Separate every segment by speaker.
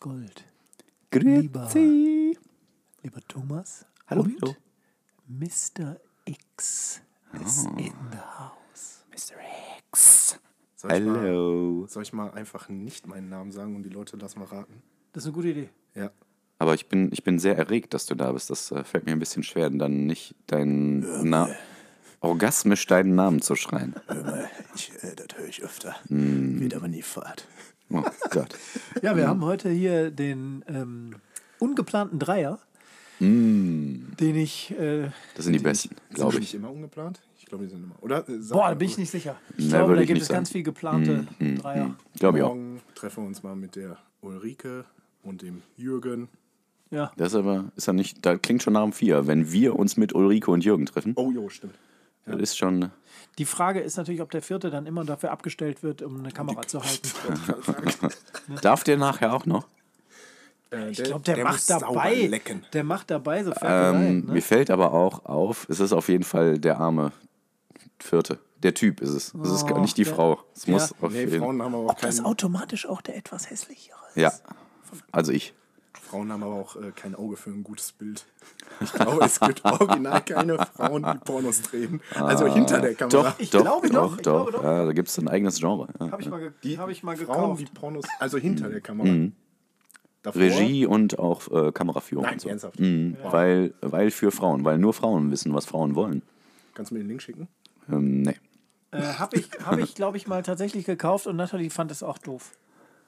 Speaker 1: Gold.
Speaker 2: Grüezi.
Speaker 1: Lieber Thomas.
Speaker 2: Hallo,
Speaker 1: und
Speaker 2: Milo.
Speaker 1: Mr. X ist in the house.
Speaker 2: Mr. Ah. X.
Speaker 3: Soll ich, mal,
Speaker 2: Hallo.
Speaker 3: soll ich mal einfach nicht meinen Namen sagen und die Leute lassen mal raten?
Speaker 1: Das ist eine gute Idee.
Speaker 3: Ja.
Speaker 2: Aber ich bin, ich bin sehr erregt, dass du da bist. Das äh, fällt mir ein bisschen schwer, dann nicht deinen Na orgasmisch deinen Namen zu schreien.
Speaker 1: Ich, äh, das höre ich öfter.
Speaker 2: Hm.
Speaker 1: Wird aber nie fad.
Speaker 2: Oh Gott.
Speaker 1: Ja,
Speaker 2: Hm.
Speaker 1: wir haben heute hier den ähm, ungeplanten Dreier,
Speaker 2: Hm.
Speaker 1: den ich. Äh,
Speaker 2: Das sind die besten, glaube
Speaker 3: sind die
Speaker 2: ich.
Speaker 3: nicht immer ungeplant? Ich glaube, die sind immer. Oder? Äh, sag
Speaker 1: boah, da
Speaker 3: mal,
Speaker 1: bin ich nicht sicher. Ich
Speaker 2: Na,
Speaker 1: glaube,
Speaker 2: würde
Speaker 1: da
Speaker 2: ich
Speaker 1: gibt
Speaker 2: nicht
Speaker 1: es ganz
Speaker 2: sagen. Hm,
Speaker 1: viel geplante Dreier.
Speaker 2: Glaube ich auch.
Speaker 3: Morgen treffen wir uns mal mit der Ulrike und dem Jürgen.
Speaker 1: Ja.
Speaker 2: Das ist aber ist ja nicht, da klingt schon nach dem Vier, wenn wir uns mit Ulrike und Jürgen treffen.
Speaker 3: Oh, jo, stimmt.
Speaker 2: Das ist schon
Speaker 1: Die Frage ist natürlich, ob der vierte dann immer dafür abgestellt wird, um eine Kamera zu halten.
Speaker 2: Darf der nachher auch noch?
Speaker 3: Äh,
Speaker 1: Ich glaube, der,
Speaker 3: muss
Speaker 1: macht
Speaker 3: sauber
Speaker 1: dabei.
Speaker 3: Lecken.
Speaker 1: Der macht dabei, so ne? fährt
Speaker 2: Ähm,
Speaker 1: er rein.
Speaker 2: Mir fällt aber auch auf, es ist auf jeden Fall der arme Vierte. Der Typ ist es. Es ist gar nicht die
Speaker 1: der-
Speaker 2: Frau. Es muss
Speaker 1: Ja.
Speaker 2: auf
Speaker 3: Oh, Nee,
Speaker 2: jeden
Speaker 3: Frauen haben aber auch,
Speaker 1: Ob das
Speaker 3: kein,
Speaker 1: automatisch auch der etwas hässlichere ist?
Speaker 2: Ja. Also ich.
Speaker 3: Frauen haben aber auch äh, kein Auge für ein gutes Bild. Ich glaube, es gibt original keine Frauen, die Pornos drehen. Also
Speaker 2: Ah.
Speaker 3: hinter der Kamera.
Speaker 2: Doch,
Speaker 1: Ich
Speaker 2: doch,
Speaker 1: glaube
Speaker 2: doch,
Speaker 1: doch, ich
Speaker 2: doch.
Speaker 1: glaube doch.
Speaker 2: Ja, da gibt es ein eigenes Genre. Ja.
Speaker 1: Habe ich mal, ge hab ich mal
Speaker 3: Frauen, die
Speaker 1: gekauft.
Speaker 3: Pornos, also hinter der Kamera. Davor-
Speaker 2: Mhm. Regie und auch äh, Kameraführung.
Speaker 3: Nein,
Speaker 1: Also.
Speaker 2: und so.
Speaker 3: ernsthaft.
Speaker 2: Mhm, weil, weil für Frauen, weil nur Frauen wissen, was Frauen wollen.
Speaker 3: Kannst du mir den Link schicken?
Speaker 2: Ähm, nee.
Speaker 1: Äh, Habe ich, hab ich glaube ich, mal tatsächlich gekauft und Nathalie fand das auch doof.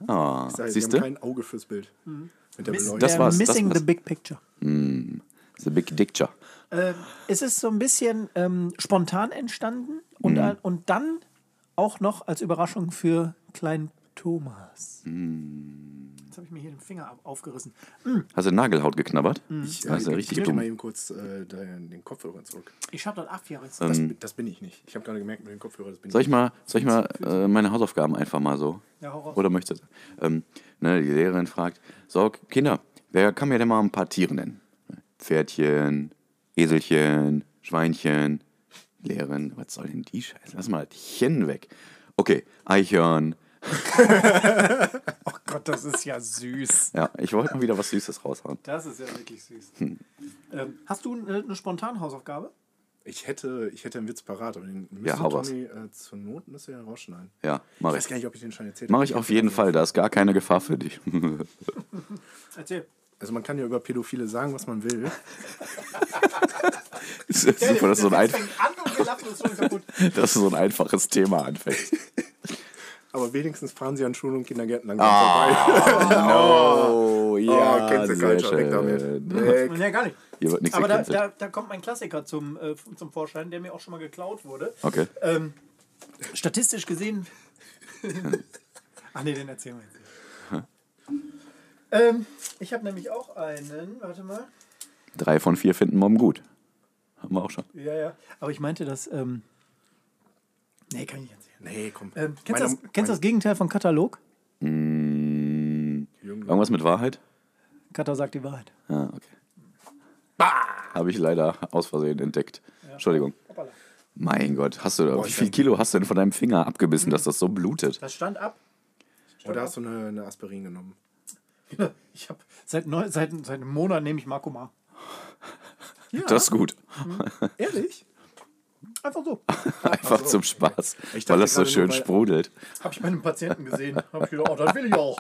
Speaker 2: Ah,
Speaker 3: Ich sag,
Speaker 2: siehst
Speaker 3: Die
Speaker 2: du?
Speaker 3: haben kein Auge fürs Bild. Mit der Beleuchtung.
Speaker 2: Das
Speaker 1: Äh,
Speaker 2: war's, das
Speaker 1: Missing
Speaker 2: war's.
Speaker 1: the big picture.
Speaker 2: The Big Picture.
Speaker 1: Ähm, es ist so ein bisschen ähm, spontan entstanden
Speaker 3: Mhm.
Speaker 1: und, ein- und dann auch noch als Überraschung für kleinen Thomas.
Speaker 3: Mhm.
Speaker 1: Jetzt habe ich mir hier den Finger ab- aufgerissen.
Speaker 2: Hast du Nagelhaut geknabbert? Ich,
Speaker 3: Hm. Ja,
Speaker 2: das ist ja
Speaker 3: ich
Speaker 2: richtig
Speaker 3: gebe dir
Speaker 2: dumm.
Speaker 3: mal eben kurz äh, deinen- den Kopfhörer zurück.
Speaker 1: Ich habe das Oh abgerissen.
Speaker 3: Das, bin- das bin ich nicht. Ich habe gerade gemerkt, mit dem Kopfhörer, das bin
Speaker 2: Ähm. Soll
Speaker 3: ich
Speaker 2: ich mal, soll ich mal äh, meine Hausaufgaben einfach mal so?
Speaker 1: Ja, hau raus.
Speaker 2: Oder möchtest du? Ähm, ne, die Lehrerin fragt: So, Kinder, wer kann mir denn mal ein paar Tiere nennen? Pferdchen, Eselchen, Schweinchen. Lehrerin, was soll denn die Scheiße? Lass mal das Chen weg. Okay, Eichhörn.
Speaker 1: Oh Gott, das ist ja süß.
Speaker 2: Ja, ich wollte mal wieder was Süßes raushauen.
Speaker 1: Das ist ja wirklich süß.
Speaker 2: Hm.
Speaker 1: Ähm, hast du eine, eine spontane Hausaufgabe?
Speaker 3: nicht. Ich hätte, ich hätte einen Witz parat, aber den müsste
Speaker 2: Ja, hau raus.
Speaker 3: Tommy äh, zur Not müsste er rausschneiden.
Speaker 2: Ja, mach
Speaker 3: Ich
Speaker 2: ich.
Speaker 3: weiß gar nicht, ob ich den schon erzählt
Speaker 2: Mach
Speaker 3: habe.
Speaker 2: ich auf jeden Fall, da ist gar keine Gefahr für dich.
Speaker 1: Erzähl.
Speaker 3: Also man kann ja über Pädophile sagen, was man will.
Speaker 2: Es ist Super, dass so, ein ein,
Speaker 1: an und wir lachen uns schon kaputt.
Speaker 2: dass so ein einfaches Thema anfängt.
Speaker 3: Aber wenigstens fahren sie an Schulen und Kindergärten langsam
Speaker 2: Ah,
Speaker 3: vorbei.
Speaker 2: Oh,
Speaker 3: oh, Cancel Culture, weg damit. Weg.
Speaker 1: Ja, gar nicht.
Speaker 2: Hier wird nichts
Speaker 1: Aber da,
Speaker 2: gecancelt.
Speaker 1: da, da kommt mein Klassiker zum, äh, zum Vorschein, der mir auch schon mal geklaut wurde.
Speaker 2: Okay.
Speaker 1: Ähm, statistisch gesehen. Ach nee, den erzählen wir jetzt nicht. Ähm, ich habe nämlich auch einen, warte mal.
Speaker 2: Drei von vier finden Mom gut. Haben wir auch schon.
Speaker 1: Ja, ja. Aber ich meinte das. Ähm, nee, kann ich nicht erzählen.
Speaker 3: Nee, komm.
Speaker 1: Ähm, kennst
Speaker 3: Meine-
Speaker 1: du das, kennst das Gegenteil von Katalog?
Speaker 2: Irgendwas mit Wahrheit?
Speaker 1: Kata sagt die Wahrheit.
Speaker 2: Ah, okay. Habe ich leider aus Versehen entdeckt. Entschuldigung.
Speaker 1: Hoppala.
Speaker 2: Mein Gott, hast du wie viel Kilo hast du denn von deinem Finger abgebissen, dass das so blutet?
Speaker 1: Das stand ab.
Speaker 3: Oder hast du eine, eine Aspirin genommen?
Speaker 1: Ich habe seit, neu- seit, seit einem Monat nehme ich Makoma.
Speaker 2: Das ist gut.
Speaker 1: Ehrlich? Einfach so.
Speaker 2: Einfach zum Spaß,
Speaker 3: Ich dachte
Speaker 2: weil das so
Speaker 3: gerade
Speaker 2: schön
Speaker 3: nur, weil-
Speaker 2: sprudelt.
Speaker 1: Habe ich bei einem Patienten gesehen. Habe ich gedacht, oh, das will ich auch.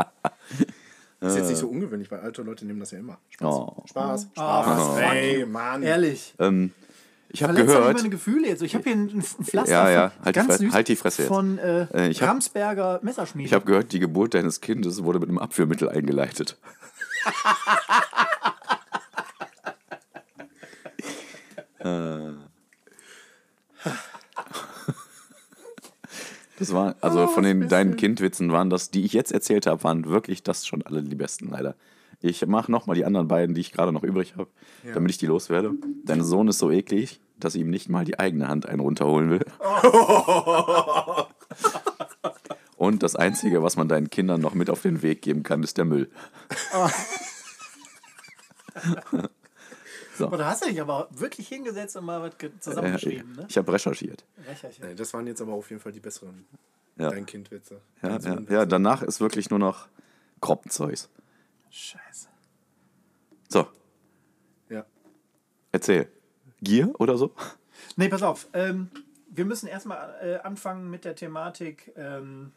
Speaker 3: Ist jetzt nicht so ungewöhnlich, weil alte Leute nehmen das ja immer. Spaß.
Speaker 2: Äh. Oh.
Speaker 3: Spaß. Spaß. Ey, Mann.
Speaker 1: Ehrlich.
Speaker 2: Ähm, Ich habe
Speaker 1: Verletzt gehört.
Speaker 2: Äh, gehört,
Speaker 1: meine Gefühle jetzt. Ich habe hier ein ein Pflaster
Speaker 2: Ja, ja,
Speaker 1: von-
Speaker 2: halt die Fre- halt die Fresse jetzt.
Speaker 1: von äh,
Speaker 2: Äh, ich hab-
Speaker 1: Ramsberger Messerschmiede.
Speaker 2: ich habe gehört, die Geburt deines Kindes wurde mit einem Abführmittel eingeleitet. Äh. Das war, also von den deinen Kindwitzen waren das, die ich jetzt erzählt habe, waren wirklich das schon alle die besten, leider. Ich mache nochmal die anderen beiden, die ich gerade noch übrig habe, damit ich die loswerde. Dein Sohn ist so eklig, dass ihm nicht mal die eigene Hand einen runterholen will. Und das Einzige, was man deinen Kindern noch mit auf den Weg geben kann, ist der Müll.
Speaker 1: Aber da hast du dich aber wirklich hingesetzt und mal was ge-
Speaker 2: Äh,
Speaker 1: zusammengeschrieben, ne?
Speaker 2: ich habe recherchiert.
Speaker 1: Recherche.
Speaker 3: Nee, Das waren jetzt aber auf jeden Fall die besseren.
Speaker 2: Ja.
Speaker 3: Dein Kind Witze.
Speaker 2: Ja,
Speaker 3: Dein
Speaker 2: ja,
Speaker 3: Sohn Witze.
Speaker 2: ja, danach ist wirklich nur noch Kropfenzeugs.
Speaker 1: Scheiße.
Speaker 2: So,
Speaker 3: Ja.
Speaker 2: erzähl. Gier oder so?
Speaker 1: Nee, pass auf. Ähm, wir müssen erstmal äh, anfangen mit der Thematik. Ähm,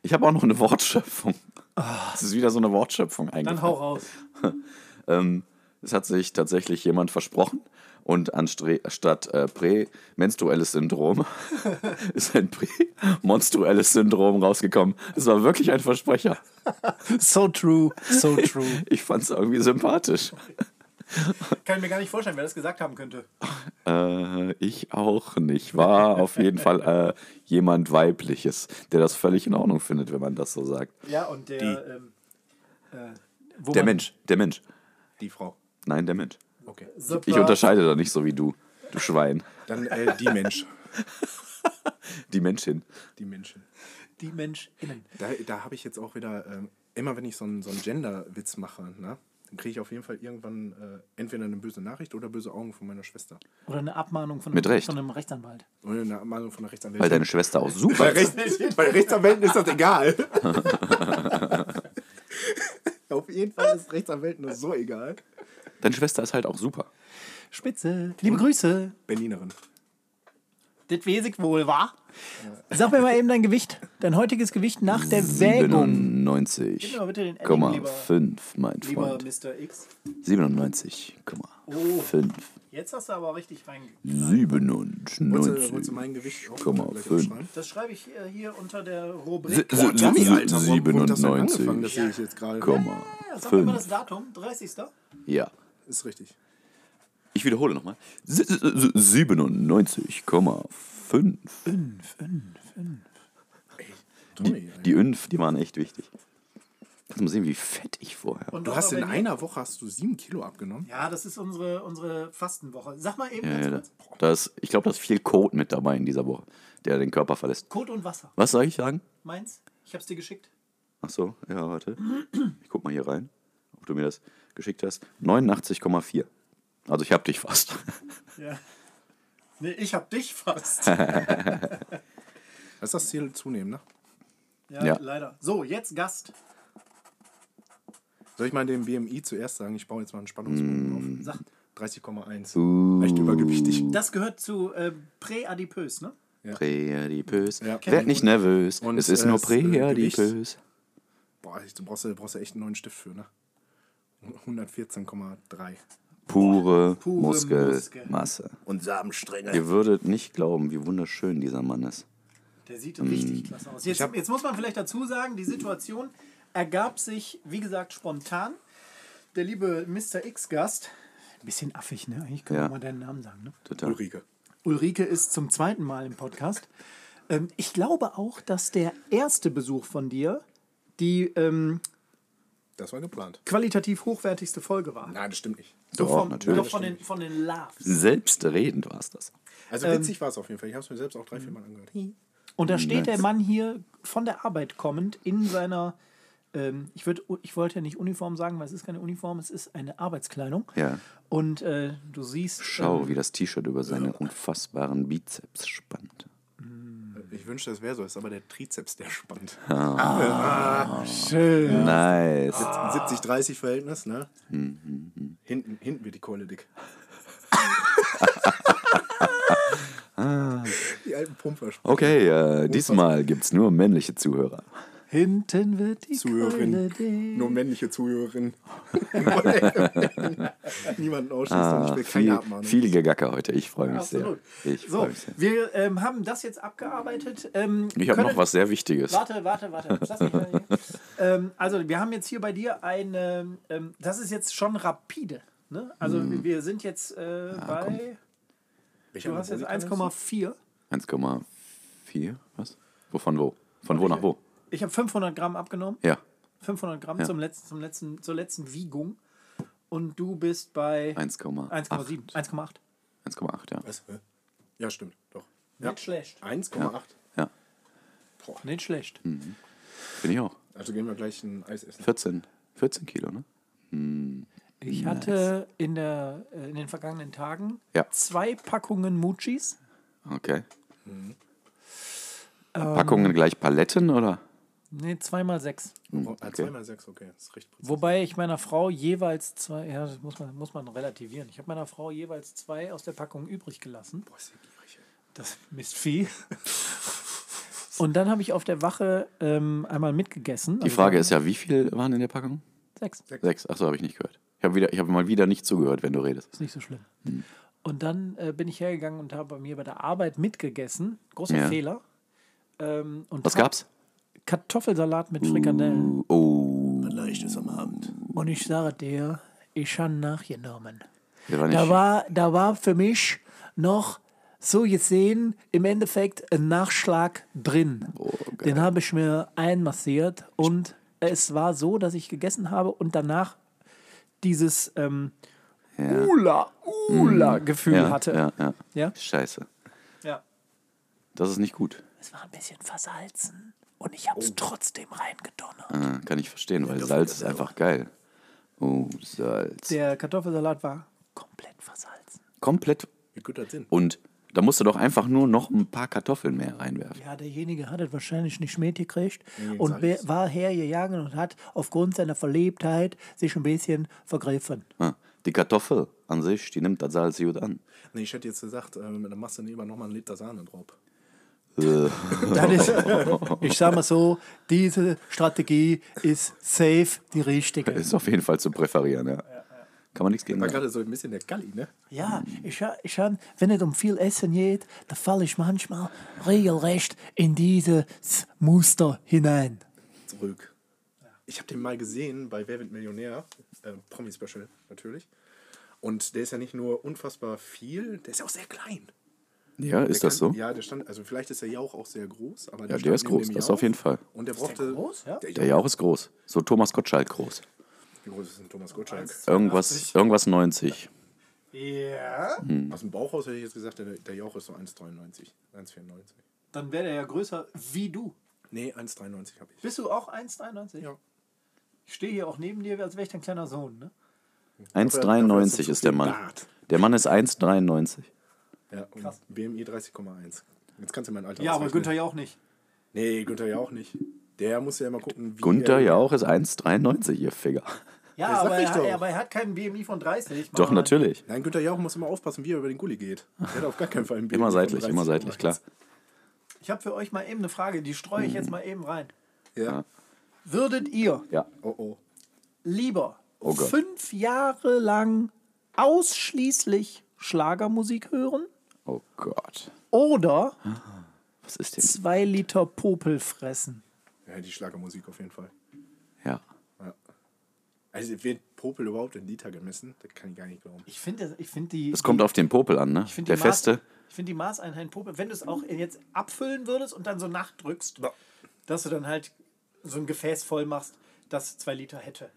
Speaker 2: Ich habe auch noch eine Wortschöpfung. Es ist wieder so eine Wortschöpfung eigentlich.
Speaker 1: Ah. dann hau raus.
Speaker 2: Ähm, es hat sich tatsächlich jemand versprochen und anstre- statt äh, prämenstruelles Syndrom ist ein prämonstruelles Syndrom rausgekommen. Es war wirklich ein Versprecher.
Speaker 1: So true, so true.
Speaker 2: Ich fand es irgendwie sympathisch.
Speaker 1: Kann ich mir gar nicht vorstellen, wer das gesagt haben könnte.
Speaker 2: Äh, ich auch nicht. War auf jeden Fall äh, jemand Weibliches, der das völlig in Ordnung findet, wenn man das so sagt.
Speaker 1: Ja, und der. Ähm, äh, wo
Speaker 2: Der
Speaker 1: man-
Speaker 2: Mensch, der Mensch.
Speaker 3: Die Frau.
Speaker 2: Nein, der Mensch.
Speaker 3: Okay.
Speaker 1: Super.
Speaker 2: Ich unterscheide da nicht so wie du, du Schwein.
Speaker 3: Dann äh, die Mensch.
Speaker 2: Die Menschin.
Speaker 3: Die Menschen.
Speaker 1: Die MenschInnen.
Speaker 3: Da, da habe ich jetzt auch wieder, ähm, immer wenn ich so einen, so einen Gender-Witz mache, ne, dann kriege ich auf jeden Fall irgendwann äh, entweder eine böse Nachricht oder böse Augen von meiner Schwester.
Speaker 1: Oder eine Abmahnung von,
Speaker 2: Mit
Speaker 1: einem,
Speaker 2: Recht.
Speaker 1: von einem Rechtsanwalt.
Speaker 3: Oder eine Abmahnung von der Rechtsanwältin.
Speaker 2: Weil deine Schwester auch super
Speaker 3: bei,
Speaker 2: ist.
Speaker 3: Rechts, bei Rechtsanwälten ist das egal. auf jeden Fall ist Rechtsanwälten das so egal.
Speaker 2: Deine Schwester ist halt auch super. Mhm.
Speaker 1: Spitze. Liebe Grüße.
Speaker 3: Berlinerin.
Speaker 1: Das weiß ich wohl, wa? Sag mir mal eben dein Gewicht. Dein heutiges Gewicht nach der Wägung. Gib mir mal Genau, bitte den Edding,
Speaker 2: 97,5, mein
Speaker 1: Lieber Oh.
Speaker 2: Freund.
Speaker 1: Mr. X.
Speaker 2: 97,5.
Speaker 1: Jetzt hast du aber richtig rein.
Speaker 3: Wolltest du, wolltest du mein
Speaker 2: 97,5.
Speaker 3: Gewicht auch
Speaker 2: Komma
Speaker 3: gleich
Speaker 2: fünf.
Speaker 3: aufschreiben?
Speaker 1: Das schreibe ich äh, hier unter der
Speaker 2: Si-
Speaker 1: Rubrik.
Speaker 2: si-
Speaker 1: Podcast.
Speaker 2: Dummi,
Speaker 3: Alter,
Speaker 2: Alter,
Speaker 3: warum- warum halt das denn angefangen? Das
Speaker 2: 97.
Speaker 3: sehe ich jetzt gerade.
Speaker 1: Ja, Sag mir mal das Datum. 30.
Speaker 2: Ja.
Speaker 3: Ist richtig.
Speaker 2: Ich wiederhole nochmal. Si- si- si- 97,5.
Speaker 3: Tommy, ey.
Speaker 2: Die Ünf, die waren echt wichtig. Kannst du mal sehen, wie fett ich vorher war.
Speaker 1: Und
Speaker 3: Du
Speaker 1: auch
Speaker 3: hast
Speaker 1: mal
Speaker 3: in
Speaker 1: wenn-
Speaker 3: einer Woche hast du sieben Kilo abgenommen.
Speaker 1: Ja, das ist unsere, unsere Fastenwoche. Sag mal eben
Speaker 2: Ja,
Speaker 1: ganz
Speaker 2: ja, da,
Speaker 1: kurz.
Speaker 2: da ist, ich glaube, da ist viel Code mit dabei in dieser Woche, der den Körper verlässt.
Speaker 1: Kot und Wasser.
Speaker 2: Was soll ich sagen?
Speaker 1: Meins? Ich hab's dir geschickt.
Speaker 2: Ach so, ja, warte. Ich guck mal hier rein, ob du mir das geschickt hast. 89,4. Also ich hab dich fast.
Speaker 1: Ja. Nee, ich hab dich fast.
Speaker 3: Das ist das Ziel zunehmen, ne?
Speaker 1: Ja,
Speaker 2: Ja.
Speaker 1: leider. So, jetzt Gast.
Speaker 3: Soll ich mal dem BMI zuerst sagen, ich baue jetzt mal einen
Speaker 2: Mm.
Speaker 3: Spannungsbogen auf?
Speaker 1: Sag,
Speaker 3: 30,1.
Speaker 2: Uh.
Speaker 3: Leicht übergewichtig.
Speaker 1: das gehört zu äh, Präadipös, ne?
Speaker 2: Präadipös.
Speaker 3: Ja.
Speaker 2: Werd nicht nervös.
Speaker 3: Und,
Speaker 2: es ist
Speaker 3: äh,
Speaker 2: nur
Speaker 3: das, äh, Gewicht.
Speaker 2: Präadipös.
Speaker 3: Boah, ich- du brauchst, du brauchst ja echt einen neuen Stift für, ne? 114,3.
Speaker 2: Pure,
Speaker 1: pure
Speaker 2: Muskelmasse.
Speaker 3: Und Samenstränge.
Speaker 2: Ihr würdet nicht glauben, wie wunderschön dieser Mann ist.
Speaker 1: Der sieht
Speaker 2: Mhm.
Speaker 1: richtig klasse aus. Jetzt, jetzt muss man vielleicht dazu sagen, die Situation ergab sich, wie gesagt, spontan. Der liebe Mr. X-Gast, ein bisschen affig, ne? Eigentlich können
Speaker 2: Ja.
Speaker 1: wir mal deinen Namen sagen, ne?
Speaker 2: Total.
Speaker 3: Ulrike.
Speaker 1: Ulrike ist zum zweiten Mal im Podcast. Ähm, ich glaube auch, dass der erste Besuch von dir die ähm,
Speaker 3: Das war geplant.
Speaker 1: qualitativ hochwertigste Folge war.
Speaker 3: Nein, das stimmt nicht.
Speaker 1: Doch,
Speaker 2: Doch,
Speaker 1: von,
Speaker 2: natürlich.
Speaker 1: Doch von den, von den Loves.
Speaker 2: Selbstredend war es das.
Speaker 3: Also
Speaker 2: ähm.
Speaker 3: witzig war es auf jeden Fall. Ich habe es mir selbst auch drei,
Speaker 2: Mhm.
Speaker 3: vier Mal angehört.
Speaker 1: Und da steht der Mann hier von der Arbeit kommend in seiner, ähm, ich, würd, ich wollte ja nicht Uniform sagen, weil es ist keine Uniform, es ist eine Arbeitskleidung.
Speaker 2: Ja.
Speaker 1: Und äh, du siehst.
Speaker 2: Schau,
Speaker 1: ähm,
Speaker 2: wie das T-Shirt über seine unfassbaren Bizeps spannt.
Speaker 3: Ich wünschte, das wäre so. Ist aber der Trizeps, der spannt.
Speaker 1: schön.
Speaker 2: Nice.
Speaker 3: 70-30-Verhältnis, ne? Hinten, hinten wird die Keule dick. Die alten Pumper
Speaker 2: Okay, äh, diesmal gibt es nur männliche Zuhörer.
Speaker 1: Hinten wird die Keule
Speaker 3: Zuhörerin.
Speaker 1: dick.
Speaker 3: Nur männliche Zuhörerin. Niemanden ausschließen und ich
Speaker 2: Ah,
Speaker 3: will keine
Speaker 2: viel,
Speaker 3: Abmahnung.
Speaker 2: viel Gegacker heute. Ich freue mich
Speaker 1: Absolut.
Speaker 2: sehr. Ich
Speaker 1: so,
Speaker 2: freue mich sehr.
Speaker 1: wir ähm, haben das jetzt abgearbeitet. Ähm,
Speaker 2: Ich habe noch
Speaker 1: können-
Speaker 2: was sehr Wichtiges.
Speaker 1: Warte, warte, warte. Lass mich mal hier. ähm, also, wir haben jetzt hier bei dir eine. Ähm, das ist jetzt schon rapide. Ne? Also,
Speaker 2: Hm.
Speaker 1: wir sind jetzt äh,
Speaker 2: Ah,
Speaker 1: bei. Du hast jetzt 1,4.
Speaker 2: 1,4? Was? Wovon wo? Von wo nach wo?
Speaker 1: Ich habe 500 Gramm abgenommen.
Speaker 2: Ja.
Speaker 1: 500 Gramm zum letzten, zum letzten, zur letzten Wiegung. Und du bist bei
Speaker 2: 1,8.
Speaker 1: 1,7. 1,8.
Speaker 2: 1,8, ja.
Speaker 3: Was? Hä? Ja, stimmt, doch. Ja.
Speaker 1: Nicht schlecht.
Speaker 3: 1,8.
Speaker 2: Ja.
Speaker 1: Nicht schlecht.
Speaker 3: Hm.
Speaker 2: Bin ich auch.
Speaker 3: Also gehen wir gleich ein Eis essen.
Speaker 2: 14. 14 Kilo, ne?
Speaker 1: Ich hatte in, der, äh, in den vergangenen Tagen
Speaker 2: Ja.
Speaker 1: zwei Packungen Muchis.
Speaker 2: Mhm. Ähm. Okay. Packungen gleich Paletten, oder?
Speaker 1: Nee, zweimal sechs.
Speaker 3: Oh, ah,
Speaker 2: okay.
Speaker 3: Zweimal sechs, okay. Das ist recht präzise.
Speaker 1: Wobei ich meiner Frau jeweils zwei, ja, das muss man, muss man relativieren. Ich habe meiner Frau jeweils zwei aus der Packung übrig gelassen.
Speaker 3: Boah, ist der gierig, ey.
Speaker 1: Das Mistvieh. Und dann habe ich auf der Wache ähm, einmal mitgegessen.
Speaker 2: Die Frage ist ja, wie viel waren in der Packung?
Speaker 1: Sechs.
Speaker 2: Sechs. Achso, habe ich nicht gehört. Ich habe hab mal wieder nicht zugehört, wenn du redest.
Speaker 1: Ist nicht so schlimm.
Speaker 2: Hm.
Speaker 1: Und dann äh, bin ich hergegangen und habe bei mir bei der Arbeit mitgegessen. Großer
Speaker 2: Ja.
Speaker 1: Fehler. Ähm, und
Speaker 2: Was
Speaker 1: hab
Speaker 2: gab's?
Speaker 1: Kartoffelsalat mit Frikadellen.
Speaker 2: Oh,
Speaker 4: Leichtes am Abend.
Speaker 1: Und ich sage dir, ich habe nachgenommen.
Speaker 2: der war nicht.
Speaker 1: Da war, da war für mich noch so gesehen im Endeffekt ein Nachschlag drin.
Speaker 2: Oh,
Speaker 1: Den habe ich mir einmassiert und es war so, dass ich gegessen habe und danach dieses ähm,
Speaker 2: Ja. Hm.
Speaker 1: Ula, Ula-Gefühl
Speaker 2: ja,
Speaker 1: hatte.
Speaker 2: Ja, ja.
Speaker 1: Ja?
Speaker 2: Scheiße.
Speaker 1: Ja.
Speaker 2: Das ist nicht gut.
Speaker 1: Es war ein bisschen versalzen und ich habe
Speaker 3: Oh.
Speaker 1: es trotzdem reingedonnert.
Speaker 2: Ah, kann ich verstehen, weil Salz ist einfach geil. Oh, Salz.
Speaker 1: Der Kartoffelsalat war komplett versalzen.
Speaker 2: Komplett.
Speaker 3: Wie gut das sind.
Speaker 2: Und da musst du doch einfach nur noch ein paar Kartoffeln mehr reinwerfen.
Speaker 1: Ja, derjenige hat es wahrscheinlich nicht mitgekriegt
Speaker 3: Nee,
Speaker 1: und
Speaker 3: sag
Speaker 1: be-
Speaker 3: ich's.
Speaker 1: war hergegangen und hat aufgrund seiner Verliebtheit sich ein bisschen vergriffen.
Speaker 2: Ah, die Kartoffel an sich, die nimmt das Salz gut an.
Speaker 3: Nee, ich hätte jetzt gesagt, ähm, dann machst du lieber nochmal einen Liter Sahne drauf.
Speaker 2: Äh,
Speaker 1: Das ist, ich sag mal so, diese Strategie ist safe die richtige.
Speaker 2: ist auf jeden Fall zu präferieren, ja. Kann man nichts gegen
Speaker 3: War
Speaker 2: sagen.
Speaker 3: gerade so ein bisschen der Galli, ne?
Speaker 1: Ja, ich, ha- ich han, wenn es um viel Essen geht, da falle ich manchmal regelrecht in dieses Muster hinein.
Speaker 3: Zurück. Ich habe den mal gesehen bei Wer wird Millionär? Äh, Promi-Special, natürlich. Und der ist ja nicht nur unfassbar viel, der ist ja auch sehr klein.
Speaker 2: Ja, ist
Speaker 3: der
Speaker 2: das
Speaker 3: kann-
Speaker 2: so?
Speaker 3: Ja, der stand, also vielleicht ist der Jauch auch sehr groß, aber
Speaker 2: Ja, der ist groß, das auf jeden Fall.
Speaker 3: Und der brauchte.
Speaker 1: groß? Ja.
Speaker 3: Der Jauch,
Speaker 2: Der Jauch ist groß. So Thomas Gottschalk groß.
Speaker 3: Wie groß ist denn Thomas Gottschalk?
Speaker 2: Irgendwas, irgendwas 90.
Speaker 1: Ja.
Speaker 3: Aus dem Bauch raus hätte ich jetzt gesagt, der, der Jauch ist so 1,93, 1,94.
Speaker 1: Dann wäre er ja größer wie du.
Speaker 3: Nee, 1,93 habe ich.
Speaker 1: Bist du auch 1,93?
Speaker 3: Ja.
Speaker 1: Ich stehe hier auch neben dir, als wäre ich dein kleiner Sohn. Ne?
Speaker 2: 1,93 ist der Mann.
Speaker 3: Bart.
Speaker 2: Der Mann ist 1,93.
Speaker 3: Ja, und BMI 30,1. Jetzt kannst du mein Alter
Speaker 1: Ja, aber
Speaker 3: ausrechnen.
Speaker 1: Günther ja auch nicht.
Speaker 3: Nee, Günther ja auch nicht. Der muss ja immer gucken, wie.
Speaker 2: Gunther
Speaker 3: er-
Speaker 2: Jauch ist 1,93, ihr Finger.
Speaker 1: Ja,
Speaker 3: Ja, sag
Speaker 1: aber,
Speaker 3: ich
Speaker 1: er hat,
Speaker 3: doch.
Speaker 1: aber er hat keinen BMI von 30.
Speaker 2: Doch,
Speaker 1: Mann.
Speaker 2: natürlich.
Speaker 3: Nein, Günther Jauch muss immer aufpassen, wie er über den Gully geht. Der hat auf gar keinen Fall einen
Speaker 2: Immer
Speaker 3: BMI von
Speaker 2: seitlich, immer
Speaker 3: 30,1.
Speaker 2: seitlich, klar.
Speaker 1: Ich habe für euch mal eben eine Frage, die streue ich jetzt mal eben rein.
Speaker 3: Ja.
Speaker 1: Würdet ihr
Speaker 2: Ja.
Speaker 3: Oh oh.
Speaker 1: lieber
Speaker 2: Oh Gott.
Speaker 1: fünf Jahre lang ausschließlich Schlagermusik hören
Speaker 2: Oh Gott.
Speaker 1: oder
Speaker 2: Was ist denn?
Speaker 1: zwei Liter Popel fressen?
Speaker 3: Ja, die Schlagermusik auf jeden Fall.
Speaker 2: Ja.
Speaker 3: Ja. Also wird Popel überhaupt in Liter gemessen? Das kann ich gar nicht glauben.
Speaker 1: Ich finde ich find die.
Speaker 2: Es kommt auf den Popel an, ne?
Speaker 1: ich find die
Speaker 2: Der
Speaker 1: Maß-
Speaker 2: Feste.
Speaker 1: Ich finde die Maßeinheit Popel, wenn du es auch jetzt abfüllen würdest und dann so nachdrückst, dass du dann halt so ein Gefäß voll machst, das zwei Liter hätte.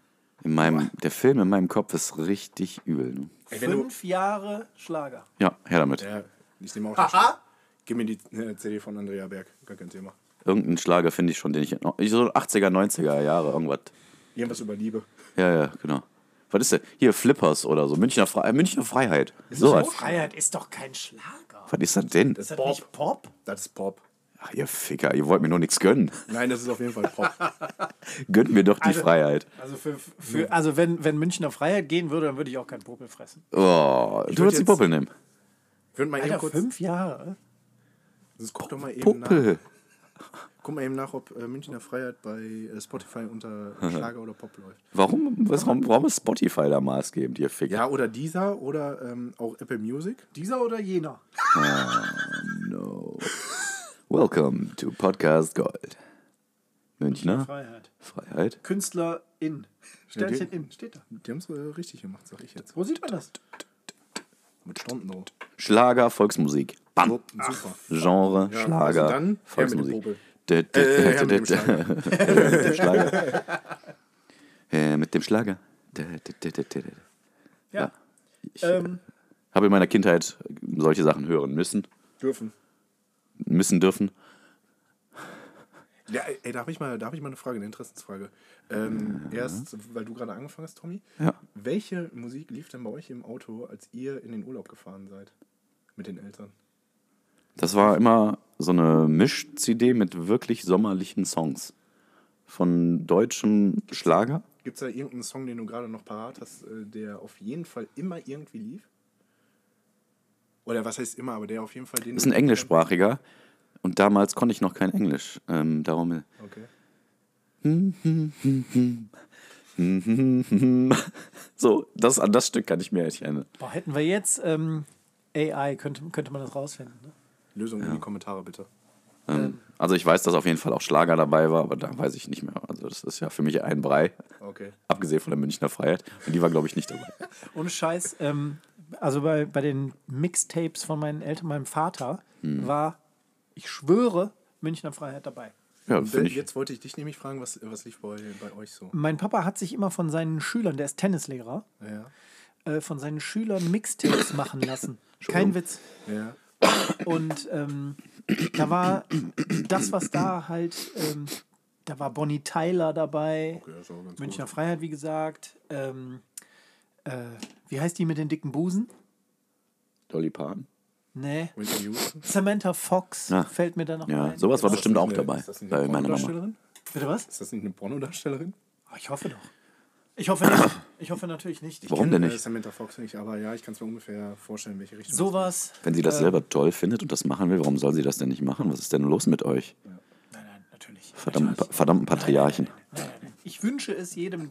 Speaker 2: In meinem, der Film in meinem Kopf ist richtig übel. Ne?
Speaker 3: Ey, wenn du,
Speaker 1: Fünf Jahre Schlager.
Speaker 2: Ja, her damit.
Speaker 3: ja, ich nehme auch. Aha. Gib mir die äh, CD von Andrea Berg. Gar kein Thema.
Speaker 2: Irgendeinen Schlager finde ich schon, den ich. ich- So 80er, 90er Jahre, irgendwas.
Speaker 3: Irgendwas über Liebe.
Speaker 2: Ja, ja, genau. Was ist denn? Hier, Flippers oder so. Münchner, Fre äh, Münchner Freiheit. So was.
Speaker 1: Freiheit ist doch kein Schlager.
Speaker 2: Was ist das denn?
Speaker 3: Das ist
Speaker 1: Bob. Nicht Pop?
Speaker 3: Das ist Pop.
Speaker 2: Ach, ihr Ficker, ihr wollt mir nur nichts gönnen.
Speaker 3: Nein, das ist auf jeden Fall Pop.
Speaker 2: Gönnt mir doch die Freiheit.
Speaker 1: Also, für, für, also wenn, wenn Münchner Freiheit gehen würde, dann würde ich auch keinen Popel fressen.
Speaker 2: Oh, du würdest die
Speaker 3: jetzt-
Speaker 2: Popel nehmen.
Speaker 3: Würden mal eben
Speaker 1: Alter,
Speaker 3: kurz.
Speaker 1: fünf Jahre?
Speaker 3: Sonst guck doch mal eben nach.
Speaker 2: Popel.
Speaker 3: Guck mal eben nach, ob äh, Münchner Freiheit bei äh, Spotify unter Schlager oder Pop läuft.
Speaker 2: Warum, was, warum, warum ist Spotify da maßgebend, ihr Ficker?
Speaker 3: Ja, oder dieser oder ähm, auch Apple Music.
Speaker 1: Dieser oder jener?
Speaker 2: Welcome to Podcast Gold. Münchner
Speaker 1: Freiheit.
Speaker 2: Freiheit.
Speaker 1: Künstler in. Sternchen in. Steht da.
Speaker 3: Die haben es äh, richtig gemacht, sag ich jetzt.
Speaker 1: Wo sieht man das?
Speaker 3: Mit Stunden so.
Speaker 2: Schlager, Volksmusik. Bam.
Speaker 3: Super.
Speaker 2: Genre,
Speaker 3: Ja,
Speaker 2: Schlager,
Speaker 3: also dann,
Speaker 2: Volksmusik.
Speaker 3: her mit
Speaker 2: Dä, dä,
Speaker 3: Äh, her
Speaker 2: dä,
Speaker 3: mit dem
Speaker 2: dä, dä, mit dem Schlager. Äh, Mit dem Schlager. Dä, dä, dä, dä, dä, dä. Ja. Ich äh,
Speaker 1: Ähm,
Speaker 2: habe in meiner Kindheit solche Sachen hören müssen,
Speaker 3: Dürfen.
Speaker 2: müssen dürfen.
Speaker 3: Ja, ey, da habe ich, mal- da hab ich mal eine Frage, eine Interessensfrage. Ähm, Erst, weil du gerade angefangen hast, Tommy.
Speaker 2: Mhm. Ja.
Speaker 3: Welche Musik lief denn bei euch im Auto, als ihr in den Urlaub gefahren seid? Mit den Eltern?
Speaker 2: Das war immer so eine Misch-CD mit wirklich sommerlichen Songs. von deutschem Schlager?
Speaker 3: Gibt es da irgendeinen Song, den du gerade noch parat hast, äh, der auf jeden Fall immer irgendwie lief? Oder was heißt immer, aber der auf jeden Fall den.
Speaker 2: Ist ein englischsprachiger. Und damals konnte ich noch kein Englisch. Ähm, darum.
Speaker 3: Okay.
Speaker 2: So, das, an das Stück kann ich mir echt erinnern.
Speaker 1: Boah, hätten wir jetzt ähm, AI, könnte, könnte man das rausfinden. Ne?
Speaker 3: Lösung in die Kommentare bitte.
Speaker 2: Ähm, also ich weiß, dass auf jeden Fall auch Schlager dabei war, aber da weiß ich nicht mehr. Also das ist ja für mich ein Brei,
Speaker 3: Okay.
Speaker 2: abgesehen von der Münchner Freiheit. Und die war, glaube ich, nicht dabei.
Speaker 1: Ohne Scheiß, ähm, also bei, bei den Mixtapes von meinen Eltern, meinem Vater, war, ich schwöre, Münchner Freiheit dabei.
Speaker 2: Ja,
Speaker 3: Und äh,
Speaker 2: finde ich.
Speaker 3: jetzt wollte ich dich nämlich fragen, was, was lief bei, bei euch so?
Speaker 1: Mein Papa hat sich immer von seinen Schülern, der ist Tennislehrer,
Speaker 3: Ja.
Speaker 1: äh, von seinen Schülern Mixtapes machen lassen. Kein Witz.
Speaker 3: Ja.
Speaker 1: Und ähm, da war das, was da halt, ähm, da war Bonnie Tyler dabei,
Speaker 3: Okay, das war ganz
Speaker 1: Münchner Freiheit, wie gesagt. Ähm, äh, wie heißt die mit den dicken Busen?
Speaker 2: Dolly Parton.
Speaker 1: Nee.
Speaker 3: Whitney Houston?
Speaker 1: Oh,
Speaker 3: Äh, Äh.
Speaker 1: äh, Ähm,
Speaker 3: Mhm. ne?
Speaker 1: Also,
Speaker 3: oh
Speaker 1: Äh,
Speaker 3: um ähm,
Speaker 1: ähm, äh, ähm, äh,
Speaker 3: ne?
Speaker 1: äh, genau.
Speaker 2: Oh,
Speaker 3: äh,
Speaker 1: äh,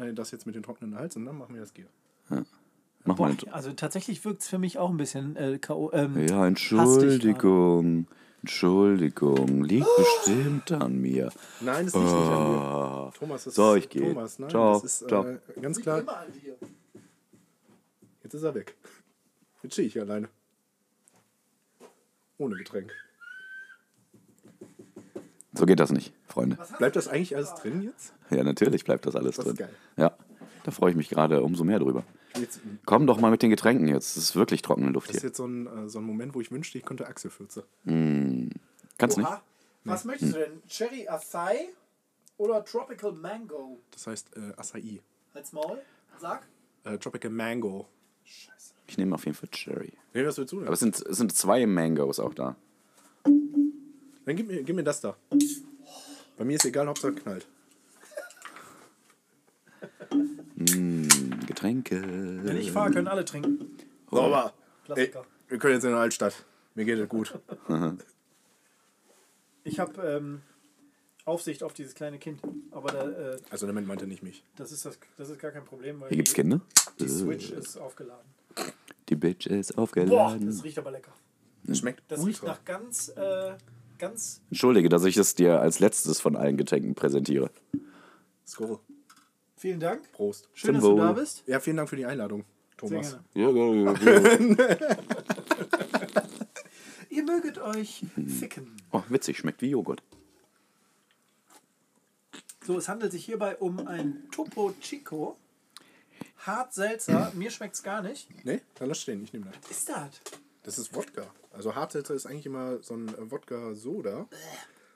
Speaker 2: Also ähm, Hm. Äh, Oh.
Speaker 3: Ähm, äh, äh, äh, äh, äh, äh, wir können jetzt in der Altstadt. Mir geht es gut.
Speaker 1: Ich habe ähm, Aufsicht auf dieses kleine Kind. Aber da, äh,
Speaker 3: Also damit meinte nicht mich.
Speaker 1: das, ist das, das ist gar kein Problem, weil
Speaker 2: Hier gibt's Äh.
Speaker 1: die,
Speaker 2: Kinder.
Speaker 1: die Switch ist aufgeladen.
Speaker 2: Die Bitch ist
Speaker 1: Boah,
Speaker 2: aufgeladen.
Speaker 1: das riecht aber lecker.
Speaker 3: Das schmeckt
Speaker 1: Das riecht nach ganz, äh, ganz.
Speaker 2: Entschuldige, dass ich es dir als letztes von allen Getränken präsentiere.
Speaker 3: Skoro.
Speaker 1: Vielen Dank.
Speaker 3: Prost.
Speaker 1: Schön, dass
Speaker 2: Zum
Speaker 1: du da
Speaker 2: Wohl.
Speaker 1: bist.
Speaker 3: Ja, vielen Dank für die Einladung,
Speaker 1: Sehr
Speaker 3: Thomas.
Speaker 1: gerne.
Speaker 2: oh,
Speaker 1: Ihr möget euch
Speaker 3: Mhm.
Speaker 1: ficken.
Speaker 2: Oh, witzig, schmeckt wie Joghurt.
Speaker 1: So, es handelt sich hierbei um ein Topo Chico. Hart Seltzer.
Speaker 3: Mhm.
Speaker 1: Mir schmeckt es gar nicht.
Speaker 3: Nee, dann lass stehen, ich nehme das.
Speaker 1: Ist halt das?
Speaker 3: Das ist Wodka. Also Hartseltzer ist eigentlich immer so ein äh, Wodka-Soda.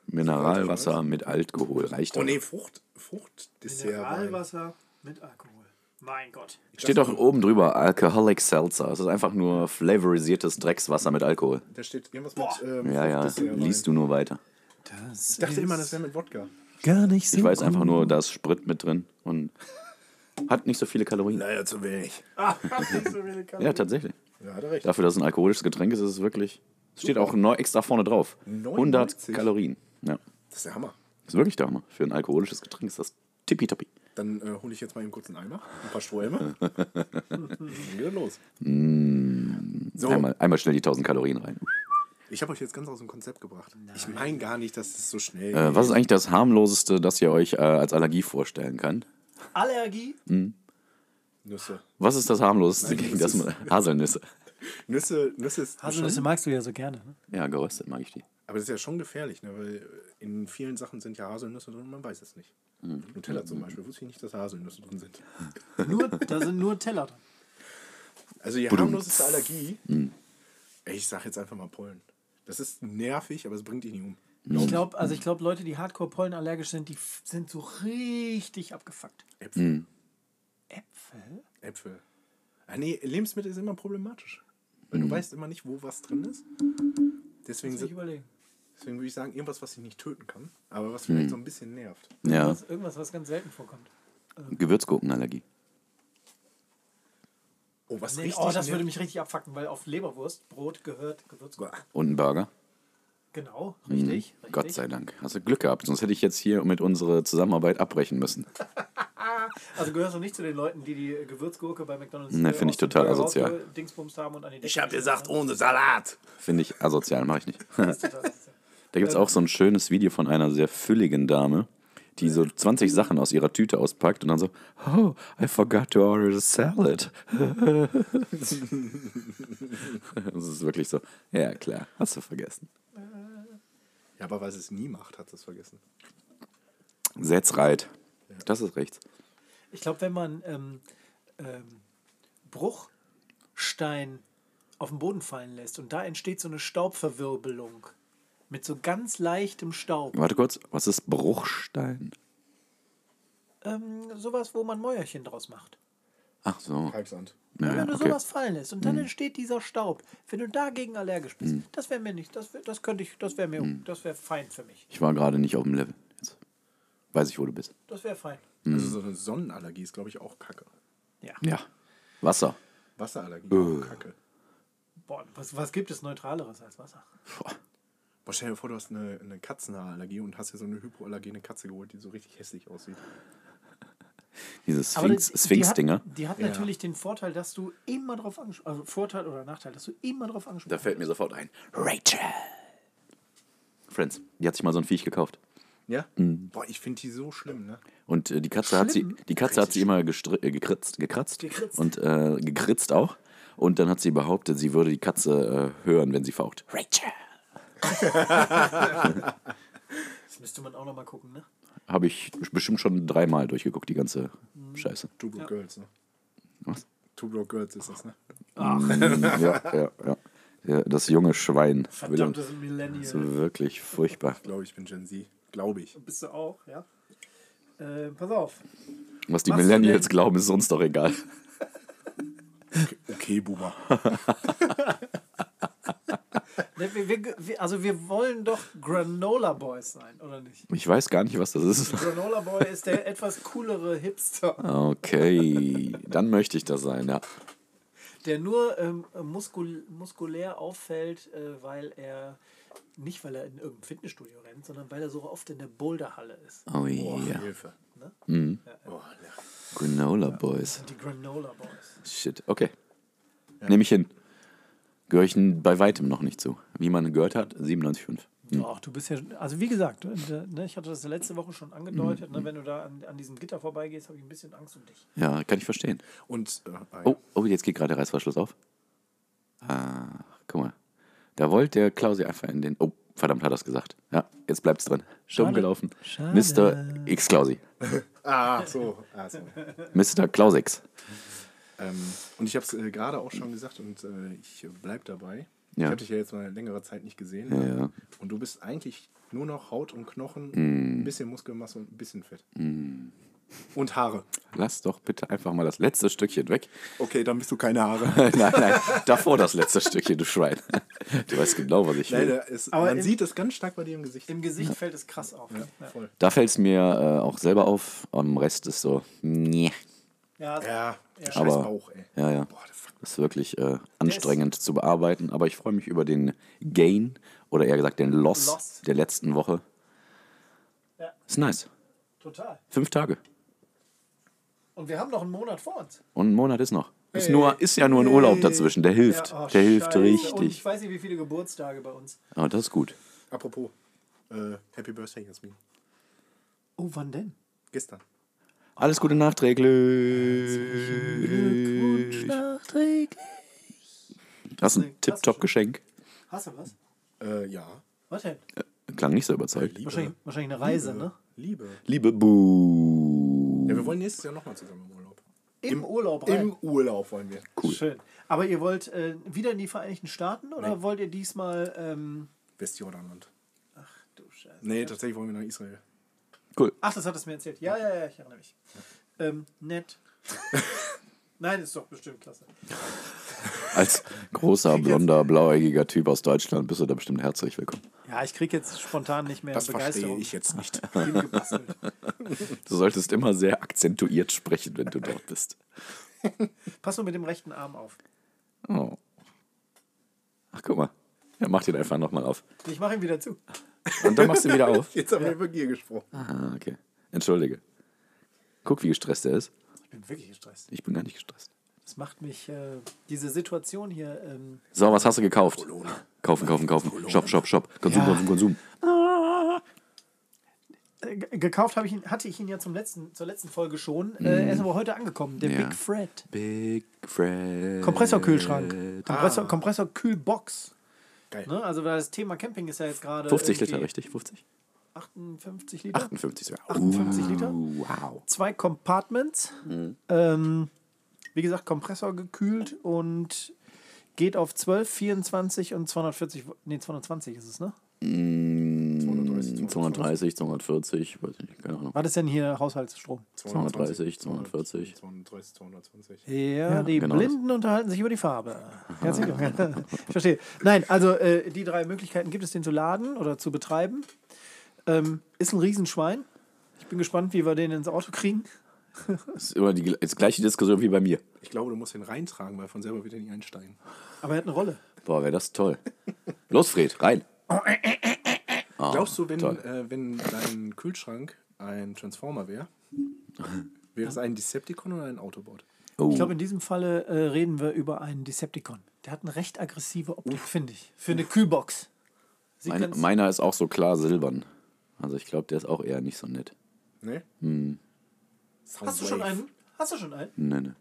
Speaker 2: Mineralwasser mit Alkohol reicht
Speaker 3: Oh
Speaker 2: doch.
Speaker 3: nee, Frucht, Fruchtdessert. rein.
Speaker 1: Mineralwasser mit Alkohol. Mein Gott.
Speaker 2: Steht doch oben drüber Alcoholic Seltzer. Es ist einfach nur flavorisiertes Dreckswasser mit Alkohol.
Speaker 3: Da steht irgendwas
Speaker 1: Boah.
Speaker 3: mit ähm,
Speaker 2: Ja, ja,
Speaker 3: Fruchtdessert rein.
Speaker 2: liest du nur weiter.
Speaker 1: Das
Speaker 3: Ich dachte immer, das wäre mit Wodka.
Speaker 1: gar nicht so.
Speaker 2: Ich weiß einfach nur, da ist Sprit mit drin und hat nicht so viele Kalorien.
Speaker 3: Naja, zu wenig.
Speaker 1: Ah, hab nicht so viele Kalorien.
Speaker 2: Ja, tatsächlich.
Speaker 3: Ja, hat er recht.
Speaker 2: Dafür, dass es ein alkoholisches Getränk ist, ist es wirklich. Es steht auch neu extra vorne drauf. 100
Speaker 3: 99.
Speaker 2: Kalorien. Ja.
Speaker 3: Das ist der Hammer.
Speaker 2: Ist wirklich der Hammer. Für ein alkoholisches Getränk ist das tippitoppi.
Speaker 3: Dann äh, hole ich jetzt mal eben kurz einen Eimer, ein paar Strohhalme. Dann geht los.
Speaker 2: Mm,
Speaker 3: So,
Speaker 2: Einmal, einmal schnell die 1000 Kalorien rein.
Speaker 3: ich habe euch jetzt ganz aus dem Konzept gebracht. Ich meine gar nicht, dass es so schnell
Speaker 2: Äh, was ist eigentlich das harmloseste, das ihr euch äh, als Allergie vorstellen könnt?
Speaker 1: Allergie?
Speaker 3: Mhm. Nüsse.
Speaker 2: Was ist das harmloseste gegen das
Speaker 3: das
Speaker 2: man. Haselnüsse.
Speaker 3: Nüsse, Nüsse ist
Speaker 1: Haselnüsse Also, magst du ja so gerne. Ne?
Speaker 2: Ja, geröstet mag ich die.
Speaker 3: Aber das ist ja schon gefährlich, ne? weil äh, in vielen Sachen sind ja Haselnüsse drin und man weiß es nicht.
Speaker 2: Mhm.
Speaker 3: Nutella zum Beispiel, wusste ich nicht, dass da Haselnüsse drin sind.
Speaker 1: Nur, da sind nur Teller drin.
Speaker 3: Also die harmloseste Allergie,
Speaker 2: Mhm.
Speaker 3: Ey, ich sag jetzt einfach mal Pollen. Das ist nervig, aber es bringt dich nicht um.
Speaker 1: Ich glaube, also ich glaube, Leute, die hardcore pollenallergisch sind, die f- sind so richtig abgefuckt.
Speaker 3: Äpfel.
Speaker 2: Mhm.
Speaker 1: Äpfel?
Speaker 3: Äpfel. Ah, nee, Lebensmittel ist immer problematisch. Weil du weißt immer nicht, wo was drin ist. Deswegen,
Speaker 1: Muss ich
Speaker 3: sind-
Speaker 1: überlegen.
Speaker 3: deswegen würde ich sagen, irgendwas, was ich nicht töten kann, aber was vielleicht so ein bisschen nervt.
Speaker 2: Ja,
Speaker 1: Das ist irgendwas, was ganz selten vorkommt.
Speaker 2: Gewürzgurkenallergie.
Speaker 3: Oh, was
Speaker 1: Nee,
Speaker 3: richtig
Speaker 1: oh, das würde
Speaker 3: nervt-
Speaker 1: mich richtig abfucken, weil auf Leberwurst, Brot gehört Gewürz.
Speaker 3: Boah,
Speaker 2: Und ein Burger.
Speaker 1: Genau, richtig. richtig.
Speaker 2: Gott sei Dank. Hast du Glück gehabt, sonst hätte ich jetzt hier mit unserer Zusammenarbeit abbrechen müssen.
Speaker 1: Also gehörst du nicht zu den Leuten, die die Gewürzgurke bei McDonalds
Speaker 2: Nee,
Speaker 1: äh,
Speaker 2: finde ich
Speaker 1: aus dem
Speaker 2: total
Speaker 1: Burger
Speaker 2: asozial.
Speaker 1: rausge- Dingsbums haben und an die Decke
Speaker 3: Ich habe
Speaker 1: geschmissen
Speaker 3: gesagt, ohne Salat.
Speaker 2: Finde ich asozial, mache ich nicht.
Speaker 1: haben. Das ist total asozial.
Speaker 2: Da gibt es auch so ein schönes Video von einer sehr fülligen Dame, die so 20 Sachen aus ihrer Tüte auspackt und dann so, oh, I forgot to order the salad. das ist wirklich so, ja klar, hast du vergessen.
Speaker 3: Ja, aber weil es es nie macht, hat es vergessen.
Speaker 2: Setzreit. Das ist rechts.
Speaker 1: Ich glaube, wenn man ähm, ähm, Bruchstein auf den Boden fallen lässt und da entsteht so eine Staubverwirbelung mit so ganz leichtem Staub.
Speaker 2: Warte kurz, was ist Bruchstein?
Speaker 1: Ähm, sowas, wo man Mäuerchen draus macht.
Speaker 2: Ach so.
Speaker 3: Kalksand.
Speaker 1: Und
Speaker 2: Ja,
Speaker 1: wenn du
Speaker 2: okay. Mhm.
Speaker 1: sowas fallen lässt und dann entsteht dieser Staub, wenn du dagegen allergisch bist, das wäre mir nicht, das, wär, das könnte ich, das wäre mir,
Speaker 2: Mhm.
Speaker 1: das wäre fein für mich.
Speaker 2: Ich war gerade nicht auf dem Level. Jetzt weiß ich, wo du bist.
Speaker 1: Das wäre fein.
Speaker 3: Also so eine Sonnenallergie ist, glaube ich, auch Kacke.
Speaker 1: Ja.
Speaker 2: Ja. Wasser.
Speaker 3: Wasserallergie ist auch Kacke.
Speaker 1: Boah, was, was gibt es Neutraleres als Wasser?
Speaker 3: Boah, stell dir vor, du hast eine, eine Katzenhaarallergie und hast dir so eine hypoallergene Katze geholt, die so richtig hässlich aussieht.
Speaker 2: Dieses
Speaker 1: Aber
Speaker 2: Sphinx-
Speaker 1: das-
Speaker 2: Sphinx-Dinger.
Speaker 1: Die hat, die hat
Speaker 3: Ja.
Speaker 1: natürlich den Vorteil, dass du immer drauf angesprochen also Vorteil oder Nachteil, dass du immer drauf angesprochen
Speaker 2: Da fällt mir sofort ein. Rachel. Friends, die hat sich mal so ein Viech gekauft.
Speaker 3: Ja? Boah, ich finde die so schlimm, ne?
Speaker 2: Und äh, die Katze hat sie, die Katze hat sie immer gestri- äh, gekritzt, gekratzt
Speaker 1: Gekritzt.
Speaker 2: und äh, gekritzt auch. Und dann hat sie behauptet, sie würde die Katze äh, hören, wenn sie faucht. Rachel.
Speaker 1: Das müsste man auch nochmal gucken, ne?
Speaker 2: Habe ich bestimmt schon dreimal durchgeguckt, die ganze Scheiße.
Speaker 3: Two Broke Girls, ne?
Speaker 2: Was?
Speaker 3: Two Broke Girls ist das, ne?
Speaker 2: Ja, Mm, ja, ja. ja. Das junge Schwein.
Speaker 1: Verdammtes
Speaker 2: Das
Speaker 1: Millennial.
Speaker 2: ist wirklich furchtbar.
Speaker 3: Glaube ich, bin Gen Z. Glaube ich.
Speaker 1: Bist du auch, ja? Äh, pass auf.
Speaker 2: Was die
Speaker 1: Machst du
Speaker 2: Millennials
Speaker 1: denn-
Speaker 2: glauben, ist uns doch egal.
Speaker 3: Okay, Boomer.
Speaker 1: Ne, Wir, wir, wir, also wir wollen doch Granola Boys sein, oder nicht?
Speaker 2: Ich weiß gar nicht, was das ist.
Speaker 1: Granola Boy ist der etwas coolere Hipster.
Speaker 2: Okay, dann möchte ich das sein, ja.
Speaker 1: der nur ähm, muskul muskulär auffällt, äh, weil er nicht, weil er in irgendein Fitnessstudio rennt, sondern weil er so oft in der Boulderhalle ist.
Speaker 2: Oh
Speaker 3: Boah,
Speaker 2: ja.
Speaker 3: Hilfe.
Speaker 1: Ne?
Speaker 3: Boah, ne.
Speaker 2: Granola Boys.
Speaker 1: Die Granola Boys.
Speaker 2: Shit, okay. Nehme ich hin. Gehöre ich n- bei weitem noch nicht zu. Wie man gehört hat, 97,5.
Speaker 1: Ach, du bist ja, also wie gesagt, äh, ne, ich hatte das letzte Woche schon angedeutet,
Speaker 2: Mhm.
Speaker 1: ne, wenn du da an, an diesem Gitter vorbeigehst, habe ich ein bisschen Angst um dich.
Speaker 2: Ja, kann ich verstehen.
Speaker 3: Und äh, ah, ja.
Speaker 2: Oh, oh, jetzt geht gerade der Reißverschluss auf. Ah, guck mal. Da wollte der Klausi einfach in den. Oh, verdammt, hat er es gesagt. Ja, jetzt bleibt's drin. Dumm gelaufen.
Speaker 1: Schade.
Speaker 2: Mr. X Klausi.
Speaker 3: Ah, so. Ah, so.
Speaker 2: Mr. Klausix.
Speaker 3: ähm, und ich habe es äh, gerade auch schon gesagt und äh, ich äh, bleib dabei.
Speaker 2: Ja.
Speaker 3: Ich habe dich ja jetzt mal längere Zeit nicht gesehen. ne?
Speaker 2: ja.
Speaker 3: Und du bist eigentlich nur noch Haut und Knochen, ein bisschen Muskelmasse und ein bisschen Fett. Und Haare.
Speaker 2: Lass doch bitte einfach mal das letzte Stückchen weg.
Speaker 3: Okay, dann bist du keine Haare.
Speaker 2: nein, nein, davor das letzte Stückchen, du Schwein. Du weißt genau, was ich will.
Speaker 3: Nein, da ist,
Speaker 1: Aber
Speaker 3: man
Speaker 1: im-
Speaker 3: sieht es ganz stark bei dir im Gesicht.
Speaker 1: Im Gesicht fällt es krass auf. Ja, ja.
Speaker 3: Voll.
Speaker 2: Da fällt es mir äh, auch selber auf. Am Rest ist so, nee.
Speaker 1: also
Speaker 3: Ja, der scheiß
Speaker 2: Aber-
Speaker 3: Bauch, ey.
Speaker 2: Ja, ja.
Speaker 3: Boah, der fuck.
Speaker 2: Ist wirklich äh, anstrengend zu bearbeiten. Aber ich freue mich über den Gain oder eher gesagt den Loss,
Speaker 1: Loss.
Speaker 2: der letzten Woche.
Speaker 1: Ja.
Speaker 2: Ist nice.
Speaker 1: total.
Speaker 2: Fünf Tage.
Speaker 1: Und wir haben noch einen Monat vor uns.
Speaker 2: Und ein Monat ist noch. Ist, nur, ist ja nur ein Urlaub dazwischen. Der hilft.
Speaker 1: Ja, oh,
Speaker 2: der hilft
Speaker 1: Scheiße. Und ich
Speaker 2: richtig.
Speaker 1: weiß nicht, wie viele Geburtstage bei uns.
Speaker 2: Oh, das ist gut.
Speaker 3: Apropos, äh, Happy Birthday, Jasmin.
Speaker 1: Oh, wann denn?
Speaker 3: Gestern.
Speaker 2: Alles Gute nachträglich.
Speaker 1: Nachträglich.
Speaker 2: Das ist ein
Speaker 1: Klassische-
Speaker 2: Tipptopp-Geschenk.
Speaker 1: Hast du was?
Speaker 3: Äh, ja.
Speaker 1: Was denn?
Speaker 2: Klang nicht so überzeugt.
Speaker 1: Wahrscheinlich, wahrscheinlich eine Reise,
Speaker 2: Äh.
Speaker 1: ne?
Speaker 3: Liebe.
Speaker 2: Liebe Bu.
Speaker 3: Ja, wir wollen nächstes Jahr nochmal zusammen im Urlaub.
Speaker 1: Im, Urlaub rein.
Speaker 3: Im Urlaub wollen wir.
Speaker 2: Cool.
Speaker 1: Schön. Aber ihr wollt äh, wieder in die Vereinigten Staaten oder wollt ihr diesmal. Ähm,
Speaker 3: Westjordanland.
Speaker 1: ach du Scheiße.
Speaker 3: Nee, tatsächlich wollen wir nach Israel.
Speaker 2: Cool.
Speaker 1: Ach, das hat es mir erzählt. Ja, ja, ja, ich erinnere mich. Ähm, nett. Nein, ist doch bestimmt klasse.
Speaker 2: Als großer, blonder, blauäugiger Typ aus Deutschland bist du da bestimmt herzlich willkommen.
Speaker 1: Ja, ich kriege jetzt spontan nicht mehr
Speaker 3: Das verstehe
Speaker 1: Begeisterung.
Speaker 3: ich jetzt nicht.
Speaker 1: Hingebastelt.
Speaker 2: Du solltest immer sehr akzentuiert sprechen, wenn du dort bist.
Speaker 1: Pass nur mit dem rechten Arm auf.
Speaker 2: Oh. Ach, guck mal. Ja, mach den einfach nochmal auf.
Speaker 1: Ich mache ihn wieder zu.
Speaker 2: Und dann machst du ihn wieder auf.
Speaker 3: Jetzt haben wir über Gier gesprochen.
Speaker 2: Ah, okay. Entschuldige. Guck, wie gestresst er ist.
Speaker 1: Ich bin wirklich gestresst.
Speaker 2: Ich bin gar nicht gestresst.
Speaker 1: Das macht mich, äh, diese Situation hier, ähm,
Speaker 2: So, was hast du gekauft? Kaufen, kaufen, kaufen. Shop, shop, shop. Konsum,
Speaker 1: Ja.
Speaker 2: Konsum, Konsum.
Speaker 1: äh, ge- gekauft habe ich ihn, hatte ich ihn ja zum letzten, zur letzten Folge schon. Äh, er ist aber heute angekommen, der
Speaker 2: Ja.
Speaker 1: Big Fred.
Speaker 2: Big Fred.
Speaker 1: Kompressorkühlschrank. Kompressor, Kompressorkühlbox.
Speaker 3: Geil.
Speaker 1: Äh, Ne? Also weil das Thema Camping ist ja jetzt gerade.
Speaker 2: 50 Liter,
Speaker 1: irgendwie
Speaker 2: richtig? 50?
Speaker 1: 58 Liter.
Speaker 2: 58 sogar. Uh,
Speaker 1: 58 Liter.
Speaker 2: Wow.
Speaker 1: Zwei Compartments.
Speaker 2: Mhm.
Speaker 1: Ähm, wie gesagt, Kompressor gekühlt und geht auf 12, 24 und 240. Vo- Nee, 220 ist es, ne?
Speaker 2: Hm,
Speaker 3: 230,
Speaker 2: 230, 240, weiß ich nicht, keine Ahnung.
Speaker 1: War das denn hier Haushaltsstrom?
Speaker 2: 230, 240.
Speaker 3: 230, 220.
Speaker 1: Ja,
Speaker 2: die
Speaker 1: die
Speaker 2: genau Blinden
Speaker 1: Blinden unterhalten sich über die Farbe. Herzlich willkommen. ich verstehe. Nein, also äh, die drei Möglichkeiten gibt es, den zu laden oder zu betreiben. Ähm, ist ein Riesenschwein. Ich bin gespannt, wie wir den ins Auto kriegen.
Speaker 2: Das ist immer die gl- ist gleiche Diskussion wie bei mir.
Speaker 3: Ich glaube, du musst ihn reintragen, weil von selber wird er nicht einsteigen.
Speaker 1: Aber er hat eine Rolle.
Speaker 2: Boah, wäre das toll. Los, Fred, rein.
Speaker 3: Glaubst du, wenn,
Speaker 2: toll.
Speaker 3: äh, wenn dein Kühlschrank ein Transformer wäre, wäre es ein Decepticon oder ein Autobot?
Speaker 2: Oh.
Speaker 1: Ich glaube, in diesem Falle äh, reden wir über einen Decepticon. Der hat eine recht aggressive Optik, finde ich. Für eine Kühlbox. Sie
Speaker 2: Meine,
Speaker 1: können's-
Speaker 2: meiner ist auch so klar silbern. Also ich glaube, der ist auch eher nicht so nett.
Speaker 3: Ne?
Speaker 2: Hm.
Speaker 1: hast du schon einen? Hast du schon einen?
Speaker 2: Nee, nee.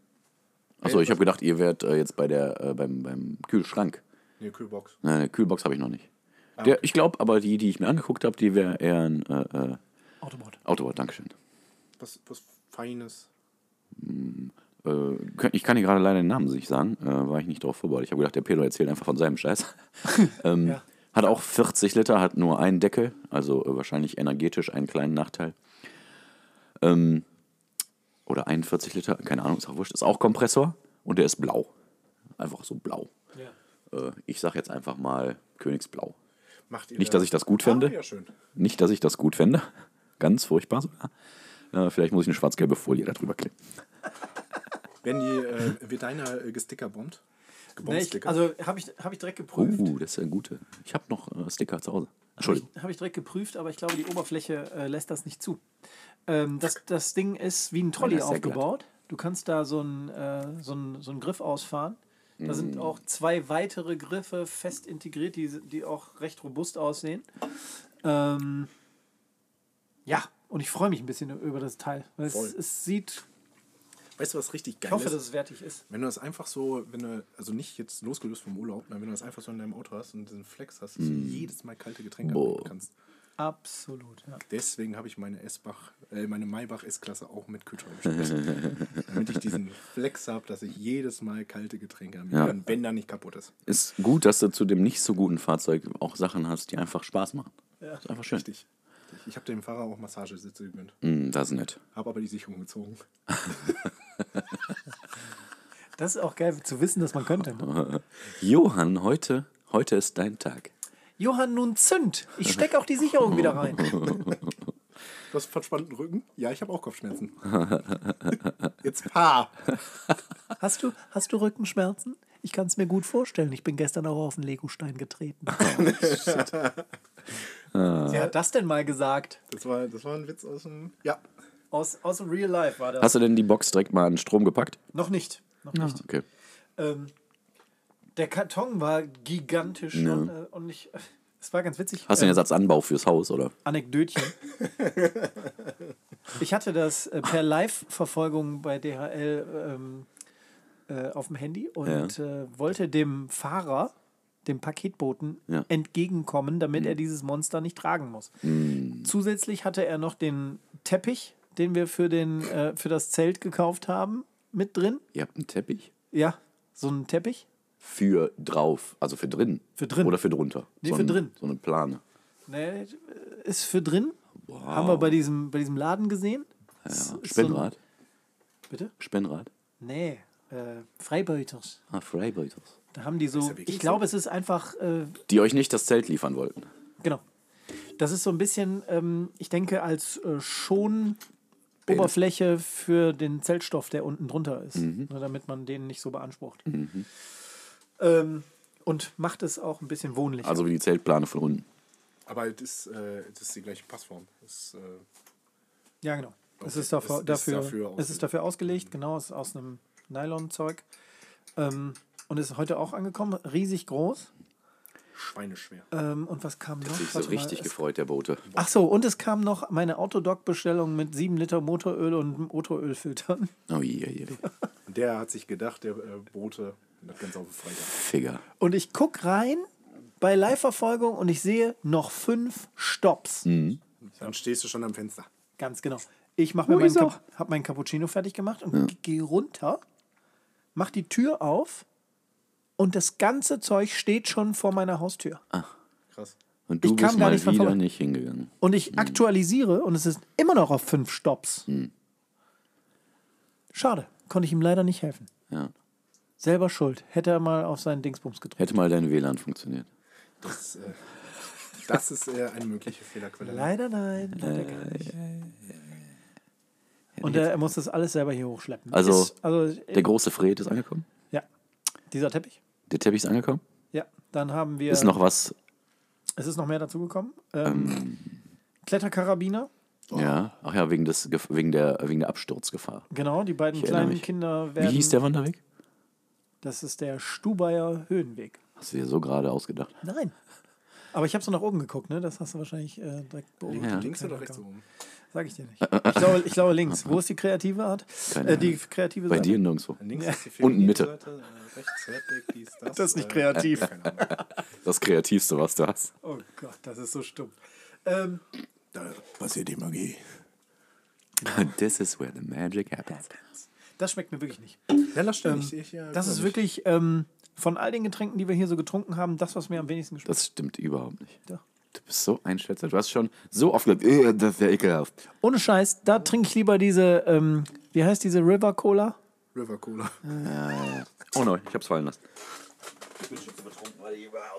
Speaker 2: Achso, ich habe gedacht, ihr wärt äh, jetzt bei der, äh, beim, beim Kühlschrank.
Speaker 3: Ne, Kühlbox.
Speaker 2: Nein, nee, Kühlbox habe ich noch nicht.
Speaker 1: Ah,
Speaker 2: Der, ich glaube aber, die, die ich mir angeguckt habe, die wäre eher ein äh, äh,
Speaker 1: Autobot.
Speaker 2: Autobot, Dankeschön.
Speaker 3: Was, was Feines.
Speaker 2: Äh, könnt- ich kann dir gerade leider den Namen nicht sagen, äh, war ich nicht drauf vorbereitet. Ich habe gedacht, der Pedro erzählt einfach von seinem Scheiß. ähm,
Speaker 1: Ja.
Speaker 2: Hat auch 40 Liter, hat nur einen Deckel, also äh, wahrscheinlich energetisch einen kleinen Nachteil. Ähm, oder 41 Liter, keine Ahnung, ist auch wurscht. Ist auch Kompressor und der ist blau. Einfach so blau.
Speaker 1: Ja.
Speaker 2: Äh, ich sage jetzt einfach mal Königsblau.
Speaker 3: Macht ihr
Speaker 2: Nicht, dass ich das gut fände.
Speaker 3: Ah, ja, schön.
Speaker 2: Nicht, dass ich das gut fände. Ganz furchtbar sogar. Äh, vielleicht muss ich eine schwarz-gelbe Folie darüber kleben.
Speaker 3: Wenn die, äh, wird deiner äh, gestickerbombt?
Speaker 1: Ne, ich,
Speaker 3: Gebumsticker.
Speaker 1: also habe ich, hab ich direkt geprüft.
Speaker 2: Uh, das ist ein guter. Ich habe noch äh, Sticker zu Hause. Entschuldigung.
Speaker 1: Habe ich direkt geprüft, aber ich glaube, die Oberfläche äh, lässt das nicht zu. Ähm, das, das Ding ist wie ein Trolley
Speaker 2: Ja, das ist ja glatt.
Speaker 1: aufgebaut. Du kannst da so einen äh, so einen- so einen Griff ausfahren. Da
Speaker 2: Mm.
Speaker 1: sind auch zwei weitere Griffe fest integriert, die, die auch recht robust aussehen. Ähm, ja, und ich freue mich ein bisschen über das Teil. Weil es,
Speaker 3: Voll.
Speaker 1: es sieht,
Speaker 3: Weißt du, was richtig geil
Speaker 1: ich hoffe,
Speaker 3: ist?
Speaker 1: dass es wertig ist.
Speaker 3: Wenn du das einfach so, wenn du, also nicht jetzt losgelöst vom Urlaub, sondern wenn du das einfach so in deinem Auto hast und diesen Flex hast, dass du jedes Mal kalte Getränke
Speaker 2: Hm. Boah.
Speaker 3: abnehmen kannst.
Speaker 1: Absolut. Ja.
Speaker 3: Deswegen habe ich meine Essbach, äh, meine Maybach S-Klasse auch mit Kühlschrank bestellt. damit ich diesen Flex habe, dass ich jedes Mal kalte Getränke habe,
Speaker 2: Ja.
Speaker 3: wenn der nicht kaputt ist.
Speaker 2: Ist gut, dass du zu dem nicht so guten Fahrzeug auch Sachen hast, die einfach Spaß machen. Ja. Ist einfach schön.
Speaker 3: Richtig. Ich habe dem Fahrer auch Massagesitze gegönnt,
Speaker 2: Mm, das ist nett.
Speaker 3: habe aber die Sicherung gezogen.
Speaker 1: Das ist auch geil zu wissen, dass man könnte. ne?
Speaker 2: Johann, heute, heute ist dein Tag.
Speaker 1: Johann, nun zünd! Ich stecke auch die Sicherung wieder rein.
Speaker 3: Du hast verspannten Rücken? Ja, ich habe auch Kopfschmerzen. Jetzt paar.
Speaker 1: Hast du, hast du Rückenschmerzen? Ich kann es mir gut vorstellen. Ich bin gestern auch auf einen Legostein getreten. Wer hat das denn mal gesagt?
Speaker 3: Das war, das war ein Witz aus dem. Ja.
Speaker 1: Aus, aus dem Real Life war das.
Speaker 2: Hast du denn die Box direkt mal an den Strom gepackt?
Speaker 1: noch nicht. Noch nicht.
Speaker 2: Okay.
Speaker 1: Ähm, der Karton war gigantisch und, äh, und ich. Es war ganz witzig.
Speaker 2: Hast du den
Speaker 1: Ähm,
Speaker 2: Ersatz Anbau fürs Haus, oder?
Speaker 1: Anekdötchen. ich hatte das äh, per Live-Verfolgung bei DHL ähm, äh, auf dem Handy und äh, wollte dem Fahrer, dem Paketboten,
Speaker 2: Ja. Mhm.
Speaker 1: entgegenkommen, damit er dieses Monster nicht tragen muss. Zusätzlich hatte er noch den Teppich, den wir für, den, äh, für das Zelt gekauft haben, mit drin.
Speaker 2: Ihr habt einen Teppich?
Speaker 1: Ja, so einen Teppich.
Speaker 2: Für drauf, also für drin.
Speaker 1: Für drin.
Speaker 2: Oder für drunter.
Speaker 1: Nee,
Speaker 2: so
Speaker 1: für
Speaker 2: ein-
Speaker 1: drin.
Speaker 2: So eine Plane.
Speaker 1: Ne, ist für drin. Haben wir bei diesem, bei diesem Laden gesehen.
Speaker 2: Ja.
Speaker 1: Ist- ist so ein-
Speaker 2: Spinnrad.
Speaker 1: bitte?
Speaker 2: Spinnrad.
Speaker 1: Nee, äh, Freibeuters.
Speaker 2: Ah, Freibeuters.
Speaker 1: Da haben die so,
Speaker 3: wirklich
Speaker 1: ich glaube, es ist einfach, äh,
Speaker 2: Die euch nicht das Zelt liefern wollten.
Speaker 1: genau. Das ist so ein bisschen, ähm, ich denke, als äh, schon Oberfläche für den Zeltstoff, der unten drunter ist, ne, damit man den nicht so beansprucht. Ähm, und macht es auch ein bisschen wohnlich.
Speaker 2: Also wie die Zeltplane von unten.
Speaker 3: Aber das, äh, das ist die gleiche Passform. Das, äh,
Speaker 1: ja, genau. es
Speaker 3: Okay,
Speaker 1: ist dafür,
Speaker 3: es ist
Speaker 1: dafür,
Speaker 3: dafür
Speaker 1: es ist dafür ausgelegt, genau, es ist aus einem Nylonzeug. Ähm, und ist heute auch angekommen, riesig groß.
Speaker 3: schweineschwer.
Speaker 1: Ähm, und was kam noch?
Speaker 2: Sich so
Speaker 1: Warte mal,
Speaker 2: richtig
Speaker 1: es
Speaker 2: gefreut, der Bote.
Speaker 1: Ach so, und es kam noch meine Autodoc-Bestellung mit 7 Liter Motoröl und einem Motorölfiltern.
Speaker 2: Oh je, je.
Speaker 3: Und der hat sich gedacht, der äh, Bote, das Ganze auf den Freitag.
Speaker 2: Figger.
Speaker 1: Und ich gucke rein bei Live-Verfolgung und ich sehe noch fünf Stops.
Speaker 3: Dann stehst du schon am Fenster.
Speaker 1: Ganz genau. Ich mach mir meinen, Kap hab meinen Cappuccino fertig gemacht und gehe runter, mach die Tür auf und das ganze Zeug steht schon vor meiner Haustür.
Speaker 3: Krass.
Speaker 2: Und du
Speaker 1: Ich kam
Speaker 2: bist
Speaker 1: gar
Speaker 2: mal
Speaker 1: nicht dran
Speaker 2: wieder
Speaker 1: vorbei.
Speaker 2: nicht hingegangen.
Speaker 1: Und ich aktualisiere und es ist immer noch auf fünf Stops. Schade, konnte ich ihm leider nicht helfen.
Speaker 2: Ja.
Speaker 1: Selber schuld. Hätte er mal auf seinen Dingsbums gedrückt.
Speaker 2: Hätte mal dein WLAN funktioniert.
Speaker 3: Das, äh, das ist äh, eine mögliche Fehlerquelle.
Speaker 1: Leider nein, leider gar nicht. Und er, er muss das alles selber hier hochschleppen.
Speaker 2: Also,
Speaker 1: ist, also äh,
Speaker 2: Der große Fred ist angekommen.
Speaker 1: ja, dieser Teppich.
Speaker 2: Der Teppich ist angekommen.
Speaker 1: Ja, dann haben wir.
Speaker 2: Ist noch was.
Speaker 1: es ist noch mehr dazugekommen. Ähm, Kletterkarabiner,
Speaker 2: Ja. Ach ja, wegen, des, Gef- wegen, der, wegen der Absturzgefahr.
Speaker 1: genau. Die beiden
Speaker 2: Ich erinnere
Speaker 1: kleinen
Speaker 2: mich.
Speaker 1: Kinder
Speaker 2: Wie
Speaker 1: werden.
Speaker 2: hieß der Wanderweg?
Speaker 1: Das ist der Stubaier Höhenweg.
Speaker 2: Hast du dir so gerade ausgedacht.
Speaker 1: Nein. Aber ich habe so nach oben geguckt, ne? Das hast du wahrscheinlich äh, direkt beobachtet.
Speaker 2: Ja. Äh,
Speaker 3: Links oder rechts oben?
Speaker 1: Sag ich dir nicht. Ich glaube, ich glaube links. Wo ist die kreative Art?
Speaker 2: Keine
Speaker 1: Äh, die kreative
Speaker 2: Bei
Speaker 1: Seite.
Speaker 2: dir nirgendwo.
Speaker 3: Links ist die
Speaker 2: Unten
Speaker 3: feminine
Speaker 2: Mitte.
Speaker 3: Seite, äh, rechts Redneck, dies, das.
Speaker 1: Das ist nicht kreativ.
Speaker 3: Äh, keine Ahnung.
Speaker 2: Das Kreativste, was du hast.
Speaker 1: Oh Gott, das ist so stumpf. Ähm,
Speaker 3: da passiert die Magie.
Speaker 2: This is where the magic happens.
Speaker 1: das schmeckt mir wirklich nicht.
Speaker 3: Ja, lass stehen. ich, ich, äh,
Speaker 1: Ähm, Das
Speaker 3: weiß
Speaker 1: ist
Speaker 3: nicht.
Speaker 1: wirklich ähm, von all den Getränken, die wir hier so getrunken haben, das, was mir am wenigsten geschmeckt
Speaker 2: Das stimmt überhaupt nicht.
Speaker 1: hat.
Speaker 2: Du bist so einschätzend. Du hast schon so oft gesagt, "Äh, das ist ja ekelhaft.
Speaker 1: Ohne Scheiß, da trinke ich lieber diese, ähm, wie heißt diese River Cola?
Speaker 3: River Cola.
Speaker 2: Oh nein, ich hab's fallen lassen.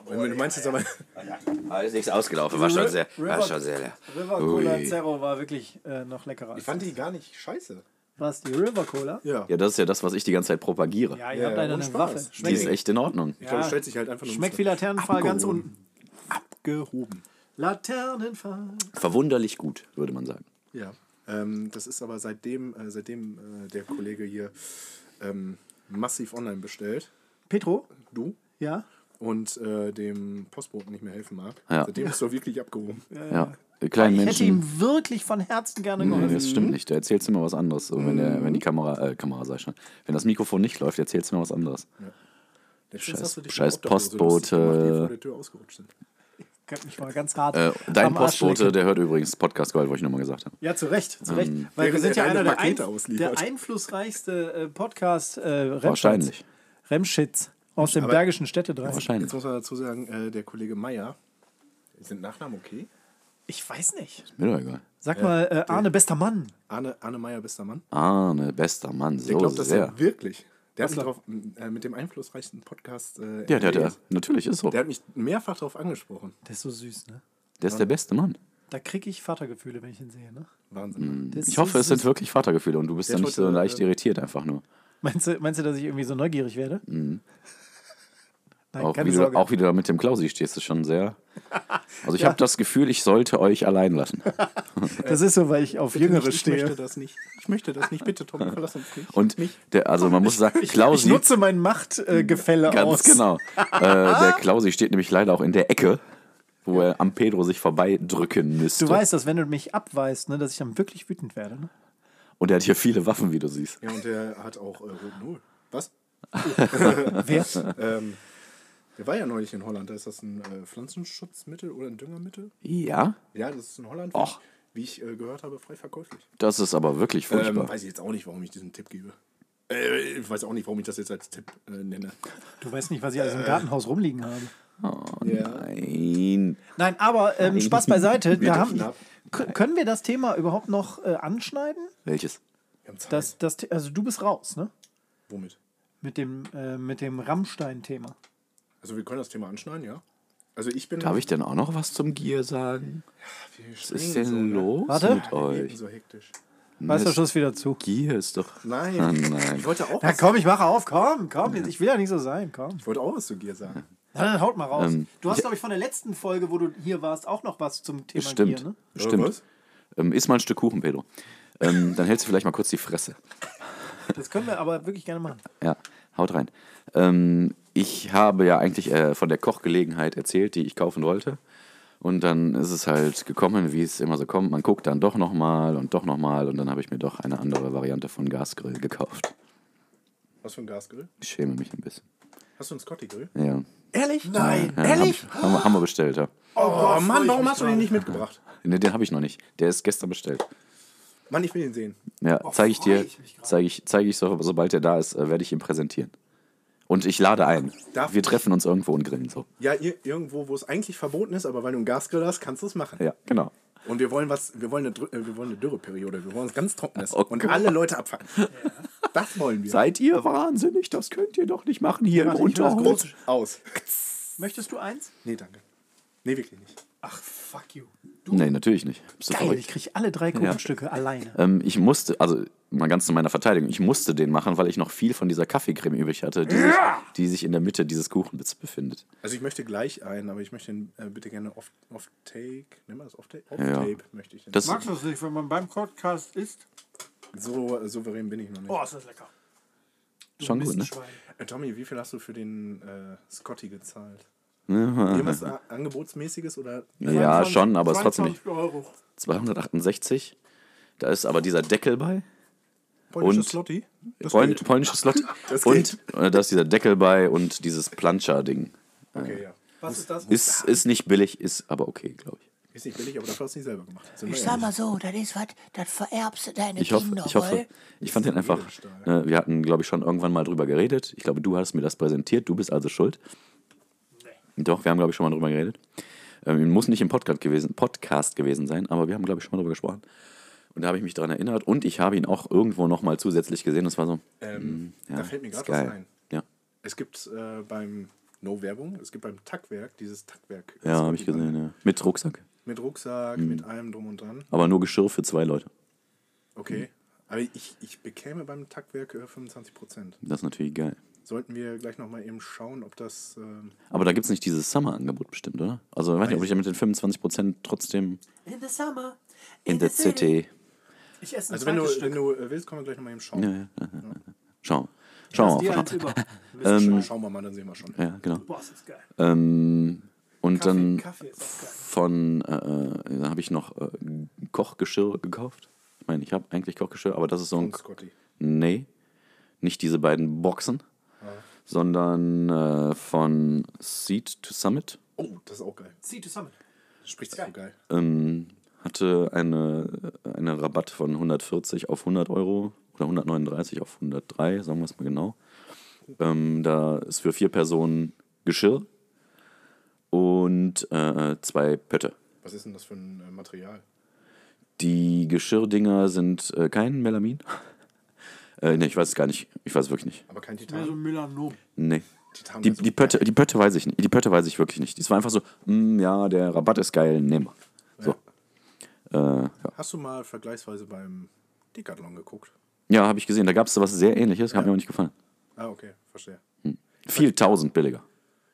Speaker 3: Wenn du meinst jetzt aber.
Speaker 2: Aber ist nichts ausgelaufen. War schon sehr, war schon sehr leer.
Speaker 1: River Cola
Speaker 2: Ui.
Speaker 1: Zero war wirklich äh, noch leckerer.
Speaker 3: Ich fand die gar nicht scheiße.
Speaker 1: Was, die River Cola?
Speaker 3: Ja.
Speaker 2: Ja, das ist ja das, was ich die ganze Zeit propagiere.
Speaker 1: Ja, ihr
Speaker 3: Ja,
Speaker 1: habt
Speaker 3: ja,
Speaker 1: leider
Speaker 3: ohne
Speaker 1: eine
Speaker 3: Spaß.
Speaker 1: Waffe.
Speaker 3: Die
Speaker 2: die
Speaker 1: Schmeckt,
Speaker 2: ist echt in Ordnung.
Speaker 3: Ich glaube,
Speaker 1: Ja.
Speaker 3: stellt sich halt einfach nur
Speaker 1: schmeckt
Speaker 3: ins-
Speaker 1: wie Laternenfall ganz unten.
Speaker 3: abgehoben.
Speaker 1: Laternenfall.
Speaker 2: Verwunderlich gut, würde man sagen.
Speaker 3: Ja. Ähm, das ist aber seitdem, äh, seitdem äh, der Kollege hier ähm, massiv online bestellt,
Speaker 1: Petro?
Speaker 3: du,
Speaker 1: Ja?
Speaker 3: und äh, dem Postboten nicht mehr helfen mag,
Speaker 2: Ja.
Speaker 3: seitdem ist er wirklich abgehoben.
Speaker 2: Ja. Die Kleinen
Speaker 1: Ich hätte
Speaker 2: Menschen. Mhm.
Speaker 1: ihm wirklich von Herzen gerne
Speaker 2: Nee,
Speaker 1: geholfen.
Speaker 2: das stimmt nicht. Da erzählst du immer was anderes. So, wenn, der, wenn die Kamera, äh, Kamera sei schon. Wenn das Mikrofon nicht läuft, erzählst du immer was anderes.
Speaker 3: Letztens
Speaker 2: Scheiß-
Speaker 3: hast du dich
Speaker 2: scheiß
Speaker 3: auch darüber so lustig
Speaker 2: Postbote.
Speaker 3: gemacht, die vor der Tür ausgerutscht sind.
Speaker 1: Könnte mich mal ganz hart.
Speaker 2: Äh, dein
Speaker 1: am Arsch
Speaker 2: Postbote,
Speaker 1: lecken.
Speaker 2: der hört übrigens Podcast Gold, wollte ich nochmal gesagt habe.
Speaker 1: Ja, zu Recht, zu Recht.
Speaker 2: Ähm,
Speaker 1: Weil wir
Speaker 3: Während
Speaker 1: sind ja
Speaker 3: er
Speaker 1: einer
Speaker 3: deine
Speaker 1: der,
Speaker 3: Pakete
Speaker 1: einf
Speaker 3: ausliefert.
Speaker 1: der einflussreichste äh, Podcast äh, Remschitz.
Speaker 2: Wahrscheinlich.
Speaker 1: Remschitz aus dem Bergischen Städtedreieck.
Speaker 2: Wahrscheinlich.
Speaker 3: Jetzt muss man dazu sagen, äh, der Kollege Meier, sind Nachnamen okay?
Speaker 1: Ich weiß nicht.
Speaker 2: Mir doch egal.
Speaker 1: Sag mal, äh, Arne, bester Mann.
Speaker 3: Arne, Arne Meier, bester Mann.
Speaker 2: Arne, Ah, ne, bester Mann, so
Speaker 3: Der glaubt das
Speaker 2: Oh, sehr.
Speaker 3: ja wirklich. Der hat mich drauf, m, äh, mit dem einflussreichsten Podcast. Äh,
Speaker 2: Ja, der, der,
Speaker 3: NRWs.
Speaker 2: natürlich ist so.
Speaker 3: der
Speaker 2: Der,
Speaker 3: hat mich mehrfach darauf angesprochen.
Speaker 1: Der ist so süß, ne?
Speaker 2: ist der beste Mann.
Speaker 1: Da kriege ich Vatergefühle, wenn ich ihn sehe, ne?
Speaker 2: Hm.
Speaker 3: Wahnsinn.
Speaker 1: Der ist
Speaker 2: Ich
Speaker 1: so
Speaker 2: hoffe, es
Speaker 1: süß.
Speaker 2: sind wirklich Vatergefühle und du bist
Speaker 3: Der
Speaker 2: dann
Speaker 3: hat
Speaker 2: nicht so
Speaker 3: heute,
Speaker 2: leicht
Speaker 3: äh,
Speaker 2: irritiert, einfach nur.
Speaker 1: Meinst du, meinst du, dass ich irgendwie so neugierig werde? Nein,
Speaker 2: Mhm. Auch
Speaker 1: keine
Speaker 2: wie, du,
Speaker 1: Sorge.
Speaker 2: auch wie du da mit dem Klausi stehst, ist schon sehr. Also ich
Speaker 1: Ja.
Speaker 2: habe das Gefühl, ich sollte euch allein lassen.
Speaker 1: das ist so, weil ich auf Jüngere
Speaker 3: ich,
Speaker 1: stehe.
Speaker 3: möchte das nicht. Ich möchte das nicht. Bitte, Tom, verlass uns nicht.
Speaker 2: Und der, also man muss sagen,
Speaker 1: Ich
Speaker 2: Klausi,
Speaker 1: nutze mein Machtgefälle äh, Gefälle
Speaker 2: Mhm. ganz
Speaker 1: aus.
Speaker 2: genau. äh, der Klausi steht nämlich leider auch in der Ecke, wo er am Pedro sich vorbeidrücken müsste.
Speaker 1: Du weißt, dass wenn du mich abweist, ne, dass ich dann wirklich wütend werde. Ne?
Speaker 2: Und er hat hier viele Waffen, wie du siehst.
Speaker 3: Ja, und der hat auch äh, Roten Null. Was?
Speaker 1: Wer?
Speaker 3: Ähm, der war ja neulich in Holland. Da Ist das ein äh, Pflanzenschutzmittel oder ein Düngermittel?
Speaker 2: Ja,
Speaker 3: Ja, das ist in Holland.
Speaker 2: Och.
Speaker 3: Wie ich äh, gehört habe, frei verkäuflich.
Speaker 2: das ist aber wirklich
Speaker 3: Ähm,
Speaker 2: furchtbar.
Speaker 3: weiß ich jetzt auch nicht, warum ich diesen Tipp gebe. Äh, ich weiß auch nicht, warum ich das jetzt als Tipp äh, nenne.
Speaker 1: Du weißt nicht, was ich alles
Speaker 2: Äh.
Speaker 1: im Gartenhaus rumliegen habe.
Speaker 3: Ja.
Speaker 2: Oh Nein.
Speaker 1: Nein, aber ähm, Spaß beiseite.
Speaker 3: Wir
Speaker 1: Da haben,
Speaker 3: dürfen ab.
Speaker 1: K- können wir das Thema überhaupt noch äh, anschneiden?
Speaker 2: Welches?
Speaker 3: Wir haben Zeit.
Speaker 1: Das, das, The- also du bist raus, ne?
Speaker 3: Womit?
Speaker 1: Mit dem, äh, mit dem Rammstein-Thema.
Speaker 3: Also wir können das Thema anschneiden, ja. Also ich bin.
Speaker 2: Darf ich denn auch noch was zum Gier sagen?
Speaker 3: Was
Speaker 2: Was ist denn los
Speaker 1: Warte.
Speaker 2: mit
Speaker 3: Wir leben
Speaker 2: euch?
Speaker 3: so hektisch.
Speaker 1: Weißt du, Schluss wieder zu.
Speaker 2: Gier ist doch.
Speaker 3: Nein.
Speaker 2: Ah, nein.
Speaker 3: Ich wollte auch
Speaker 1: Na
Speaker 3: was,
Speaker 1: komm, ich mache auf, komm, komm. jetzt- Ich will ja nicht so sein, komm.
Speaker 3: ich wollte auch was zu Gier sagen.
Speaker 1: Na, dann haut mal raus.
Speaker 2: Ähm,
Speaker 1: du hast, glaube ich, von der letzten Folge, wo du hier warst, auch noch was zum Thema
Speaker 2: Stimmt.
Speaker 1: Gier, ne?
Speaker 3: Oder
Speaker 2: Stimmt.
Speaker 3: was?
Speaker 2: Ähm, iss mal ein Stück Kuchen, Pedro. Ähm, dann hältst du vielleicht mal kurz die Fresse.
Speaker 1: Das können wir aber wirklich gerne machen.
Speaker 2: Ja, haut rein. Ähm, ich habe ja eigentlich äh, von der Kochgelegenheit erzählt, die ich kaufen wollte. Und dann ist es halt gekommen, wie es immer so kommt. Man guckt dann doch nochmal und doch nochmal. Und dann habe ich mir doch eine andere Variante von Gasgrill gekauft.
Speaker 3: Was für ein Gasgrill?
Speaker 2: Ich schäme mich ein bisschen.
Speaker 3: Hast du einen Scotty-Grill?
Speaker 2: Ja,
Speaker 1: Ehrlich? Nein.
Speaker 2: ja hab ich, haben, wir, haben wir bestellt, ja.
Speaker 3: Oh, Mann, warum hast du den nicht mitgebracht?
Speaker 2: Ne, den habe ich noch nicht. Der ist gestern bestellt.
Speaker 3: Mann, ich will ihn sehen.
Speaker 2: Ja, zeige ich
Speaker 1: Oh,
Speaker 2: dir.
Speaker 1: freu ich mich grad.
Speaker 2: Zeige ich, zeig ich so, sobald er da ist, äh, werde ich ihn präsentieren. Und ich lade ein.
Speaker 3: Darf
Speaker 2: wir
Speaker 3: ich-
Speaker 2: treffen uns irgendwo und grillen so.
Speaker 3: Ja, ir- irgendwo, wo es eigentlich verboten ist, aber weil du einen Gasgrill hast, kannst du es machen.
Speaker 2: Ja, genau.
Speaker 3: Und wir wollen was, wir wollen eine, Drü- äh, wir wollen eine Dürreperiode, wir wollen es ganz trockenes
Speaker 2: Oh
Speaker 3: und
Speaker 2: Gott.
Speaker 3: alle Leute abfangen. Das wollen wir. Also
Speaker 2: Seid ihr wahnsinnig? Das könnt ihr doch nicht machen hier im
Speaker 1: Warte, ich höre das
Speaker 2: Unterholz.
Speaker 3: aus.
Speaker 1: Möchtest du eins?
Speaker 3: Nee, danke. Nee, wirklich nicht.
Speaker 1: Ach, fuck you.
Speaker 2: Nee, natürlich nicht. Bist du
Speaker 1: Geil, ich
Speaker 2: verrückt?
Speaker 1: kriege alle drei Kuchenstücke alleine.
Speaker 2: Ähm, ich musste, also mal ganz zu meiner Verteidigung, ich musste den machen, weil ich noch viel von dieser Kaffeecreme übrig hatte, die, sich, die sich in der Mitte dieses Kuchens befindet.
Speaker 3: Also ich möchte gleich einen, aber ich möchte ihn äh, bitte gerne off, off take. Nimm mal das off take. Off
Speaker 2: Ja.
Speaker 3: tape möchte ich den.
Speaker 2: Das,
Speaker 1: du es nicht, wenn man beim Podcast isst?
Speaker 3: so äh, souverän bin ich noch nicht.
Speaker 1: Oh, ist das lecker. Du
Speaker 2: Schon gut, ne?
Speaker 1: Mistschwein.
Speaker 3: Äh, Tommy, wie viel hast du für den äh, Scotty gezahlt? Irgendwas a- angebotsmäßiges oder?
Speaker 2: ja, schon, aber es ist trotzdem nicht.
Speaker 1: 22 Euro.
Speaker 2: 268. Da ist aber dieser Deckel bei.
Speaker 3: Polnische
Speaker 2: Und-
Speaker 3: Slotty? Das
Speaker 2: Poln
Speaker 3: geht.
Speaker 2: polnisches Slot.
Speaker 3: Das
Speaker 2: und äh, da ist dieser Deckel bei und dieses Planscher-Ding.
Speaker 3: Okay, ja.
Speaker 1: Was ist das?
Speaker 2: Ist, ist nicht billig, ist aber okay, glaube ich.
Speaker 3: Ist nicht billig, aber dafür hast du nicht selber gemacht. Sind wir
Speaker 4: Ich sag
Speaker 3: ehrlich.
Speaker 4: mal so, das ist was, das vererbst du deine
Speaker 2: Ich hoffe,
Speaker 4: Kinder,
Speaker 2: ich hoffe,
Speaker 4: wohl?
Speaker 2: ich fand den einfach, äh, wir hatten, glaube ich, schon irgendwann mal drüber geredet. Ich glaube, du hast mir das präsentiert, du bist also schuld. Doch, wir haben, glaube ich, schon mal drüber geredet. Ähm, muss nicht im Podcast gewesen, Podcast gewesen sein, aber wir haben, glaube ich, schon mal drüber gesprochen. Und da habe ich mich daran erinnert und ich habe ihn auch irgendwo nochmal zusätzlich gesehen. Das war so,
Speaker 3: Ähm,
Speaker 2: Hm, ja,
Speaker 3: da fällt mir
Speaker 2: ist
Speaker 3: gerade was
Speaker 2: geil.
Speaker 3: ein.
Speaker 2: Ja,
Speaker 3: Es gibt äh, beim No Werbung, es gibt beim Tackwerk dieses Tackwerk.
Speaker 2: ja habe ich gesehen, Mhm. ja. Mit Rucksack,
Speaker 3: Mit Rucksack, mit allem drum und dran.
Speaker 2: aber nur Geschirr für zwei Leute.
Speaker 3: Okay. Aber ich, ich bekäme beim Taktwerk äh, 25 Prozent.
Speaker 2: Das ist natürlich geil.
Speaker 3: Sollten wir gleich nochmal eben schauen, ob das. ähm,
Speaker 2: Aber da gibt es nicht dieses Summer-Angebot bestimmt, oder? Also, ich weiß nicht, ob ich ja mit den 25% trotzdem
Speaker 1: In the summer.
Speaker 2: in the city.
Speaker 1: Ich esse ein
Speaker 3: also, wenn du,
Speaker 1: zweites Stück.
Speaker 3: wenn du äh, willst, können wir gleich nochmal eben schauen.
Speaker 2: Ja, ja, ja, ja. ja. Schauen wir. Schauen
Speaker 1: Dir
Speaker 2: wir mal.
Speaker 1: eins über. Mist,
Speaker 2: Ähm,
Speaker 3: Schauen- Schauen wir mal, dann sehen wir schon.
Speaker 2: Ja, genau.
Speaker 1: Boah, ist das geil.
Speaker 2: Ähm, und
Speaker 3: Kaffee,
Speaker 2: dann
Speaker 3: Kaffee ist auch geil.
Speaker 2: von, äh, äh, da habe ich noch äh, Kochgeschirr gekauft. Ich meine, ich habe eigentlich Kochgeschirr, aber das ist so ein.
Speaker 3: Und Scotty.
Speaker 2: Nee, nicht diese beiden Boxen, sondern äh, von Seed to Summit.
Speaker 3: Oh, das ist auch geil.
Speaker 1: See to Summit.
Speaker 3: Das spricht sich so geil.
Speaker 2: Ähm, hatte eine, eine Rabatt von 140 auf 100 Euro oder 139 auf 103, sagen wir es mal genau. Ähm, da ist für vier Personen Geschirr und äh, zwei Pötte.
Speaker 3: Was ist denn das für ein äh, Material?
Speaker 2: Die Geschirrdinger sind äh, kein Melamin. äh, nee, ich weiß es gar nicht. Ich weiß es wirklich nicht.
Speaker 3: Aber kein
Speaker 1: Mehr
Speaker 3: Titan.
Speaker 1: so Melanom.
Speaker 2: Nee.
Speaker 3: Titan
Speaker 2: Die,
Speaker 3: wär so
Speaker 2: die, Pötte, die Pötte weiß ich nicht. Die Pötte weiß ich wirklich nicht. Es war einfach so, mm, ja, der Rabatt ist geil, nehmen wir. So. Ja, äh, ja.
Speaker 3: Hast du mal vergleichsweise beim Decathlon geguckt?
Speaker 2: ja habe ich gesehen. Da gab es was sehr ähnliches, hat mir aber nicht gefallen.
Speaker 3: Ah, okay, verstehe.
Speaker 2: Viel tausend billiger.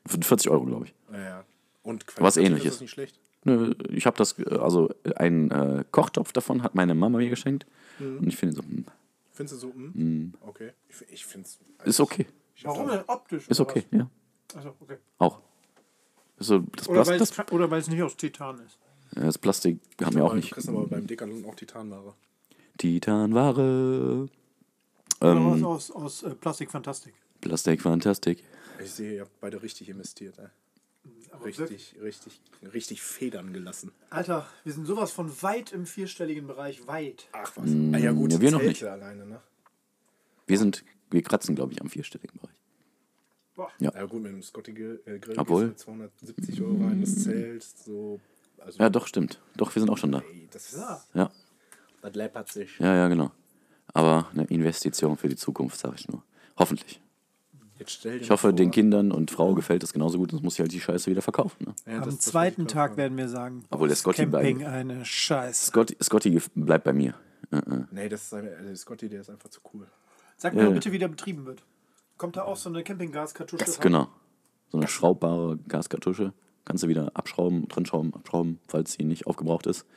Speaker 2: Für 40 Euro, glaube ich.
Speaker 3: Ja, ja. Und
Speaker 2: Was
Speaker 3: qualitativ
Speaker 2: Ähnliches.
Speaker 3: Ist das nicht schlecht?
Speaker 2: Nö, Ich habe das, äh, also äh, einen äh, Kochtopf davon hat meine Mama mir geschenkt. Und ich finde so, hm,
Speaker 3: Findest du so? Hm? Okay. Ich, fi- ich also finde es.
Speaker 2: Mhm. ist okay.
Speaker 1: Warum denn? Optisch.
Speaker 2: Ist
Speaker 1: oder
Speaker 2: okay, ja.
Speaker 1: was? Also, okay.
Speaker 2: Auch. Also das,
Speaker 1: Oder
Speaker 2: Plast
Speaker 1: weil
Speaker 2: das,
Speaker 1: es- Oder weil es nicht aus Titan ist.
Speaker 2: das Plastik haben wir auch
Speaker 3: Du
Speaker 2: nicht.
Speaker 3: kriegst aber beim Decathlon auch Titanware.
Speaker 2: Titanware.
Speaker 1: Oder
Speaker 2: Ähm.
Speaker 1: was aus, aus äh, Plastik Fantastik.
Speaker 2: Plastik, Fantastik.
Speaker 3: Ich sehe, ihr habt beide richtig investiert. Ey.
Speaker 1: Aber wirklich-
Speaker 3: Richtig, richtig, richtig Federn gelassen.
Speaker 1: Alter, wir sind sowas von weit im vierstelligen Bereich. Weit.
Speaker 3: Ach was. ah, ja, gut,
Speaker 2: Mhm. ja, wir noch
Speaker 3: Zelte
Speaker 2: nicht.
Speaker 3: alleine, ne?
Speaker 2: Wir sind, wir kratzen, glaube ich, am vierstelligen Bereich.
Speaker 1: Boah.
Speaker 2: Ja.
Speaker 3: Ja, gut, mit dem Scotty Grill äh, Grill
Speaker 2: Obwohl.
Speaker 3: gehst du mit 270 Euro rein, das Zelt, so. Also,
Speaker 2: Ja, doch, stimmt. Doch, wir sind auch schon da.
Speaker 3: ey, das,
Speaker 1: Ja.
Speaker 2: Ja,
Speaker 3: das läppert sich.
Speaker 2: ja, ja, genau. Aber eine Investition für die Zukunft, sage ich nur. Hoffentlich.
Speaker 3: Jetzt stell dir
Speaker 2: Ich
Speaker 3: mal
Speaker 2: hoffe,
Speaker 3: vor,
Speaker 2: den Kindern und Frau gefällt das genauso gut, sonst muss ich halt die Scheiße wieder verkaufen. Ne?
Speaker 3: Ja, das-
Speaker 1: Am
Speaker 3: das
Speaker 1: zweiten
Speaker 3: wollte ich grad
Speaker 1: Tag werden wir sagen,
Speaker 2: Obwohl der
Speaker 1: das
Speaker 2: Scotty
Speaker 1: Camping
Speaker 2: bleiben-
Speaker 1: eine Scheiße.
Speaker 2: Scotty, Scotty gef- bleibt bei mir. Äh, äh.
Speaker 3: fragen. Nee, das ist eine, also Scotty, der ist einfach zu cool.
Speaker 1: Sag mir doch bitte, wie der betrieben wird. Kommt da auch so eine Campinggaskartusche
Speaker 2: Das,
Speaker 1: rein?
Speaker 2: genau. So eine schraubbare Gaskartusche. Kannst du wieder abschrauben, drinschrauben, abschrauben, falls sie nicht aufgebraucht ist.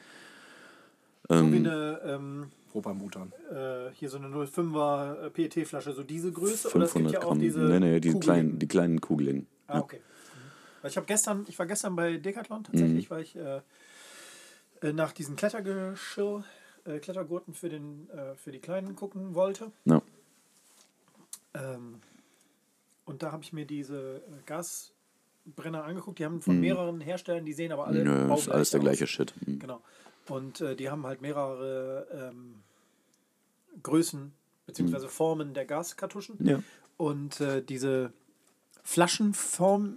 Speaker 2: genau-
Speaker 1: So wie eine, ähm,
Speaker 3: Propamutan.
Speaker 1: äh, hier so eine äh, 05er PET-Flasche, E so diese Größe. Oder es gibt
Speaker 2: 500
Speaker 1: ja auch
Speaker 2: Gramm.
Speaker 1: diese.
Speaker 2: nee, nee, die
Speaker 1: Kugeln.
Speaker 2: kleinen, die kleinen Kugeln.
Speaker 1: Ah, okay. Weil ich habe gestern, ich war gestern bei
Speaker 2: Mhm.
Speaker 1: Decathlon tatsächlich, weil ich äh, äh, nach diesen Klettergeschirr, äh, Klettergurten für, den, äh, für die Kleinen gucken wollte.
Speaker 2: Ja.
Speaker 1: Ähm, und da habe ich mir diese äh, Gasbrenner angeguckt. Die haben von mehreren Herstellern, die sehen aber alle.
Speaker 2: Mhm. Nö, ist
Speaker 1: baugleich
Speaker 2: alles der
Speaker 1: aus.
Speaker 2: gleiche Shit. Mhm.
Speaker 1: Genau. Und äh, die haben halt mehrere ähm, Größen bzw. Formen der Gaskartuschen.
Speaker 2: Mhm. Ja.
Speaker 1: Und äh, diese Flaschenform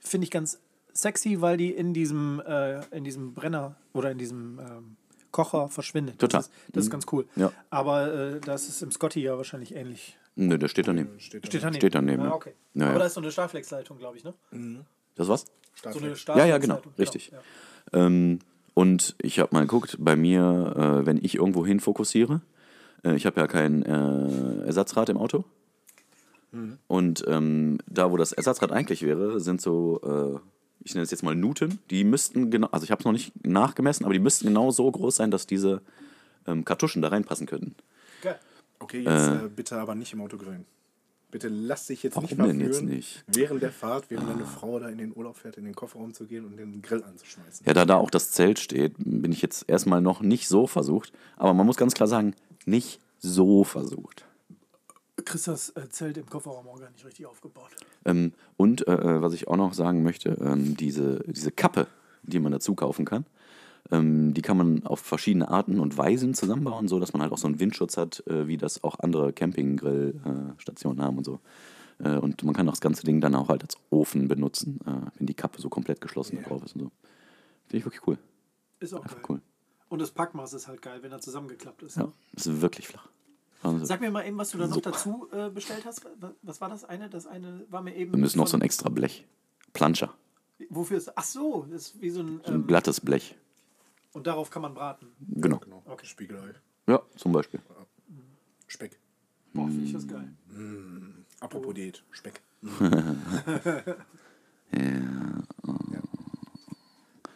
Speaker 1: finde ich ganz sexy, weil die in diesem, äh, in diesem Brenner oder in diesem ähm, Kocher verschwindet.
Speaker 2: Total. Mhm.
Speaker 1: Das ist, das ist ganz cool.
Speaker 2: Ja.
Speaker 1: Aber äh, das ist im Scotty ja wahrscheinlich ähnlich.
Speaker 2: Nö, der steht daneben.
Speaker 3: Steht
Speaker 1: Steht daneben.
Speaker 2: Steht daneben,
Speaker 1: Ah,
Speaker 2: ja.
Speaker 1: okay.
Speaker 2: Ja,
Speaker 1: Aber
Speaker 2: ja.
Speaker 1: da ist so eine Stahlflexleitung, glaube ich, ne?
Speaker 2: Das war's?
Speaker 3: da.
Speaker 1: So eine
Speaker 2: Ja, ja, genau.
Speaker 1: Stahlflexleitung,
Speaker 2: Richtig.
Speaker 1: ja.
Speaker 2: Ähm, und ich habe mal geguckt, bei mir, äh, wenn ich irgendwo hin fokussiere, äh, ich habe ja kein äh, Ersatzrad im Auto. Und ähm, da, wo das Ersatzrad eigentlich wäre, sind so, äh, ich nenne es jetzt mal Nuten, die müssten genau, also ich habe es noch nicht nachgemessen, aber die müssten genau so groß sein, dass diese ähm, Kartuschen da reinpassen könnten.
Speaker 1: Geil.
Speaker 3: Okay, jetzt äh, bitte aber nicht im Auto grillen. Bitte lass dich jetzt nicht
Speaker 2: Warum
Speaker 3: verführen,
Speaker 2: denn jetzt nicht? Ah.
Speaker 3: während der Fahrt, während deine Frau da in den Urlaub fährt, in den Kofferraum zu gehen und den Grill anzuschmeißen.
Speaker 2: Ja, da da auch das Zelt steht, bin ich jetzt erstmal noch nicht so versucht. Aber man muss ganz klar sagen, nicht so versucht.
Speaker 1: Chris hat das äh, Zelt im Kofferraum auch gar nicht richtig aufgebaut.
Speaker 2: Ähm, und äh, äh, was ich auch noch sagen möchte, ähm, diese, diese Kappe, die man dazu kaufen kann, ähm, die kann man auf verschiedene Arten und Weisen zusammenbauen, so dass man halt auch so einen Windschutz hat, äh, wie das auch andere Campinggrillstationen äh, Stationen haben und so. Äh, und man kann auch das ganze Ding dann auch halt als Ofen benutzen, äh, wenn die Kappe so komplett geschlossen da drauf ist und so. Finde ich wirklich cool.
Speaker 1: Ist auch geil.
Speaker 2: Cool.
Speaker 1: Und das Packmaß ist halt geil, wenn er zusammengeklappt ist.
Speaker 2: Ja,
Speaker 1: Ne?
Speaker 2: ist wirklich flach. Wahnsinn.
Speaker 1: Sag mir mal eben, was du da noch dazu äh, bestellt hast. Wa- Was war das eine? Das eine war mir eben.
Speaker 2: Wir müssen noch so
Speaker 1: von-
Speaker 2: ein extra Blech. Planscher.
Speaker 1: Wofür ist. Ach so, das ist wie so ein.
Speaker 2: Ein
Speaker 1: Ähm,
Speaker 2: glattes Blech.
Speaker 1: und darauf kann man braten.
Speaker 2: Genau.
Speaker 3: Genau. Okay. Spiegelei.
Speaker 2: Ja, zum Beispiel.
Speaker 3: Speck.
Speaker 1: Boah, finde ich das geil.
Speaker 3: Apropos Diät, Speck. Ja.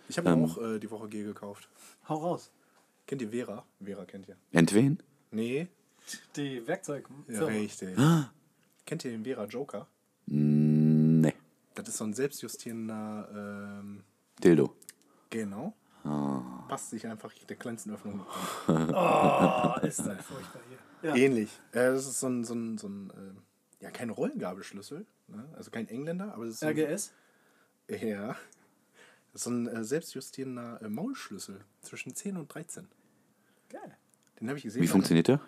Speaker 3: Ich
Speaker 2: Ähm.
Speaker 3: habe auch äh, die Woche G gekauft.
Speaker 1: Hau raus.
Speaker 3: Kennt ihr Vera? Vera kennt ihr.
Speaker 2: Entwen?
Speaker 3: Nee,
Speaker 1: Die Werkzeug.
Speaker 3: ja,
Speaker 1: So.
Speaker 3: richtig. Kennt ihr den Vera Joker?
Speaker 2: Nee.
Speaker 3: Das ist so ein selbstjustierender, ähm,
Speaker 2: Dildo.
Speaker 3: genau.
Speaker 2: Ah.
Speaker 3: Passt sich einfach der kleinsten Öffnung an.
Speaker 1: Oh, ist das furchtbar hier. Ja.
Speaker 3: Ähnlich. Äh, das ist so ein, so ein, so ein ähm, ja, kein Rollengabelschlüssel. Ne? Also kein Engländer, aber das ist so ein,
Speaker 1: RGS?
Speaker 3: ja. Das ist so ein äh, selbstjustierender äh, Maulschlüssel zwischen 10 und 13.
Speaker 1: Geil.
Speaker 3: Den habe ich gesehen.
Speaker 2: Wie funktioniert der?
Speaker 3: aber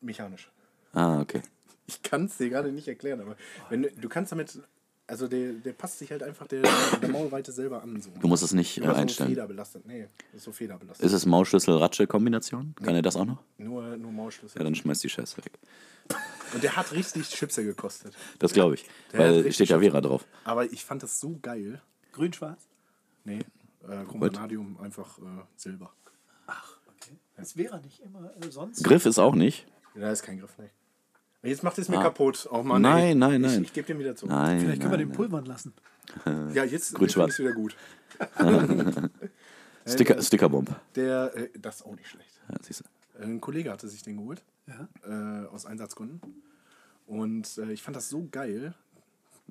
Speaker 3: Mechanisch.
Speaker 2: Ah, okay.
Speaker 3: Ich kann es dir gerade nicht erklären, aber wenn du, du kannst damit, also der, der passt sich halt einfach der, der Maulweite selber an. So.
Speaker 2: Du musst es nicht äh,
Speaker 3: Oder so
Speaker 2: einstellen.
Speaker 3: Federbelastet. Nee, das ist so federbelastet.
Speaker 2: Ist es Maulschlüssel-Ratsche-Kombination? Kann er das auch noch?
Speaker 3: nur, nur Maulschlüssel.
Speaker 2: Ja, dann schmeißt die Scheiße weg.
Speaker 3: Und der hat richtig Chipse gekostet.
Speaker 2: Das glaube ich.
Speaker 3: Der hat
Speaker 2: Weil
Speaker 3: richtig
Speaker 2: steht ja Vera drauf.
Speaker 3: Aber ich fand das so geil.
Speaker 1: Grün-schwarz?
Speaker 3: Nee, äh, Chromanadium einfach äh, Silber.
Speaker 1: Ach, okay. Das wäre nicht immer äh, sonst.
Speaker 2: Griff ist auch nicht.
Speaker 3: Ja, Da ist kein Griff, nee. Jetzt macht es mir kaputt. Oh Mann,
Speaker 2: Ah. Nein,
Speaker 3: ey.
Speaker 2: nein,
Speaker 3: ich,
Speaker 2: nein.
Speaker 3: Ich gebe den wieder zurück.
Speaker 2: Nein.
Speaker 1: Vielleicht können
Speaker 2: nein,
Speaker 1: wir den pulvern lassen.
Speaker 3: Ja, jetzt
Speaker 2: Grün,
Speaker 3: jetzt finde ich's
Speaker 2: schwarz.
Speaker 3: wieder gut.
Speaker 2: nein. Sticker, Stickerbomb.
Speaker 3: Der, äh, das ist auch nicht schlecht.
Speaker 2: Ja, siehst du.
Speaker 3: Ein Kollege hatte sich den geholt.
Speaker 1: Ja.
Speaker 3: Äh, aus Einsatzgründen. Und äh, ich fand das so geil,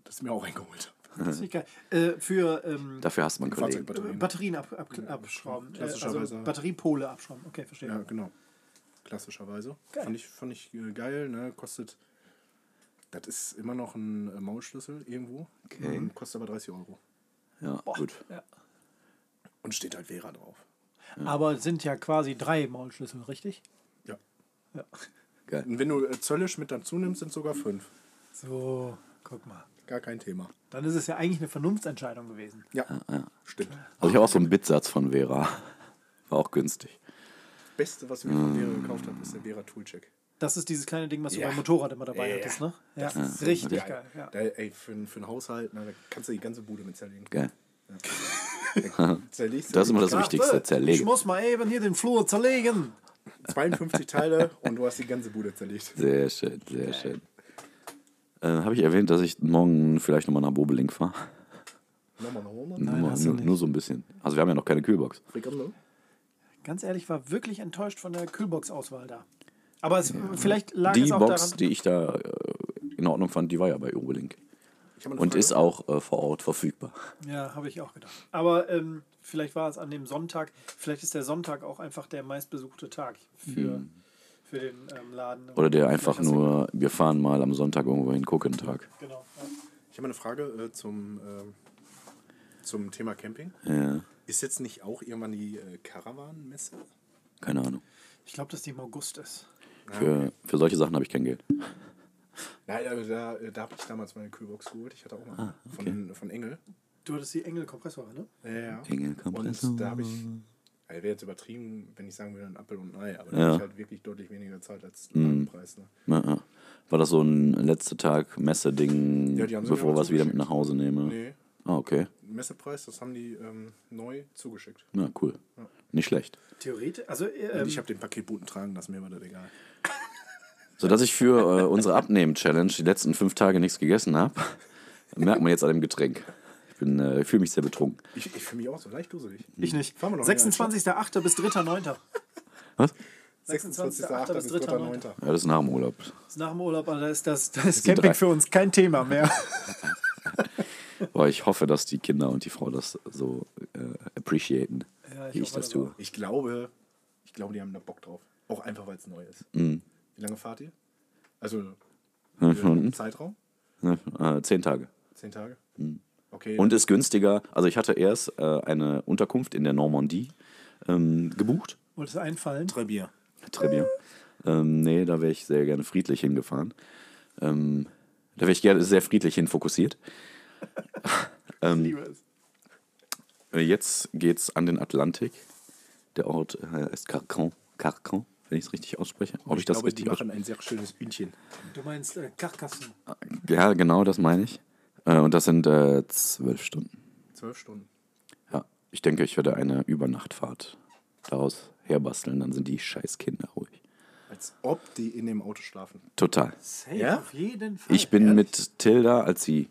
Speaker 3: dass ich mir auch eingeholt habe.
Speaker 1: Das ist nicht geil. Äh, für ähm,
Speaker 2: Dafür hasst man Kollegen.
Speaker 3: Fahrzeugbatterien.
Speaker 1: Batterien ab, ab, abschrauben. Äh, also
Speaker 3: Klassischerweise.
Speaker 1: Batteriepole abschrauben. Okay, verstehe.
Speaker 3: Ja, genau. Klassischerweise.
Speaker 1: Geil.
Speaker 3: Fand ich, fand ich äh, geil, ne? Kostet. Das ist immer noch ein äh, Maulschlüssel irgendwo.
Speaker 2: Okay.
Speaker 3: Mhm, Kostet aber 30 Euro.
Speaker 2: Ja, gut.
Speaker 1: Ja.
Speaker 3: Und steht halt Vera drauf.
Speaker 1: Aber es sind ja quasi drei Maulschlüssel, richtig?
Speaker 3: Ja.
Speaker 1: Ja.
Speaker 2: Geil.
Speaker 3: Und wenn du äh, Zöllisch mit dazu nimmst, sind sogar fünf.
Speaker 1: So, guck mal.
Speaker 3: Gar kein Thema.
Speaker 1: Dann ist es ja eigentlich eine Vernunftsentscheidung gewesen.
Speaker 3: Ja,
Speaker 2: Ah,
Speaker 3: stimmt.
Speaker 2: Also ich habe auch so einen Bitsatz von Vera. War auch günstig.
Speaker 3: Das Beste, was ich mir von Vera gekauft habe, ist der Vera Toolcheck.
Speaker 1: Das ist dieses kleine Ding, was du
Speaker 3: Ja.
Speaker 1: beim Motorrad immer dabei
Speaker 3: Ja.
Speaker 1: hattest, ne? Ja, richtig geil. Ja.
Speaker 3: Da, ey, für, ein- für einen Haushalt, na, da kannst du die ganze Bude mit zerlegen.
Speaker 2: Geil.
Speaker 3: Zerlegst du
Speaker 2: Das ist immer
Speaker 3: die
Speaker 2: das Wichtigste.
Speaker 1: Ich
Speaker 2: Zerlegen.
Speaker 1: muss mal eben hier den Flur zerlegen.
Speaker 3: 52 Teile und du hast die ganze Bude zerlegt.
Speaker 2: Sehr schön, sehr schön. Äh, habe ich erwähnt, dass ich morgen vielleicht nochmal nach Bobeling fahre?
Speaker 3: Nochmal nach oben.
Speaker 2: Nur,
Speaker 1: hast du
Speaker 2: nur, nur so ein bisschen. Also wir haben ja noch keine Kühlbox.
Speaker 3: Frikadelle.
Speaker 1: Ganz ehrlich, war wirklich enttäuscht von der Kühlbox-Auswahl da. Aber es, vielleicht lag
Speaker 2: Die
Speaker 1: es auch
Speaker 2: Box,
Speaker 1: daran.
Speaker 2: die ich da äh, in Ordnung fand, die war ja bei Urolink.
Speaker 3: Ich habe eine
Speaker 2: Und
Speaker 3: Frage.
Speaker 2: ist auch äh, vor Ort verfügbar.
Speaker 1: Ja, habe ich auch gedacht. Aber ähm, vielleicht war es an dem Sonntag, vielleicht ist der Sonntag auch einfach der meistbesuchte Tag für, für den ähm, Laden.
Speaker 2: Oder der einfach
Speaker 1: Vielleicht hast du-
Speaker 2: nur, wir fahren mal am Sonntag irgendwo hin, gucken Tag.
Speaker 1: Genau.
Speaker 3: Ich habe eine Frage äh, zum, ähm, zum Thema Camping.
Speaker 2: Ja,
Speaker 3: Ist jetzt nicht auch irgendwann die äh, Caravan-Messe?
Speaker 2: keine Ahnung.
Speaker 1: Ich glaube, dass die im August ist.
Speaker 2: Für, für solche Sachen habe ich kein Geld.
Speaker 3: Nein, aber da, äh, da habe ich damals meine Kühlbox geholt. Ich hatte auch
Speaker 2: Ah,
Speaker 3: mal eine von, von Engel.
Speaker 1: Du hattest die Engel-Kompressor, ne?
Speaker 3: Ja, ja.
Speaker 2: Engel Kompressor.
Speaker 3: Und da habe ich, ja, wäre jetzt übertrieben, wenn ich sagen würde, ein Appel und ein Ei, aber da
Speaker 2: Ja. Mhm.
Speaker 3: habe ich halt wirklich deutlich weniger gezahlt als Ladenpreis. Ne?
Speaker 2: Ja, ja. äh. War das so ein letzter Tag Messe-Ding,
Speaker 3: Ja, die haben sie mir
Speaker 2: bevor
Speaker 3: mal
Speaker 2: wir es wieder mit nach
Speaker 3: zugeschickt.
Speaker 2: Hause nehmen?
Speaker 3: Nee,
Speaker 2: Ah, okay.
Speaker 3: Messepreis, das haben die ähm, neu zugeschickt.
Speaker 2: Na, cool. Nicht schlecht.
Speaker 1: Theoretisch, also äh,
Speaker 3: Und
Speaker 1: ähm,
Speaker 3: ich habe den Paketboten tragen lassen, mir war das egal.
Speaker 2: Sodass ich für äh, unsere Abnehmen-Challenge die letzten fünf Tage nichts gegessen habe, merkt man jetzt an dem Getränk. Ich, bin, äh, ich fühle mich sehr betrunken.
Speaker 3: Ich, ich fühle mich auch so leicht duselig.
Speaker 1: ich nicht.
Speaker 3: Fahren wir noch
Speaker 1: 26.08. bis 3.9.
Speaker 2: Was?
Speaker 3: 26.08. bis 3.9.
Speaker 2: Ja, das ist nach dem Urlaub.
Speaker 1: Das ist nach dem Urlaub, aber da ist das, das ist
Speaker 2: sind
Speaker 1: Camping
Speaker 2: drei.
Speaker 1: für uns kein Thema mehr.
Speaker 2: Aber ich hoffe, dass die Kinder und die Frau das so äh, appreciaten,
Speaker 1: Ja, ich
Speaker 2: wie ich
Speaker 1: hoffe
Speaker 2: das
Speaker 1: das
Speaker 2: tue.
Speaker 3: Ich glaube, ich glaube, die haben da Bock drauf. Auch einfach, weil es neu ist.
Speaker 2: Mhm.
Speaker 3: Wie lange fahrt ihr? Also, äh, Zeitraum?
Speaker 2: Ne? Äh, zehn Tage.
Speaker 3: Zehn Tage? Okay.
Speaker 2: Hm. Und ist günstiger. Also ich hatte erst äh, eine Unterkunft in der Normandie ähm, gebucht.
Speaker 1: Wollte es einfallen?
Speaker 3: drei Bier.
Speaker 2: Trebier. Ähm, nee, da wäre ich sehr gerne friedlich hingefahren. Ähm, da wäre ich gerne sehr friedlich hinfokussiert.
Speaker 1: Liebe es.
Speaker 2: Äh, Jetzt geht's an den Atlantik. Der Ort äh, ist Carcan, Carcan, wenn ich es richtig ausspreche. Ob ich, das
Speaker 3: glaube, die
Speaker 2: richtig ausspreche?
Speaker 3: machen ein sehr schönes Bündchen.
Speaker 1: Du meinst äh, Karkassen.
Speaker 2: Ja, genau, das meine ich. Äh, und das sind äh, zwölf Stunden.
Speaker 3: Zwölf Stunden.
Speaker 2: Ja, ich denke, ich werde eine Übernachtfahrt daraus herbasteln. Dann sind die scheiß Kinder ruhig.
Speaker 3: als ob die in dem Auto schlafen.
Speaker 2: Total.
Speaker 1: Safe,
Speaker 3: Ja?
Speaker 1: auf jeden Fall.
Speaker 2: Ich bin mit Tilda, als sie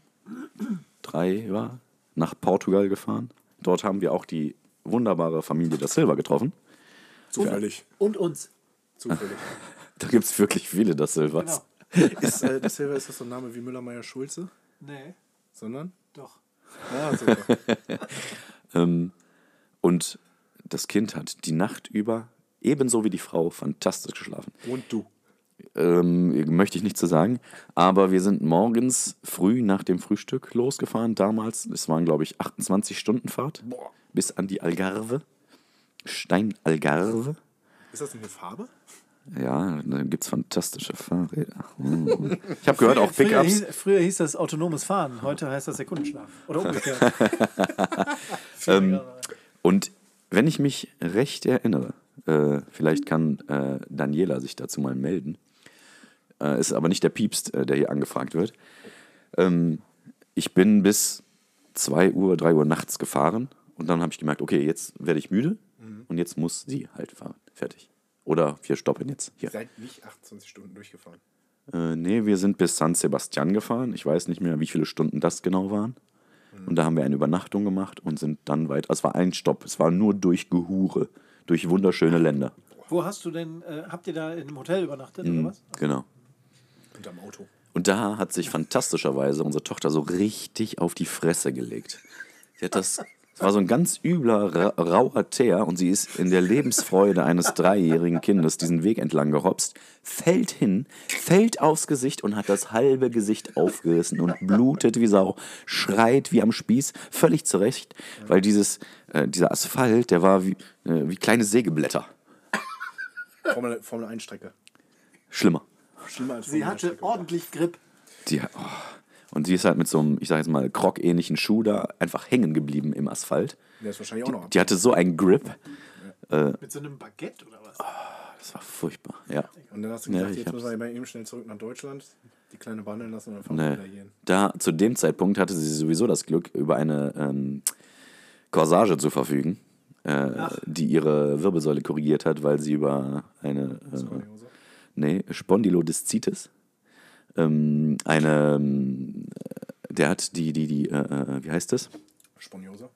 Speaker 2: drei war, nach Portugal gefahren. Dort haben wir auch die wunderbare Familie da Silva getroffen.
Speaker 3: Zufällig.
Speaker 1: Und uns.
Speaker 3: Zufällig.
Speaker 2: Da gibt es wirklich viele da Silvas.
Speaker 3: ist, äh, das Silber ist das so ein Name wie Müller-Meyer-Schulze,
Speaker 1: Nee,
Speaker 3: sondern?
Speaker 1: doch.
Speaker 3: Ja, super.
Speaker 2: Und das Kind hat die Nacht über, ebenso wie die Frau, fantastisch geschlafen.
Speaker 3: Und du.
Speaker 2: ähm, möchte ich nicht zu sagen. Aber wir sind morgens früh nach dem Frühstück losgefahren. Damals, es waren, glaube ich, 28 Stunden Fahrt bis an die Algarve. Steinalgarve.
Speaker 3: Ist das eine Farbe?
Speaker 2: Ja, da gibt es fantastische Fahrräder. Hm. Ich habe gehört, auch Pickups.
Speaker 1: Früher hieß, früher hieß das autonomes Fahren, heute heißt das Sekundenschlaf. Oder umgekehrt.
Speaker 2: Und wenn ich mich recht erinnere, äh, vielleicht kann äh, Daniela sich dazu mal melden. Äh, ist aber nicht der Piepst, äh, der hier angefragt wird. Ähm, ich bin bis 2 Uhr, 3 Uhr nachts gefahren und dann habe ich gemerkt, okay, jetzt werde ich müde und jetzt muss sie halt fahren. Fertig. Oder wir stoppen jetzt hier.
Speaker 3: Seid nicht 28 Stunden durchgefahren.
Speaker 2: Äh, nee, wir sind bis San Sebastian gefahren. Ich weiß nicht mehr, wie viele Stunden das genau waren. Und da haben wir eine Übernachtung gemacht und sind dann weit. Es war ein Stopp. Es war nur durch Gehure, durch wunderschöne Länder.
Speaker 1: Wo hast du denn, äh, habt ihr da in einem Hotel übernachtet oder was?
Speaker 2: Genau.
Speaker 3: Unterm Auto.
Speaker 2: Und da hat sich fantastischerweise unsere Tochter so richtig auf die Fresse gelegt. Sie hat das. Es war so ein ganz übler, ra rauer Teer und sie ist in der Lebensfreude eines dreijährigen Kindes diesen Weg entlang gehopst, fällt hin, fällt aufs Gesicht und hat das halbe Gesicht aufgerissen und blutet wie Sau, schreit wie am Spieß, völlig zurecht, weil dieses, äh, dieser Asphalt, der war wie, äh, wie kleine Sägeblätter.
Speaker 3: Formel, Formel 1-Strecke.
Speaker 2: Schlimmer.
Speaker 3: Schlimmer als
Speaker 1: Sie
Speaker 3: Formel
Speaker 1: hatte
Speaker 3: 1-Strecke.
Speaker 1: ordentlich Grip.
Speaker 2: Die, oh. Und sie ist halt mit so einem, ich sag jetzt mal, krog-ähnlichen Schuh da einfach hängen geblieben im Asphalt.
Speaker 3: Der ist wahrscheinlich auch noch ab.
Speaker 2: Die hatte so einen Grip.
Speaker 1: Mit so einem Baguette oder was?
Speaker 2: Das war furchtbar, ja.
Speaker 3: Und dann hast du
Speaker 2: Ja,
Speaker 3: gesagt,
Speaker 2: ich
Speaker 3: jetzt
Speaker 2: hab's.
Speaker 3: müssen wir mal eben schnell zurück nach Deutschland, die kleine Bande lassen und dann fahren wir
Speaker 2: Nee.
Speaker 3: wieder hier hin.
Speaker 2: Da, zu dem Zeitpunkt hatte sie sowieso das Glück, über eine ähm, Corsage zu verfügen, äh, die ihre Wirbelsäule korrigiert hat, weil sie über eine äh, nee, Spondylodiszitis, ähm, eine, ähm, der hat die, die, die, äh, äh, wie heißt das?
Speaker 3: Sponiosa.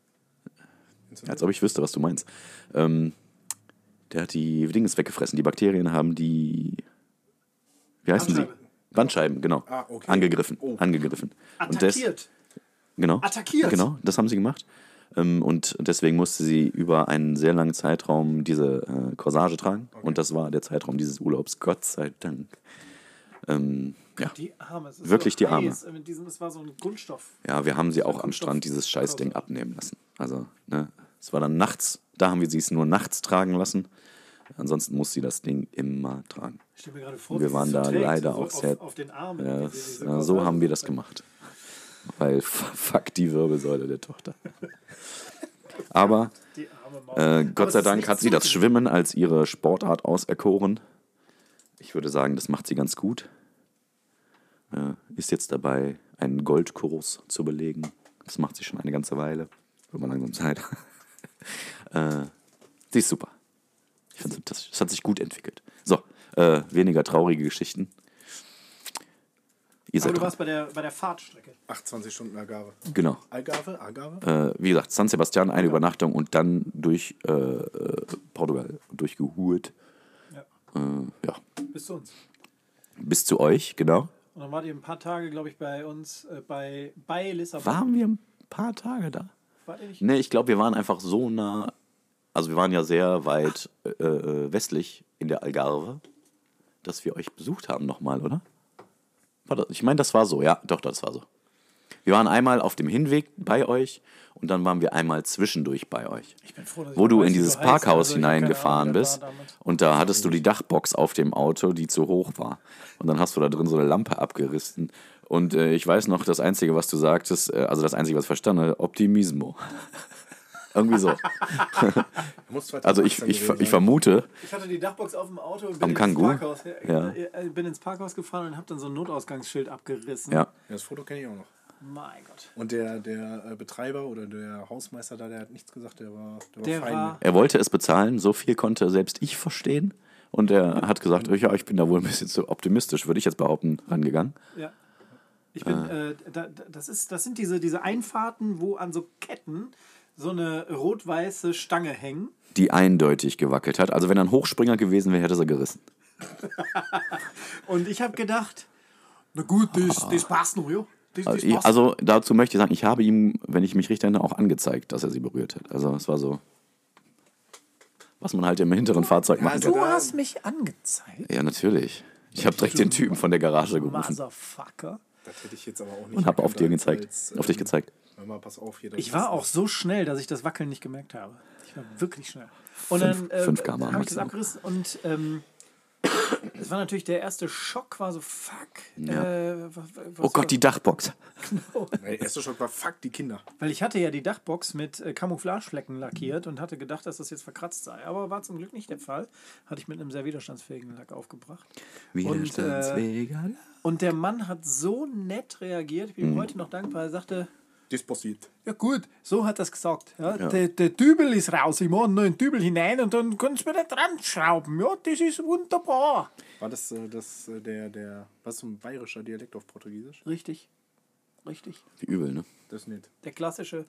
Speaker 2: Als ob ich wüsste, was du meinst. Ähm, der hat die Dinges weggefressen. Die Bakterien haben die. Wie heißen
Speaker 1: Bandscheibe.
Speaker 2: sie? Bandscheiben, genau.
Speaker 3: Ah, okay.
Speaker 2: Angegriffen.
Speaker 3: Oh.
Speaker 2: Angegriffen. Und des-
Speaker 1: Attackiert.
Speaker 2: Genau.
Speaker 1: Attackiert.
Speaker 2: Genau, das haben sie gemacht. Ähm, und deswegen musste sie über einen sehr langen Zeitraum diese äh, Corsage tragen. Und das war der Zeitraum dieses Urlaubs. Gott sei Dank. Ähm, ja.
Speaker 1: Die Arme. Es ist
Speaker 2: Wirklich
Speaker 1: so
Speaker 2: die Arme.
Speaker 1: heiß. Mit diesem, es war so ein Kunststoff.
Speaker 2: ja, wir haben sie auch am
Speaker 1: Kunststoff-
Speaker 2: Strand dieses Scheißding abnehmen lassen. Also, ne, es war dann nachts. Da haben wir sie es nur nachts tragen lassen. Ansonsten muss sie das Ding immer tragen.
Speaker 1: Ich stelle mir gerade vor,
Speaker 2: Wir
Speaker 1: wie
Speaker 2: waren
Speaker 1: sie
Speaker 2: da
Speaker 1: es trägt,
Speaker 2: leider
Speaker 1: so
Speaker 2: auch sehr-
Speaker 1: Auf, auf den Armen.
Speaker 2: Ja,
Speaker 1: wie sie
Speaker 2: das,
Speaker 1: diese
Speaker 2: ja, so
Speaker 1: Corsage-
Speaker 2: haben wir das gemacht. Weil f- fuck die Wirbelsäule der Tochter. Aber
Speaker 1: Die arme Maus.
Speaker 2: äh,
Speaker 1: Aber
Speaker 2: Gott
Speaker 1: es
Speaker 2: sei
Speaker 1: ist
Speaker 2: Dank
Speaker 1: nicht
Speaker 2: hat sie
Speaker 1: zu-
Speaker 2: das Schwimmen als ihre Sportart auserkoren. Ich würde sagen, das macht sie ganz gut. Äh, ist jetzt dabei, einen Goldkurs zu belegen. Das macht sie schon eine ganze Weile. Wird man langsam Zeit. äh, sie ist super. Ich finde, das, das hat sich gut entwickelt. So, äh, weniger traurige Geschichten. Ihr
Speaker 1: Aber
Speaker 2: seid
Speaker 1: du
Speaker 2: dran.
Speaker 1: warst bei der, bei der Fahrtstrecke.
Speaker 3: 28 Stunden Agave.
Speaker 2: Genau.
Speaker 3: Agave? Agave?
Speaker 2: Äh, wie gesagt, San Sebastian, eine Übernachtung und dann durch äh, äh, Portugal durchgehurt.
Speaker 1: Ja.
Speaker 2: Äh, ja.
Speaker 1: Bis zu uns.
Speaker 2: Bis zu euch, genau.
Speaker 1: Und dann wart ihr ein paar Tage, glaube ich, bei uns, äh, bei, bei Lissabon.
Speaker 2: Waren wir ein paar Tage da?
Speaker 1: Wart ihr nicht?
Speaker 2: Ne, ich glaube, wir waren einfach so nah. Also, wir waren ja sehr weit äh, äh, westlich in der Algarve, dass wir euch besucht haben nochmal, oder? War das, ich meine, das war so, ja, doch, das war so. Wir waren einmal auf dem Hinweg bei euch und dann waren wir einmal zwischendurch bei euch.
Speaker 1: Ich bin froh, dass ich
Speaker 2: wo
Speaker 1: noch
Speaker 2: du
Speaker 1: weiß,
Speaker 2: in
Speaker 1: wie
Speaker 2: dieses
Speaker 1: heißt. Also,
Speaker 2: Parkhaus
Speaker 1: ich hab keine
Speaker 2: hineingefahren
Speaker 1: Ahnung, wer
Speaker 2: bist
Speaker 1: war damals.
Speaker 2: und da hattest du die Dachbox auf dem Auto, die zu hoch war. Und dann hast du da drin so eine Lampe abgerissen. Und äh, ich weiß noch, das Einzige, was du sagtest, äh, also das Einzige, was ich verstanden habe, Optimismo. Irgendwie so.
Speaker 3: Muss 2018
Speaker 2: Also ich, ich,
Speaker 3: gewesen
Speaker 2: ich
Speaker 3: sein.
Speaker 2: vermute,
Speaker 1: Ich hatte die Dachbox auf dem Auto und bin, ins,
Speaker 2: Kangoo?
Speaker 1: Parkhaus,
Speaker 2: Ja.
Speaker 1: äh, bin ins Parkhaus gefahren und habe dann so ein Notausgangsschild abgerissen.
Speaker 2: ja,
Speaker 3: Ja, das Foto kenne ich auch noch.
Speaker 1: Mein Gott.
Speaker 3: Und der, der äh, Betreiber oder der Hausmeister da, der hat nichts gesagt, der war, der war
Speaker 1: Der
Speaker 3: fein.
Speaker 1: war-
Speaker 2: er wollte es bezahlen, so viel konnte selbst ich verstehen. Und er hat gesagt, äh, ja, ich bin da wohl ein bisschen zu optimistisch, würde ich jetzt behaupten, rangegangen.
Speaker 1: Ja. Ich bin,
Speaker 2: Ah.
Speaker 1: äh, da, da- das, ist, das sind diese, diese Einfahrten, wo an so Ketten so eine rot-weiße Stange hängen.
Speaker 2: Die eindeutig gewackelt hat. Also wenn er ein Hochspringer gewesen wäre, hätte er gerissen.
Speaker 1: Und ich habe gedacht, na gut, das, das passt noch, ja. Das, das
Speaker 2: Also, ich,
Speaker 1: passt.
Speaker 2: also dazu möchte ich sagen, ich habe ihm, wenn ich mich richtig erinnere, auch angezeigt, dass er sie berührt hat. Also es war so, was man halt im hinteren Fahrzeug macht.
Speaker 3: also-
Speaker 1: du hast mich angezeigt,
Speaker 2: Ja, natürlich. Ich habe direkt den Typen von der Garage gerufen
Speaker 1: Motherfucker.
Speaker 3: Das hätte ich jetzt aber auch nicht.
Speaker 2: und habe auf dir
Speaker 3: erkannt
Speaker 2: gezeigt,
Speaker 3: als,
Speaker 2: auf dich
Speaker 3: ähm,
Speaker 2: gezeigt. Oh
Speaker 3: Hör mal, pass auf hier. das
Speaker 1: Ich war
Speaker 3: ist-
Speaker 1: auch so schnell, dass ich das Wackeln nicht gemerkt habe. Ich war wirklich schnell. Und
Speaker 2: Fünf-
Speaker 1: dann äh,
Speaker 2: fünf km/h
Speaker 1: habe ich das
Speaker 2: Maximum.
Speaker 1: abgerissen und ähm, es war natürlich der erste Schock, war so, fuck. Äh, was, was
Speaker 2: Oh Gott, die Dachbox.
Speaker 3: Mein erster Schock war, fuck, die Kinder.
Speaker 1: Weil ich hatte ja die Dachbox mit äh, Camouflageflecken lackiert und hatte gedacht, dass das jetzt verkratzt sei. Aber war zum Glück nicht der Fall. Hatte ich mit einem sehr widerstandsfähigen Lack aufgebracht. Und, äh,
Speaker 2: Widerstandsweger.
Speaker 1: und der Mann hat so nett reagiert, ich bin ihm heute noch dankbar. Er sagte,
Speaker 3: Das passiert.
Speaker 1: ja gut, so hat er es gesagt. Ja, Der, der Dübel ist raus, ich mache nur einen Dübel hinein und dann kannst du wieder dran schrauben. Ja, das ist wunderbar.
Speaker 3: War das, äh, das äh, der, der, was ist ein bayerischer Dialekt auf Portugiesisch?
Speaker 1: Richtig, richtig.
Speaker 2: Wie übel, ne?
Speaker 3: Das nicht.
Speaker 1: Der klassische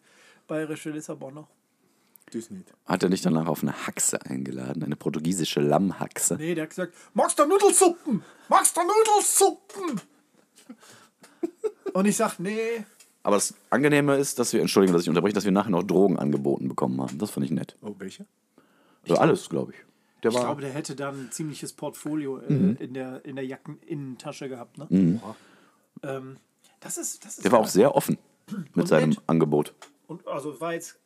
Speaker 1: bayerische Lissabonner.
Speaker 3: Das nicht.
Speaker 2: Hat er dich danach auf eine Haxe eingeladen, eine portugiesische Lammhaxe?
Speaker 1: Nee, der hat gesagt, magst du Nudelsuppen? Magst du Nudelsuppen? Und ich sag, nee.
Speaker 2: Aber das Angenehme ist, dass wir, Entschuldigung, dass ich unterbreche, dass wir nachher noch Drogen angeboten bekommen haben. Das fand ich nett.
Speaker 3: Oh, welche?
Speaker 2: Also alles, glaube ich. Der
Speaker 1: Ich
Speaker 2: war, Mhm.
Speaker 1: glaube, der hätte dann ein ziemliches Portfolio äh, in der, in der Jackeninnentasche gehabt. Ne? Boah. Ähm, das ist, das ist
Speaker 2: der war auch sehr offen mit
Speaker 1: Und
Speaker 2: seinem
Speaker 1: nett.
Speaker 2: Angebot.
Speaker 1: Und also war jetzt,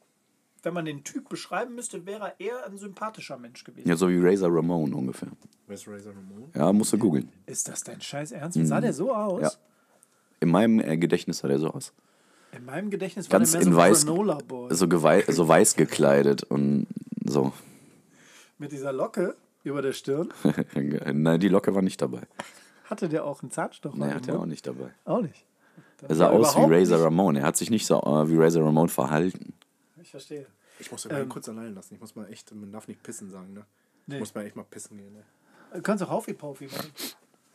Speaker 1: wenn man den Typ beschreiben müsste, wäre er eher ein sympathischer Mensch gewesen.
Speaker 2: Ja, so wie Razor Ramon ungefähr.
Speaker 3: West Razor Ramon?
Speaker 2: Ja, musst du googeln.
Speaker 1: Ist das dein Scheiß Ernst? Sah der so aus?
Speaker 2: Mhm. Ja. In meinem äh, Gedächtnis sah der so aus.
Speaker 1: In meinem Gedächtnis
Speaker 2: Ganz
Speaker 1: war der mehr so
Speaker 2: in weiß, Also
Speaker 1: ein Granola-Boy.
Speaker 2: so, gewei- so weiß gekleidet und so.
Speaker 1: Mit dieser Locke über der Stirn
Speaker 2: Nein, die Locke war nicht dabei.
Speaker 1: hatte der auch einen Zahnstocher.
Speaker 2: Nee,
Speaker 1: im
Speaker 2: hat er auch
Speaker 1: Mund?
Speaker 2: nicht dabei.
Speaker 1: Auch nicht.
Speaker 2: Er sah aus wie
Speaker 1: überhaupt
Speaker 2: Razor Ramon. Er hat sich nicht so äh, wie Razor Ramon verhalten.
Speaker 1: Ich verstehe.
Speaker 3: Ich muss ja ähm, kurz allein lassen. Ich muss mal echt, man darf nicht pissen sagen, ne?
Speaker 1: Nee.
Speaker 3: Ich muss mal echt mal pissen gehen, ne?
Speaker 1: Du kannst auch Haufi-Paufi machen.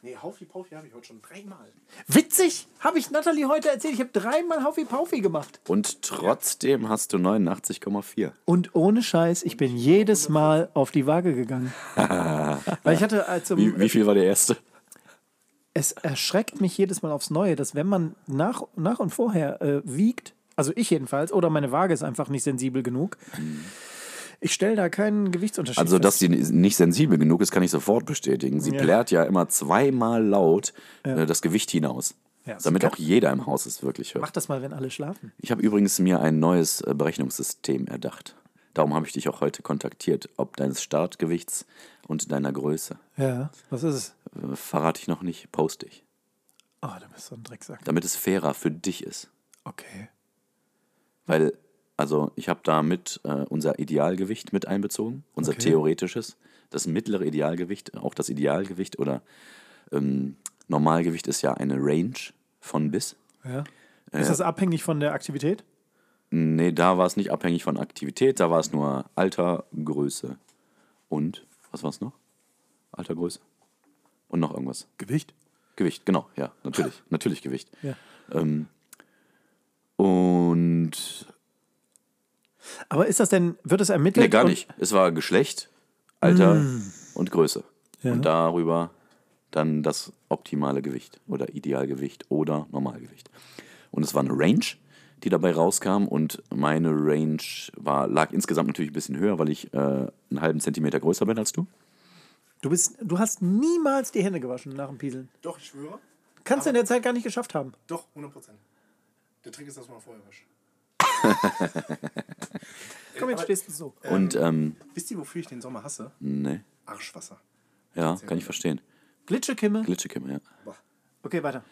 Speaker 3: Nee, Haufi-Paufi habe ich heute schon dreimal.
Speaker 1: Witzig! Habe ich Natalie heute erzählt. Ich habe dreimal Haufi-Paufi gemacht.
Speaker 2: Und trotzdem hast du 89,4.
Speaker 1: Und ohne Scheiß, ich bin jedes Mal auf die Waage gegangen. Weil ich hatte, also,
Speaker 2: Wie, wie viel war der erste?
Speaker 1: es erschreckt mich jedes Mal aufs Neue, dass wenn man nach, nach und vorher äh, wiegt, also ich jedenfalls, oder meine Waage ist einfach nicht sensibel genug, ich stelle da keinen Gewichtsunterschied
Speaker 2: Mhm. Also, dass
Speaker 1: fest.
Speaker 2: sie nicht sensibel genug ist, kann ich sofort bestätigen. Sie
Speaker 1: Ja.
Speaker 2: plärt ja immer zweimal laut äh, das Gewicht hinaus.
Speaker 1: Ja, ist
Speaker 2: damit
Speaker 1: geil.
Speaker 2: auch jeder im Haus es wirklich hört.
Speaker 1: Mach das mal, wenn alle schlafen.
Speaker 2: Ich habe übrigens mir ein neues äh, Berechnungssystem erdacht. Darum habe ich dich auch heute kontaktiert, ob deines Startgewichts und deiner Größe.
Speaker 1: Ja, was ist es?
Speaker 2: Äh, Verrate ich noch nicht, poste ich.
Speaker 1: Oh, du bist so ein Drecksack.
Speaker 2: Damit es fairer für dich ist.
Speaker 1: Okay.
Speaker 2: Weil, also ich habe da mit äh, unser Idealgewicht mit einbezogen, unser
Speaker 1: Okay.
Speaker 2: theoretisches, das mittlere Idealgewicht, auch das Idealgewicht oder ähm, Normalgewicht ist ja eine Range von bis.
Speaker 1: Ja. Ist das abhängig von der Aktivität?
Speaker 2: Nee, da war es nicht abhängig von Aktivität, da war es nur Alter, Größe und, was war es noch? Alter, Größe und noch irgendwas.
Speaker 1: Gewicht.
Speaker 2: Gewicht, genau, ja, natürlich, natürlich Gewicht.
Speaker 1: Ja.
Speaker 2: Ähm, und
Speaker 1: Aber ist das denn, wird es ermittelt?
Speaker 2: Nee, gar
Speaker 1: und-
Speaker 2: nicht. Es war Geschlecht, Alter und Größe. Und darüber dann das optimale Gewicht oder Idealgewicht oder Normalgewicht. Und es war eine Range, die dabei rauskam. Und meine Range war, lag insgesamt natürlich ein bisschen höher, weil ich äh, einen halben Zentimeter größer bin als du.
Speaker 1: Du, bist, du hast niemals die Hände gewaschen nach dem Pieseln.
Speaker 3: Doch, ich schwöre.
Speaker 1: Kannst du in der Zeit gar nicht geschafft haben.
Speaker 3: Doch, 100%. Der Trick ist, dass man vorher wäscht.
Speaker 1: Komm, jetzt stehst du so.
Speaker 2: Und ähm,
Speaker 3: Wisst ihr, wofür ich den Sommer hasse?
Speaker 2: ne,
Speaker 3: Arschwasser.
Speaker 2: ja, kann ich verstehen.
Speaker 1: Glitschekimme.
Speaker 2: Glitschekimme, ja.
Speaker 3: Boah.
Speaker 1: Okay, weiter.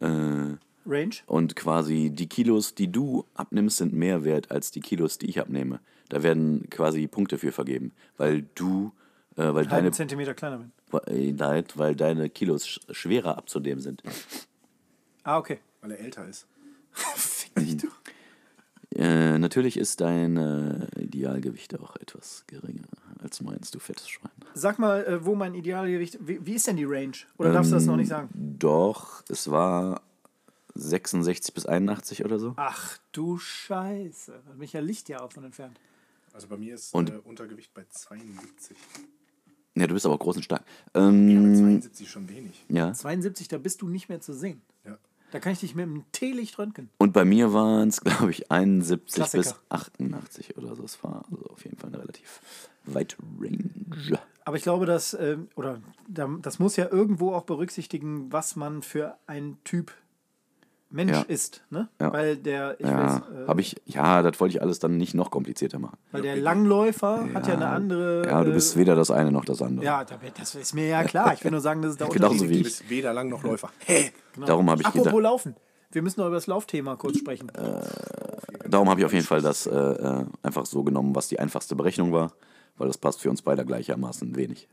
Speaker 2: Äh,
Speaker 1: Range.
Speaker 2: Und quasi die Kilos, die du abnimmst, sind mehr wert als die Kilos, die ich abnehme. Da werden quasi Punkte für vergeben, weil du, äh, weil deine,
Speaker 1: Halben Zentimeter kleiner bin.
Speaker 2: äh, nein, weil deine Kilos sch schwerer abzunehmen sind.
Speaker 1: Ah, okay.
Speaker 3: Weil er älter ist.
Speaker 2: Äh, natürlich ist dein äh, Idealgewicht auch etwas geringer als meins, du fettes Schwein.
Speaker 1: Sag mal, äh, wo mein Idealgewicht. Wie, wie ist denn die Range? Oder darfst
Speaker 2: Ähm.
Speaker 1: du das noch nicht sagen?
Speaker 2: Doch, es war 66 bis 81 oder so.
Speaker 1: Ach du Scheiße. Da bin ich ja Lichtjahre von entfernt.
Speaker 3: Also bei mir ist äh, Untergewicht bei 72.
Speaker 1: Mhm.
Speaker 2: Ja, du bist aber groß und stark.
Speaker 3: Ja,
Speaker 2: Ähm,
Speaker 3: aber 72 schon wenig.
Speaker 2: ja.
Speaker 1: 72, da bist du nicht mehr zu sehen.
Speaker 3: Ja.
Speaker 1: Da kann ich dich mit einem Teelicht röntgen.
Speaker 2: Und bei mir waren es, glaube ich, 71 bis
Speaker 1: Klassiker.
Speaker 2: 88 oder so. Es war also auf jeden Fall eine relativ weite Range.
Speaker 1: Aber ich glaube, dass, ähm, oder da- das muss ja irgendwo auch berücksichtigen, was man für ein Typ Mensch
Speaker 2: Ja.
Speaker 1: ist. Ne?
Speaker 2: Ja.
Speaker 1: Weil der, ich
Speaker 2: Ja,
Speaker 1: weiß, äh,
Speaker 2: habe ich, ja, das wollte ich alles dann nicht noch komplizierter machen.
Speaker 1: weil der Langläufer hat ja eine andere.
Speaker 2: Ja, du
Speaker 1: äh,
Speaker 2: bist weder das eine noch das andere.
Speaker 1: Ja, da- das ist mir ja klar. Ich will nur sagen, dass es da
Speaker 2: Genauso
Speaker 1: Unterschiede
Speaker 2: wie
Speaker 3: Du
Speaker 2: ich.
Speaker 3: bist weder lang noch Läufer. Hey,
Speaker 1: gibt.
Speaker 2: Darum habe ich
Speaker 1: genau. Apropos
Speaker 2: gedacht, Äh.
Speaker 1: Laufen. Wir müssen noch über das Laufthema kurz sprechen.
Speaker 2: darum habe ich auf jeden Fall das äh, äh, einfach so genommen, was die einfachste Berechnung war, weil das passt für uns beide gleichermaßen wenig.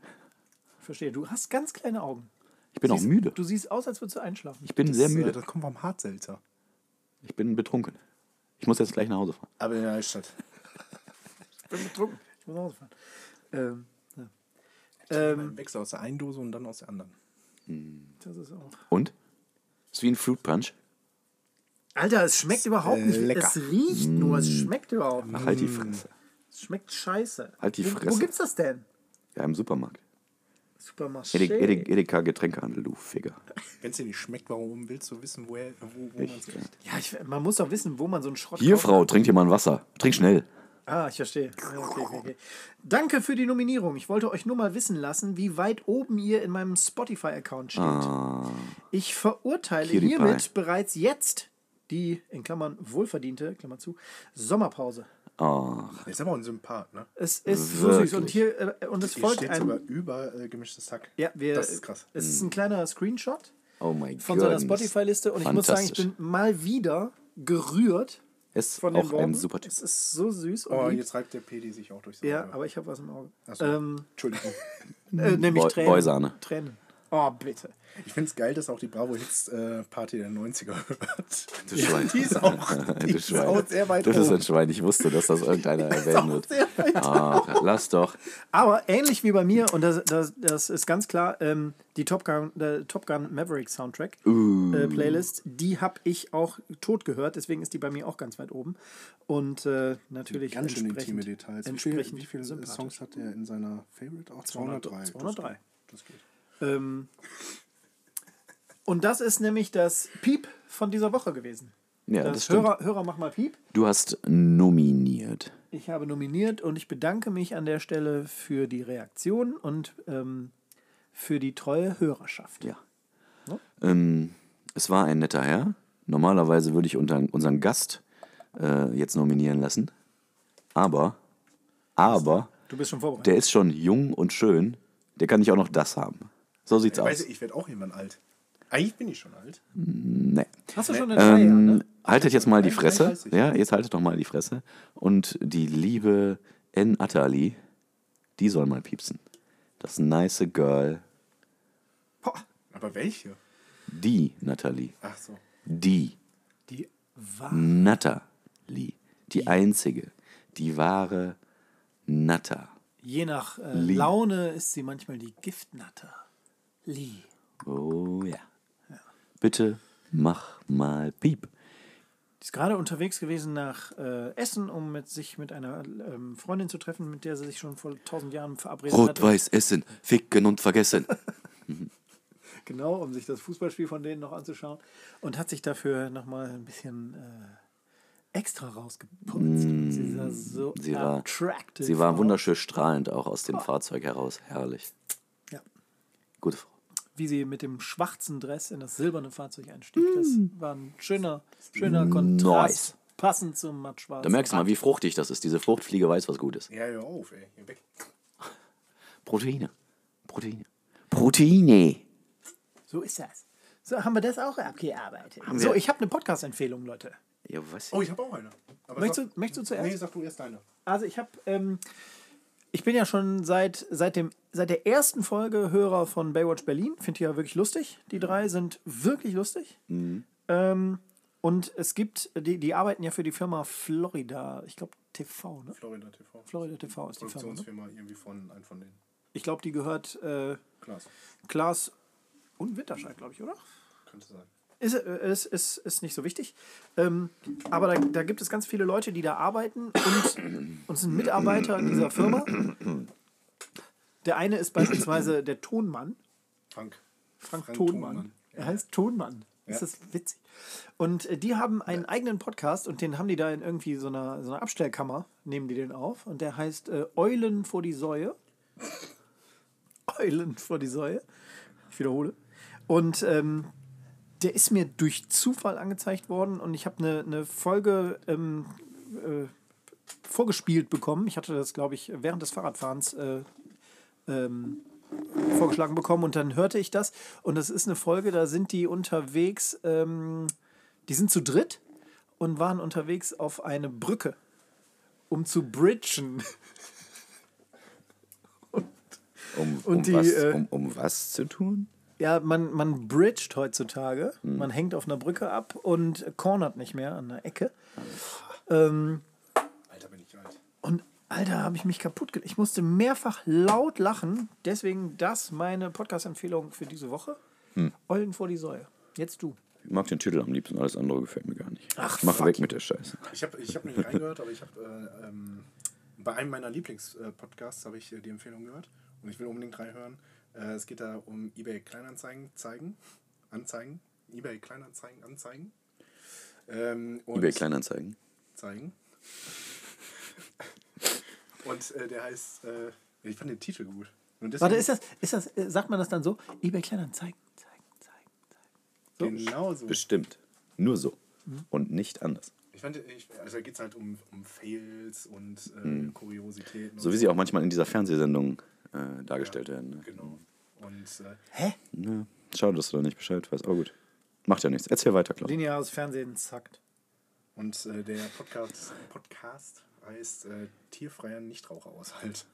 Speaker 1: Verstehe. Du hast ganz kleine Augen.
Speaker 2: Ich bin auch
Speaker 1: Siehst-
Speaker 2: müde.
Speaker 1: Du äh, siehst aus, als würdest du einschlafen.
Speaker 2: Ich bin sehr
Speaker 3: müde.
Speaker 2: müde.
Speaker 3: Das kommt vom Hartselzer.
Speaker 2: Ich bin betrunken. Ich muss jetzt gleich nach Hause fahren.
Speaker 3: Aber in der Altstadt.
Speaker 1: Ich muss nach Hause fahren. Ähm,
Speaker 3: Ähm, Wechsel aus der einen Dose und dann aus der anderen.
Speaker 1: das ist auch.
Speaker 2: Und? Ist wie ein Fruit Punch.
Speaker 1: Alter, es schmeckt überhaupt
Speaker 2: äh,
Speaker 1: nicht.
Speaker 3: lecker.
Speaker 1: Es riecht nur,
Speaker 2: Mm.
Speaker 1: es schmeckt überhaupt nicht.
Speaker 2: Ach, halt die Fresse.
Speaker 1: Es schmeckt scheiße.
Speaker 2: Halt die
Speaker 1: wo, Wo
Speaker 2: Fresse.
Speaker 1: gibt's das denn?
Speaker 2: Ja, im Supermarkt.
Speaker 1: Supermarché.
Speaker 2: Edeka, Edeka Getränkehandel, du Ficker.
Speaker 3: Wenn es dir nicht schmeckt, warum willst du wissen, woher, wo, wo man es kriegt?
Speaker 1: Ja, ich, man muss doch wissen, wo man so einen Schrott
Speaker 2: Hier,
Speaker 1: kauft.
Speaker 2: Frau, trink dir mal ein Wasser. Trink schnell.
Speaker 1: Ah, ich verstehe. Ja, Okay, okay, okay. Danke für die Nominierung. Ich wollte euch nur mal wissen lassen, wie weit oben ihr in meinem Spotify-Account steht.
Speaker 3: Ah.
Speaker 2: Ah,
Speaker 1: Ich verurteile
Speaker 2: Cutie
Speaker 1: hiermit
Speaker 2: Pie.
Speaker 1: bereits jetzt die, in Klammern wohlverdiente, Klammer zu, Sommerpause.
Speaker 2: Ach,
Speaker 3: Ist aber ein Sympath, ne?
Speaker 1: Es ist so
Speaker 2: Wirklich?
Speaker 1: süß. Und hier, äh, und es
Speaker 3: Hier
Speaker 1: folgt
Speaker 3: steht sogar
Speaker 1: ein.
Speaker 3: über äh, gemischtes Hack.
Speaker 1: Ja, wir,
Speaker 3: das ist krass. Mhm.
Speaker 1: Es ist ein kleiner Screenshot
Speaker 2: oh mein Gott.
Speaker 1: von seiner Spotify-Liste und ich muss sagen, ich bin mal wieder gerührt
Speaker 2: Ist
Speaker 1: von den
Speaker 2: auch
Speaker 1: Worten.
Speaker 2: ein super Typ.
Speaker 1: Es ist so süß und
Speaker 3: Oh,
Speaker 1: lieb.
Speaker 3: jetzt reibt der PD sich auch durchs
Speaker 1: Mhm. Ja,
Speaker 3: Auge.
Speaker 1: aber ich habe was im Auge.
Speaker 3: so.
Speaker 1: Ähm,
Speaker 3: Entschuldigung.
Speaker 1: äh, nämlich
Speaker 2: Boy-
Speaker 1: Tränen.
Speaker 2: Boysahne.
Speaker 1: Tränen. Oh, bitte.
Speaker 3: Ich finde es geil, dass auch die Bravo Hits äh, Party der 90er hört.
Speaker 2: Du Schwein.
Speaker 3: Die ist auch, die
Speaker 2: Du
Speaker 3: ist
Speaker 2: Schwein.
Speaker 3: auch sehr weit
Speaker 2: das ist
Speaker 3: oben.
Speaker 2: ein Schwein. Ich wusste, dass das irgendeiner erwähnen wird.
Speaker 1: sehr
Speaker 2: Ach, lass doch.
Speaker 1: Aber ähnlich wie bei mir, und das, das, das ist ganz klar, ähm, die Top Gun, der Top Gun Maverick Soundtrack
Speaker 3: Uh.
Speaker 1: äh, Playlist, die habe ich auch tot gehört, deswegen ist die bei mir auch ganz weit oben. Und äh, natürlich
Speaker 3: Ganz schön
Speaker 1: entsprechend-
Speaker 3: intime Details. Wie viel-
Speaker 1: Entsprechend
Speaker 3: wie viele
Speaker 1: sympathisch.
Speaker 3: Songs hat er in seiner Favorite? Auch 203.
Speaker 1: 203.
Speaker 3: Das geht.
Speaker 1: Ähm, und das ist nämlich das Piep von dieser Woche gewesen.
Speaker 2: Ja, das
Speaker 1: das
Speaker 2: stimmt.
Speaker 1: Hörer, Hörer, mach mal Piep.
Speaker 2: Du hast nominiert.
Speaker 1: Ich habe nominiert und ich bedanke mich an der Stelle für die Reaktion und ähm, für die treue Hörerschaft.
Speaker 2: Ja. Ähm, es war ein netter Herr. Normalerweise würde ich unter, unseren Gast äh, jetzt nominieren lassen. Aber, aber,
Speaker 1: Du bist schon vorbereitet.
Speaker 2: der ist schon jung und schön. Der kann nicht auch noch das haben. So sieht's
Speaker 3: Ich weiß,
Speaker 2: aus.
Speaker 3: ich werde auch irgendwann alt. Eigentlich bin ich schon alt.
Speaker 2: Nee.
Speaker 1: Hast du
Speaker 2: Ähm,
Speaker 1: schon eine Dreier, ne?
Speaker 2: Haltet jetzt mal die Fresse.
Speaker 3: 31.
Speaker 2: Ja, jetzt haltet doch mal die Fresse. Und die liebe N. Atali, die soll mal piepsen. Das nice Girl,
Speaker 1: Boah,
Speaker 3: Aber welche?
Speaker 2: die Nathalie.
Speaker 3: Ach so.
Speaker 2: Die
Speaker 1: die war.
Speaker 2: Nathalie. Die einzige. Die wahre Natter.
Speaker 1: Je nach äh, Laune ist sie manchmal die Giftnatter. Lee.
Speaker 2: Oh ja. Bitte mach mal Piep.
Speaker 1: Sie ist gerade unterwegs gewesen nach äh, Essen, um mit sich mit einer ähm, Freundin zu treffen, mit der sie sich schon vor tausend Jahren verabredet hatte.
Speaker 2: Rot-Weiß essen, ficken und vergessen.
Speaker 1: Genau, um sich das Fußballspiel von denen noch anzuschauen. Und hat sich dafür nochmal ein bisschen äh, extra rausgeputzt. Und sie sah so
Speaker 2: Mm, Sie war,
Speaker 1: attractive.
Speaker 2: sie war
Speaker 1: aus.
Speaker 2: wunderschön strahlend auch aus dem Fahrzeug heraus. Herrlich.
Speaker 1: Ja.
Speaker 2: Gute Frau.
Speaker 1: Wie sie mit dem schwarzen Dress in das silberne Fahrzeug einstieg. Das war ein schöner, schöner Kontrast.
Speaker 2: Mm. Nice.
Speaker 1: Passend zum mattschwarzen.
Speaker 2: Da merkst du mal, wie fruchtig das ist. Diese Fruchtfliege weiß, was gut ist.
Speaker 3: Ja, hör auf, ey. Geh weg.
Speaker 2: Proteine. Proteine. Proteine.
Speaker 1: So ist das. So haben wir das auch abgearbeitet. So,
Speaker 2: wir-
Speaker 1: ich habe eine Podcast-Empfehlung, Leute.
Speaker 2: Ja, was?
Speaker 3: Oh, ich habe auch eine. Aber
Speaker 1: Möchtest
Speaker 3: sag-
Speaker 1: du, möchtest du zuerst?
Speaker 3: Nee, sag du erst deine.
Speaker 1: Also ich habe, ähm, ich bin ja schon seit, seit, dem, seit der ersten Folge Hörer von Baywatch Berlin. Finde ich ja wirklich lustig. Die drei sind wirklich lustig. Ähm, und es gibt, die, die arbeiten ja für die Firma Florida, ich glaube TV, ne?
Speaker 3: Florida TV.
Speaker 1: Florida TV ist die Firma. Ne?
Speaker 3: Produktionsfirma irgendwie von einem von denen.
Speaker 1: Ich glaube, die gehört äh,
Speaker 3: Klaas.
Speaker 1: Klaas und Winterscheid, glaube ich, oder?
Speaker 3: Könnte sein.
Speaker 1: Ist, äh, ist, ist, ist nicht so wichtig. Ähm, aber da, da gibt es ganz viele Leute, die da arbeiten und, und sind Mitarbeiter in dieser Firma. Der eine ist beispielsweise der Tonmann.
Speaker 3: Frank.
Speaker 1: Frank, Tonmann. Er heißt Tonmann. Das
Speaker 3: Ja.
Speaker 1: ist witzig. Und äh, die haben einen eigenen Podcast und den haben die da in irgendwie so einer, so einer Abstellkammer, nehmen die den auf. Und der heißt äh, Eulen vor die Säue. Eulen vor die Säue. Ich wiederhole. Und ähm, der ist mir durch Zufall angezeigt worden und ich habe eine ne Folge ähm, äh, vorgespielt bekommen. Ich hatte das, glaube ich, während des Fahrradfahrens äh, ähm, vorgeschlagen bekommen und dann hörte ich das. Und das ist eine Folge, da sind die unterwegs, ähm, die sind zu dritt und waren unterwegs auf eine Brücke, um zu bridgen.
Speaker 2: Um,
Speaker 1: Und
Speaker 2: um,
Speaker 1: die,
Speaker 2: was,
Speaker 1: äh,
Speaker 2: um, um was zu tun?
Speaker 1: Ja, man, man bridged heutzutage. Man hängt auf einer Brücke ab und cornert nicht mehr an der Ecke. Ähm,
Speaker 3: Alter, bin ich alt.
Speaker 1: und Alter, habe ich mich kaputt gelacht. Ich musste mehrfach laut lachen. Deswegen das meine Podcast-Empfehlung für diese Woche. Eulen vor die Säue. Jetzt du.
Speaker 2: Ich mag den Titel am liebsten, alles andere gefällt mir gar nicht.
Speaker 1: Ach,
Speaker 2: Mach
Speaker 1: fuck
Speaker 2: weg
Speaker 1: you.
Speaker 2: mit der Scheiße.
Speaker 3: Ich habe ich hab nicht reingehört, aber ich habe äh, ähm, bei einem meiner Lieblingspodcasts habe ich äh, die Empfehlung gehört und ich will unbedingt reinhören. Äh, es geht da um eBay Kleinanzeigen, zeigen, anzeigen, eBay Kleinanzeigen, anzeigen. Ähm, und
Speaker 2: eBay Kleinanzeigen.
Speaker 3: zeigen. und äh, der heißt, äh, ich fand den Titel gut. Und deswegen-
Speaker 1: Warte, ist das, ist das, äh, sagt man das dann so? eBay Kleinanzeigen, zeigen, zeigen, zeigen.
Speaker 3: genau so?
Speaker 2: Bestimmt. Nur so.
Speaker 1: Mhm.
Speaker 2: Und nicht anders.
Speaker 3: Ich fand, ich, also da geht es halt um, um Fails und äh, Kuriositäten.
Speaker 2: Hm. So wie sie auch manchmal in dieser Fernsehsendung äh, dargestellt werden. Ne?
Speaker 3: Genau. Und äh,
Speaker 1: Hä?
Speaker 2: Ja. Ne, Schade, dass du da nicht Bescheid weißt. Aber gut. Macht ja nichts. Erzähl weiter, Klaus.
Speaker 1: Lineares Fernsehen zackt.
Speaker 3: Und äh, der Podcast, Podcast heißt äh, Tierfreier Nichtraucheraushalt.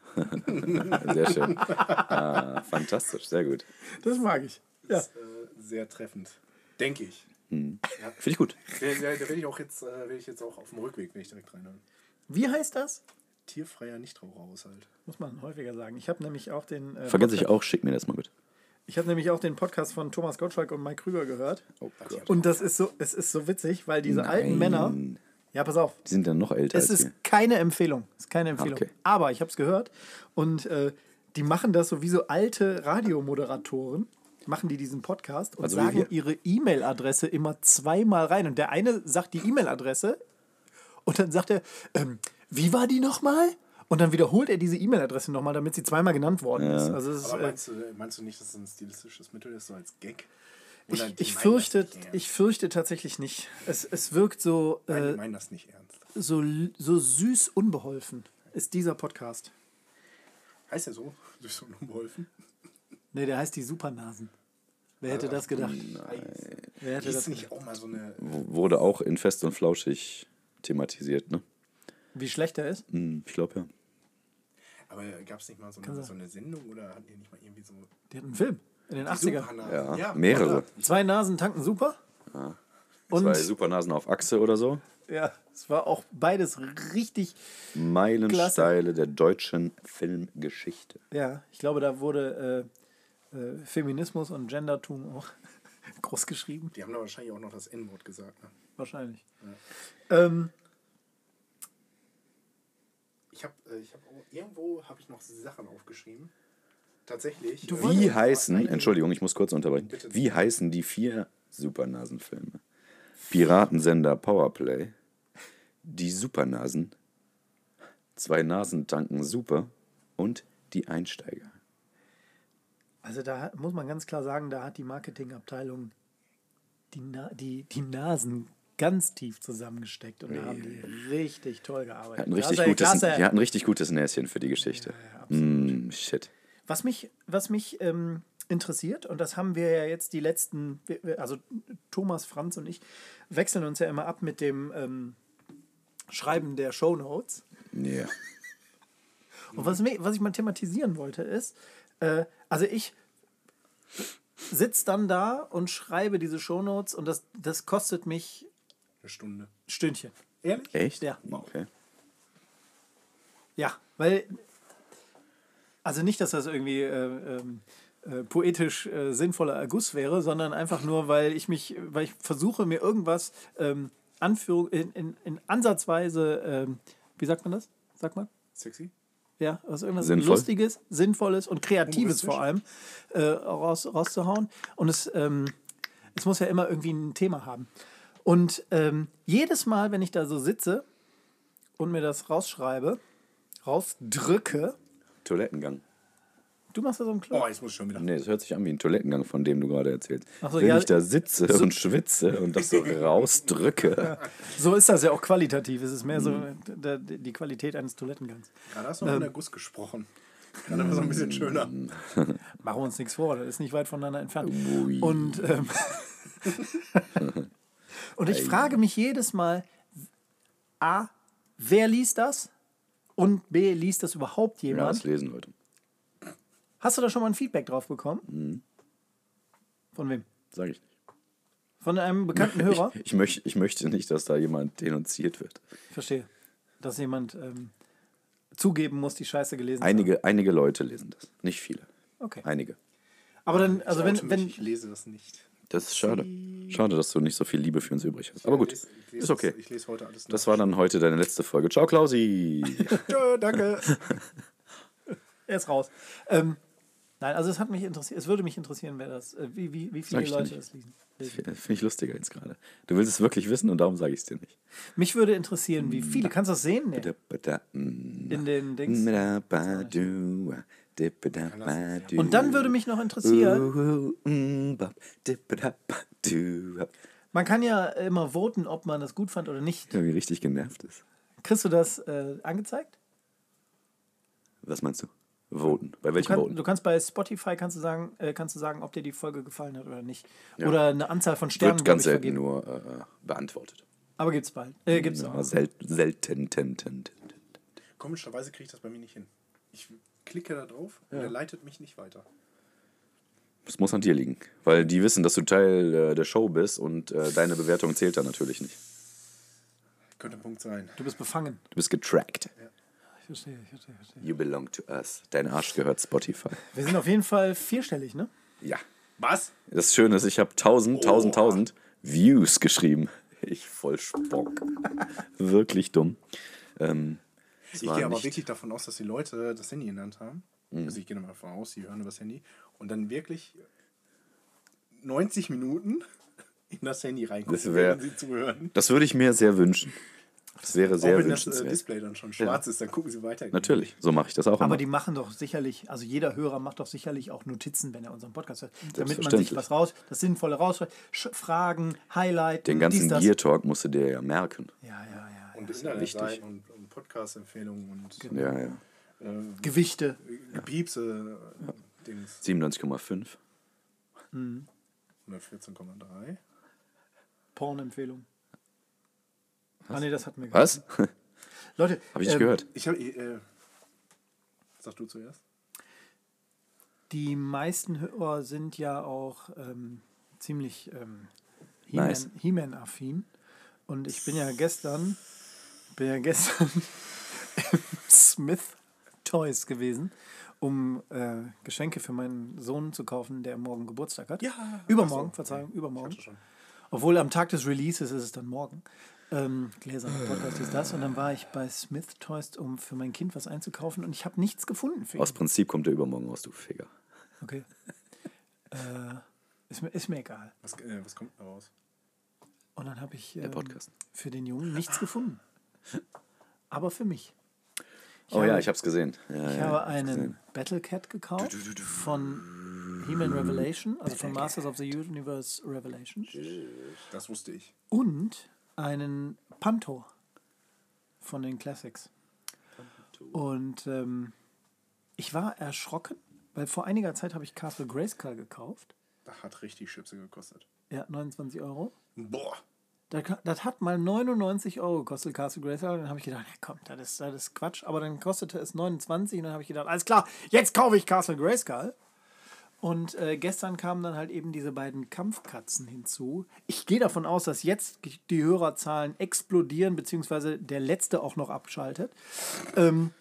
Speaker 2: Sehr schön. ah, fantastisch, sehr gut.
Speaker 1: Das mag ich. Ja.
Speaker 3: Ist, äh, sehr treffend, denke ich.
Speaker 2: Finde ich gut.
Speaker 3: Der, der, der will ich auch jetzt, äh, will ich jetzt auch auf dem Rückweg will ich direkt reinhören.
Speaker 1: Wie heißt das?
Speaker 3: Tierfreier Nichtraucheraushalt.
Speaker 1: Muss man häufiger sagen. Ich habe nämlich auch den. Äh,
Speaker 2: Vergiss
Speaker 1: Podcast-
Speaker 2: ich auch, schick mir das mal bitte.
Speaker 1: Ich habe nämlich auch den Podcast von Thomas Gottschalk und Mike Krüger gehört.
Speaker 2: Oh Gott.
Speaker 1: Und das ist so, es ist so witzig, weil diese alten
Speaker 2: Nein.
Speaker 1: Männer. Ja, pass auf.
Speaker 2: Die sind dann noch älter
Speaker 1: Es
Speaker 2: als
Speaker 1: ist
Speaker 2: wir.
Speaker 1: keine Empfehlung. Es ist keine Empfehlung.
Speaker 2: Okay.
Speaker 1: Aber ich habe es gehört und äh, die machen das so wie so alte Radiomoderatoren. Machen die diesen Podcast und
Speaker 2: Also wie
Speaker 1: sagen
Speaker 2: wir.
Speaker 1: ihre E-Mail-Adresse immer zweimal rein. Und der eine sagt die E-Mail-Adresse und dann sagt er, ähm, wie war die nochmal? Und dann wiederholt er diese E-Mail-Adresse nochmal, damit sie zweimal genannt worden ist. Also es ist,
Speaker 3: Aber
Speaker 1: äh,
Speaker 3: meinst du, meinst du nicht, dass es ein stilistisches Mittel ist, so als Gag?
Speaker 1: ich,
Speaker 3: Oder die
Speaker 1: ich,
Speaker 3: meinen
Speaker 1: fürchte,
Speaker 3: das nicht ernst?
Speaker 1: ich fürchte tatsächlich nicht. Es, es wirkt so,
Speaker 3: Nein,
Speaker 1: äh,
Speaker 3: die meinen das nicht ernst.
Speaker 1: so, so süß unbeholfen, ist dieser Podcast.
Speaker 3: Heißt ja so, durch so einen Umwolfen.
Speaker 1: Nee, der heißt die Supernasen. Wer hätte das gedacht? Wer hätte
Speaker 3: Ist
Speaker 1: das
Speaker 3: nicht auch mal so eine.
Speaker 2: W- Wurde auch in Fest und Flauschig thematisiert, ne?
Speaker 1: Wie schlecht er ist?
Speaker 2: Hm, Ich glaube ja.
Speaker 3: Aber gab es nicht mal so eine, so eine Sendung oder hatten die nicht mal irgendwie so.
Speaker 1: Der hat einen Film in den 80ern.
Speaker 3: Supernasen? Ah.
Speaker 2: Ja,
Speaker 3: Ja,
Speaker 2: mehrere.
Speaker 1: Zwei Nasen tanken super.
Speaker 2: Zwei
Speaker 1: Und
Speaker 2: Supernasen auf Achse oder so.
Speaker 1: ja, es war auch beides richtig.
Speaker 2: Meilensteile der deutschen Filmgeschichte.
Speaker 1: Ja, ich glaube, da wurde äh, äh, Feminismus und Gendertum auch groß geschrieben.
Speaker 3: Die haben da wahrscheinlich auch noch das N-Wort gesagt. Ne?
Speaker 1: Wahrscheinlich. Ähm,
Speaker 3: Ich habe äh, ich hab auch- irgendwo habe ich noch Sachen aufgeschrieben. Tatsächlich. äh,
Speaker 2: Wie heißen,
Speaker 3: einige-
Speaker 2: Entschuldigung, ich muss kurz unterbrechen.
Speaker 3: Bitte.
Speaker 2: Wie heißen die vier Supernasenfilme? Piratensender Powerplay, die Supernasen, zwei Nasen tanken super und die Einsteiger.
Speaker 1: also da hat- muss man ganz klar sagen, da hat die Marketingabteilung die, Na die, die Nasen ganz tief zusammengesteckt und da haben die richtig toll
Speaker 2: Die
Speaker 1: gearbeitet.
Speaker 2: hatten richtig,
Speaker 1: Klasse,
Speaker 2: gutes,
Speaker 1: klasse.
Speaker 2: die hatten richtig gutes Näschen für die Geschichte. mm, shit.
Speaker 1: Was mich, was mich ähm, interessiert, und das haben wir ja jetzt die letzten, wir- wir- also Thomas, Franz und ich wechseln uns ja immer ab mit dem ähm, Schreiben der Shownotes.
Speaker 2: Ja.
Speaker 1: Und was, mich, was ich mal thematisieren wollte, ist, äh, also ich sitze dann da und schreibe diese Shownotes und das, das kostet mich
Speaker 3: Eine Stunde.
Speaker 1: Stündchen.
Speaker 3: Ehrlich?
Speaker 2: Echt?
Speaker 1: Ja.
Speaker 2: Okay.
Speaker 1: Ja, weil Also nicht, dass das irgendwie äh, ähm, äh, poetisch äh, sinnvoller Erguss wäre, sondern einfach nur, weil ich mich, weil ich versuche, mir irgendwas ähm, Anführung, in, in, in ansatzweise, ähm, wie sagt man das? Sag mal.
Speaker 3: Sexy?
Speaker 1: Ja, aus irgendwas
Speaker 2: Sinnvoll.
Speaker 1: Lustiges, Sinnvolles und Kreatives
Speaker 3: Humoristisch.
Speaker 1: vor allem äh, raus, rauszuhauen. Und es, ähm, es muss ja immer irgendwie ein Thema haben. Und ähm, jedes Mal, wenn ich da so sitze und mir das rausschreibe, rausdrücke,
Speaker 2: Toilettengang.
Speaker 1: du machst das am Klo.
Speaker 3: Oh, jetzt muss ich schon wieder.
Speaker 2: Nee, es hört sich an wie ein Toilettengang, von dem du gerade erzählst.
Speaker 1: Ach so,
Speaker 2: Wenn
Speaker 1: ja,
Speaker 2: ich da sitze und schwitze und das so rausdrücke.
Speaker 1: So ist das ja auch qualitativ. Es ist mehr so
Speaker 3: Mhm.
Speaker 1: d- d- die Qualität eines Toilettengangs.
Speaker 3: Gerade hast du noch
Speaker 1: Ähm.
Speaker 3: in der Guss gesprochen. Gerade war so ein bisschen schöner.
Speaker 1: Machen wir uns nichts vor, das ist nicht weit voneinander entfernt. Und, ähm, und ich frage mich jedes Mal, A, wer liest das? Und B, liest das überhaupt
Speaker 2: Ja,
Speaker 1: jemand?
Speaker 2: das lesen Leute.
Speaker 1: Hast du da schon mal ein Feedback drauf bekommen?
Speaker 2: Hm.
Speaker 1: Von wem?
Speaker 2: Sag ich nicht.
Speaker 1: Von einem bekannten Hörer?
Speaker 2: Ich, ich, möcht, ich möchte nicht, dass da jemand denunziert wird.
Speaker 1: Ich verstehe. Dass jemand ähm, zugeben muss, die Scheiße gelesen zu
Speaker 2: Einige, einige Leute lesen das. Nicht viele.
Speaker 1: Okay.
Speaker 2: Einige.
Speaker 1: haben. Aber dann, also
Speaker 3: Ich
Speaker 1: wenn,
Speaker 3: oute mich,
Speaker 1: wenn,
Speaker 3: ich lese das nicht.
Speaker 2: Das ist schade. Schade, dass du nicht so viel Liebe für uns übrig hast. Aber gut,
Speaker 3: Ich lese- ich lese
Speaker 2: ist okay.
Speaker 3: das- Ich lese heute alles
Speaker 2: Das war dann heute deine letzte Folge. Ciao, Klausi.
Speaker 3: Tschö, danke.
Speaker 1: Er ist raus. Ähm, nein, also es hat mich interessiert, es würde mich interessieren, wer das, äh, wie, wie, wie viele
Speaker 2: Sag ich dir
Speaker 1: Leute
Speaker 2: nicht.
Speaker 1: das lesen.
Speaker 2: Finde ich lustiger jetzt gerade. Du willst es wirklich wissen und darum sage ich es dir nicht.
Speaker 1: Mich würde interessieren, wie viele. Kannst du das sehen? Nee.
Speaker 2: mm,
Speaker 1: In den Dings. Und
Speaker 2: Und
Speaker 1: dann würde mich noch
Speaker 2: Äh.
Speaker 1: interessieren,
Speaker 2: mm, Wie
Speaker 1: man kann ja immer voten, ob man das gut fand oder nicht.
Speaker 2: richtig genervt ist.
Speaker 1: Kriegst du das äh, angezeigt?
Speaker 2: Was meinst du? Voten. Bei
Speaker 1: Du,
Speaker 2: welchen
Speaker 1: kann, du
Speaker 2: Voten?
Speaker 1: kannst bei Spotify kannst du sagen, äh, kannst du sagen, ob dir die Folge gefallen hat oder nicht. Oder eine Anzahl von Sternen
Speaker 2: Wird
Speaker 1: glaub
Speaker 2: ganz
Speaker 1: ich,
Speaker 2: selten
Speaker 1: vergeben.
Speaker 2: nur äh, beantwortet.
Speaker 1: Aber gibt's bald. Äh, gibt's
Speaker 2: Ja,
Speaker 1: noch.
Speaker 2: selten, selten, ten, ten, ten.
Speaker 3: Komischerweise kriege ich das bei mir nicht hin. Ich klicke da drauf und er leitet mich nicht weiter.
Speaker 2: Das muss an dir liegen, weil die wissen, dass du Teil äh, der Show bist und äh, deine Bewertung zählt da natürlich nicht.
Speaker 3: Könnte ein Punkt sein.
Speaker 1: Du bist befangen.
Speaker 2: Du bist getrackt.
Speaker 1: Ich verstehe, ich verstehe, ich verstehe.
Speaker 2: You belong to us. Dein Arsch gehört Spotify.
Speaker 1: Wir sind auf jeden Fall vierstellig, ne?
Speaker 2: Ja.
Speaker 3: Was?
Speaker 2: Das Schöne ist, ich habe 1000, 1000,
Speaker 3: Oha.
Speaker 2: 1000 Views geschrieben. Ich voll Spock. Wirklich dumm. Ähm, es
Speaker 3: Ich
Speaker 2: war
Speaker 3: gehe aber
Speaker 2: nicht- Mhm.
Speaker 3: wirklich davon aus, dass die Leute das Handy in der Hand haben. Also ich gehe mal davon aus, sie hören über das Handy und dann wirklich 90 Minuten in das Handy reingucken,
Speaker 2: Das wär-
Speaker 3: während sie zuhören.
Speaker 2: das würde ich mir sehr wünschen. Das wäre sehr
Speaker 3: Auch wenn das äh,
Speaker 2: wünschenswert.
Speaker 3: Display dann schon schwarz ist, dann gucken sie weiter.
Speaker 2: natürlich, so mache ich das auch
Speaker 1: Aber
Speaker 2: immer.
Speaker 1: die machen doch sicherlich, also jeder Hörer macht doch sicherlich auch Notizen, wenn er unseren Podcast hört, damit man sich
Speaker 2: Selbstverständlich.
Speaker 1: was raus, das Sinnvolle rausschreibt, Sch- Fragen, Highlight,
Speaker 2: Den ganzen
Speaker 1: das.
Speaker 2: Gear Talk musst du dir ja merken.
Speaker 1: Ja, ja, ja.
Speaker 3: Und
Speaker 2: wichtig. Genau.
Speaker 3: Internetseiten und, und Podcast-Empfehlungen und
Speaker 2: Ja, ja.
Speaker 1: Gewichte.
Speaker 3: Gepiepse, äh, Dings
Speaker 2: 97,5.
Speaker 3: 114,3.
Speaker 1: Pornempfehlung. Ah, nee, das hatten wir
Speaker 2: Was? habe
Speaker 1: gehört. Leute,
Speaker 2: ich nicht
Speaker 1: ähm,
Speaker 2: gehört.
Speaker 3: Ich habe, äh, sag du zuerst.
Speaker 1: Die meisten Hörer sind ja auch ähm, ziemlich ähm, He-Man-
Speaker 2: Nice.
Speaker 1: He-Man-affin. Und ich bin ja gestern, bin ja gestern im Smith Toys gewesen, um äh, Geschenke für meinen Sohn zu kaufen, der morgen Geburtstag hat.
Speaker 3: Ja,
Speaker 1: übermorgen,
Speaker 3: ach so.
Speaker 1: Verzeihung, übermorgen.
Speaker 3: Ich hatte schon.
Speaker 1: Obwohl am Tag des Releases ist es dann morgen. Ähm, Gläser, Podcast ist das. Und dann war ich bei Smith Toys, um für mein Kind was einzukaufen und ich habe nichts gefunden für ihn.
Speaker 2: Aus Prinzip kommt der übermorgen raus, du Ficker.
Speaker 1: Okay. äh, ist, mir, ist mir egal.
Speaker 3: Was, äh, was kommt da raus?
Speaker 1: Und dann habe ich ähm,
Speaker 2: Podcast.
Speaker 1: für den Jungen nichts gefunden. Aber für mich.
Speaker 2: oh
Speaker 1: habe-
Speaker 2: ja, ich hab's gesehen. Ja,
Speaker 1: Ich
Speaker 2: ja,
Speaker 1: habe
Speaker 2: hab's
Speaker 1: einen
Speaker 2: gesehen.
Speaker 1: Battle Cat gekauft von He-Man Revelation, also von Masters of the Universe Revelation.
Speaker 3: Das wusste ich.
Speaker 1: Und einen Panto von den Classics. Und ähm, ich war erschrocken, weil vor einiger Zeit habe ich Castle Grayskull gekauft.
Speaker 3: Das hat richtig Schipse gekostet.
Speaker 1: Ja, 29 Euro.
Speaker 3: Boah.
Speaker 1: Das, ka- das hat mal 99 Euro gekostet, Castle Grayskull. Dann habe ich gedacht, na komm, das ist, das ist Quatsch. Aber dann kostete es 29 und dann habe ich gedacht, alles klar, jetzt kaufe ich Castle Grayskull. Und äh, gestern kamen dann halt eben diese beiden Kampfkatzen hinzu. Ich gehe davon aus, dass jetzt die Hörerzahlen explodieren, beziehungsweise der letzte auch noch abschaltet. Ähm,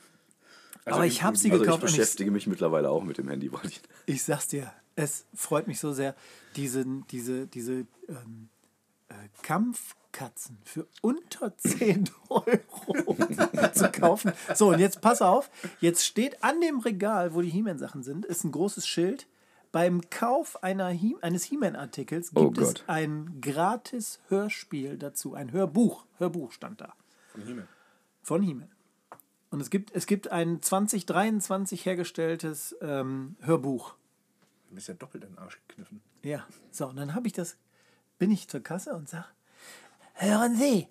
Speaker 1: Aber ich habe sie
Speaker 2: Also ich
Speaker 1: gekauft und ich,
Speaker 2: beschäftige mich mittlerweile auch mit dem Handy, wollte ich.
Speaker 1: ich sag's dir, es freut mich so sehr, diesen, diese, diese ähm, äh, Kampfkatzen für unter 10 Euro zu kaufen. So, und jetzt pass auf, jetzt steht an dem Regal, wo die He-Man-Sachen sind, ist ein großes Schild. Beim Kauf einer He eines He-Man-Artikels
Speaker 2: Oh
Speaker 1: gibt es
Speaker 2: Gott.
Speaker 1: ein gratis Hörspiel dazu, ein Hörbuch. Hörbuch stand da.
Speaker 3: Von Himmel.
Speaker 1: Von He-Man. Und es gibt, es gibt ein 2023 hergestelltes ähm, Hörbuch.
Speaker 3: Du bist ja doppelt in den Arsch gekniffen.
Speaker 1: Ja. So, und dann habe ich das, bin ich zur Kasse und sage, hören Sie,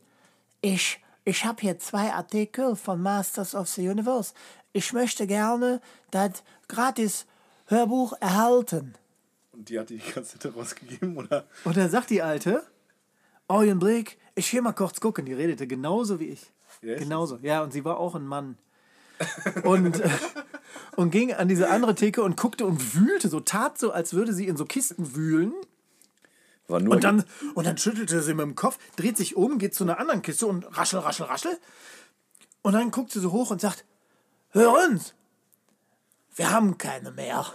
Speaker 1: ich, ich habe hier zwei Artikel von Masters of the Universe. Ich möchte gerne das gratis Hörbuch erhalten.
Speaker 3: Und die hat die Kassette rausgegeben, oder?
Speaker 1: Und dann sagt die Alte, Augenblick, ich will mal kurz gucken. Die redete genauso wie ich.
Speaker 3: Ja, echt?
Speaker 1: Genauso. Ja, und sie war auch ein Mann. Und, äh, und ging an diese andere Theke und guckte und wühlte so, tat so, als würde sie in so Kisten wühlen.
Speaker 2: War nur
Speaker 1: Und dann, und dann schüttelte sie mit dem Kopf, dreht sich um, geht zu einer anderen Kiste und raschel, raschel, raschel. Und dann guckt sie so hoch und sagt, hör uns, wir haben keine mehr.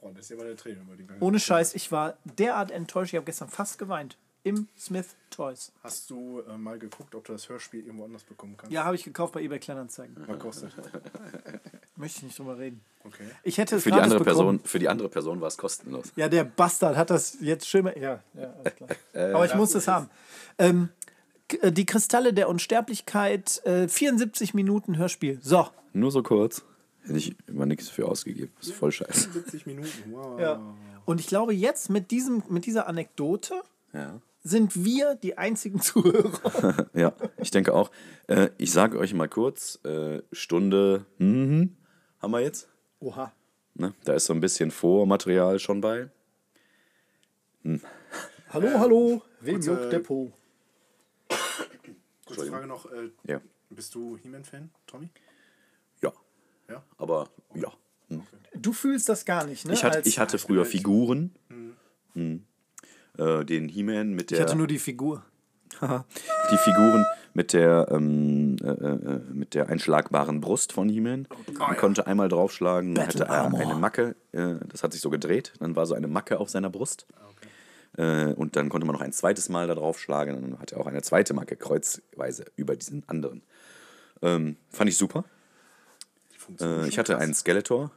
Speaker 3: Boah, das ist ja mal der Träne über die Wange.
Speaker 1: Ohne Scheiß, ich war derart enttäuscht, ich habe gestern fast geweint. Im Smith Toys.
Speaker 3: Hast du äh, mal geguckt, ob du das Hörspiel irgendwo anders bekommen kannst?
Speaker 1: Ja, habe ich gekauft bei eBay Kleinanzeigen.
Speaker 3: Mal kostet.
Speaker 1: Möchte ich nicht drüber reden.
Speaker 3: Okay.
Speaker 1: Ich hätte es
Speaker 2: für die
Speaker 1: gratis
Speaker 2: andere
Speaker 1: bekommen.
Speaker 2: Person, für die andere Person war es kostenlos.
Speaker 1: Ja, der Bastard hat das jetzt schön. mal- Ja, ja alles klar.
Speaker 2: Äh,
Speaker 1: Aber ich muss es haben. Ähm, K- äh, die Kristalle der Unsterblichkeit, äh, 74 Minuten Hörspiel. So,
Speaker 2: Nur so kurz. Hätte ich immer nichts für ausgegeben. Ist voll scheiße.
Speaker 3: 70 Minuten, wow.
Speaker 1: Und ich glaube, jetzt mit, diesem, mit dieser Anekdote
Speaker 2: Ja.
Speaker 1: sind wir die einzigen Zuhörer.
Speaker 2: Ja, ich denke auch. Äh, ich sage euch mal kurz, äh, Stunde mhm, haben wir jetzt.
Speaker 1: Oha.
Speaker 2: Ne? Da ist so ein bisschen Vormaterial schon bei.
Speaker 1: Hallo, hallo. Wem
Speaker 3: kurze- juckt der
Speaker 1: Po?
Speaker 3: Kurze Frage noch. Äh,
Speaker 2: Ja.
Speaker 3: Bist du He-Man-Fan, Tommy?
Speaker 2: Ja,
Speaker 3: Ja.
Speaker 2: aber ja. Hm.
Speaker 1: Du fühlst das gar nicht, ne?
Speaker 2: Ich hatte,
Speaker 1: Als- Mhm.
Speaker 2: ich hatte früher Figuren. Hm. Äh, den He-Man mit der.
Speaker 1: ich hatte nur die Figur.
Speaker 2: die Figuren mit der, ähm, äh, äh, mit der einschlagbaren Brust von He-Man.
Speaker 3: Oh,
Speaker 2: Man konnte einmal draufschlagen,
Speaker 1: Battle
Speaker 2: hatte er
Speaker 1: Armor.
Speaker 2: eine Macke, äh, das hat sich so gedreht, dann war so eine Macke auf seiner Brust.
Speaker 3: Ah,
Speaker 2: Äh, und dann konnte man noch ein zweites Mal da draufschlagen und dann hatte er auch eine zweite Macke kreuzweise über diesen anderen. Ähm, fand ich super.
Speaker 3: Die Funktion.
Speaker 2: Äh, ich hatte einen Skeletor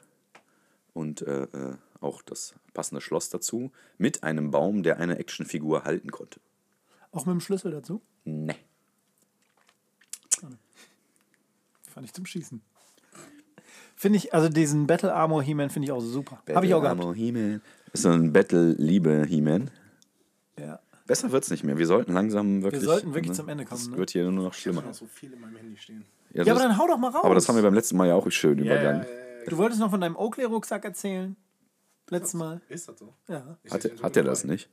Speaker 2: und äh, äh, auch das passende Schloss dazu mit einem Baum, der eine Actionfigur halten konnte.
Speaker 1: Auch mit dem Schlüssel dazu.
Speaker 2: Ne.
Speaker 1: Fand ich zum Schießen. Finde ich, also diesen Battle Armor He-Man finde ich auch super. Habe ich auch gehabt.
Speaker 2: He-Man. Ist so ein Battle-Liebe-He-Man.
Speaker 1: Ja.
Speaker 2: Besser wird's nicht mehr. Wir sollten langsam wirklich.
Speaker 1: sollten wirklich zum Ende kommen,
Speaker 2: Das
Speaker 1: ne?
Speaker 2: wird hier nur noch
Speaker 3: Ich
Speaker 2: schlimmer.
Speaker 3: hab noch so viel in meinem Handy stehen.
Speaker 1: ja,
Speaker 2: das-
Speaker 1: aber dann hau doch mal raus.
Speaker 2: Aber das haben wir beim letzten Mal ja auch schön übergangen.
Speaker 3: Äh,
Speaker 1: du wolltest noch von deinem Oakley-Rucksack erzählen. Letztes Mal.
Speaker 3: Ist das so?
Speaker 1: Ja.
Speaker 3: Ich
Speaker 2: Hat,
Speaker 3: hätte den
Speaker 2: hat er
Speaker 3: dabei.
Speaker 2: das nicht?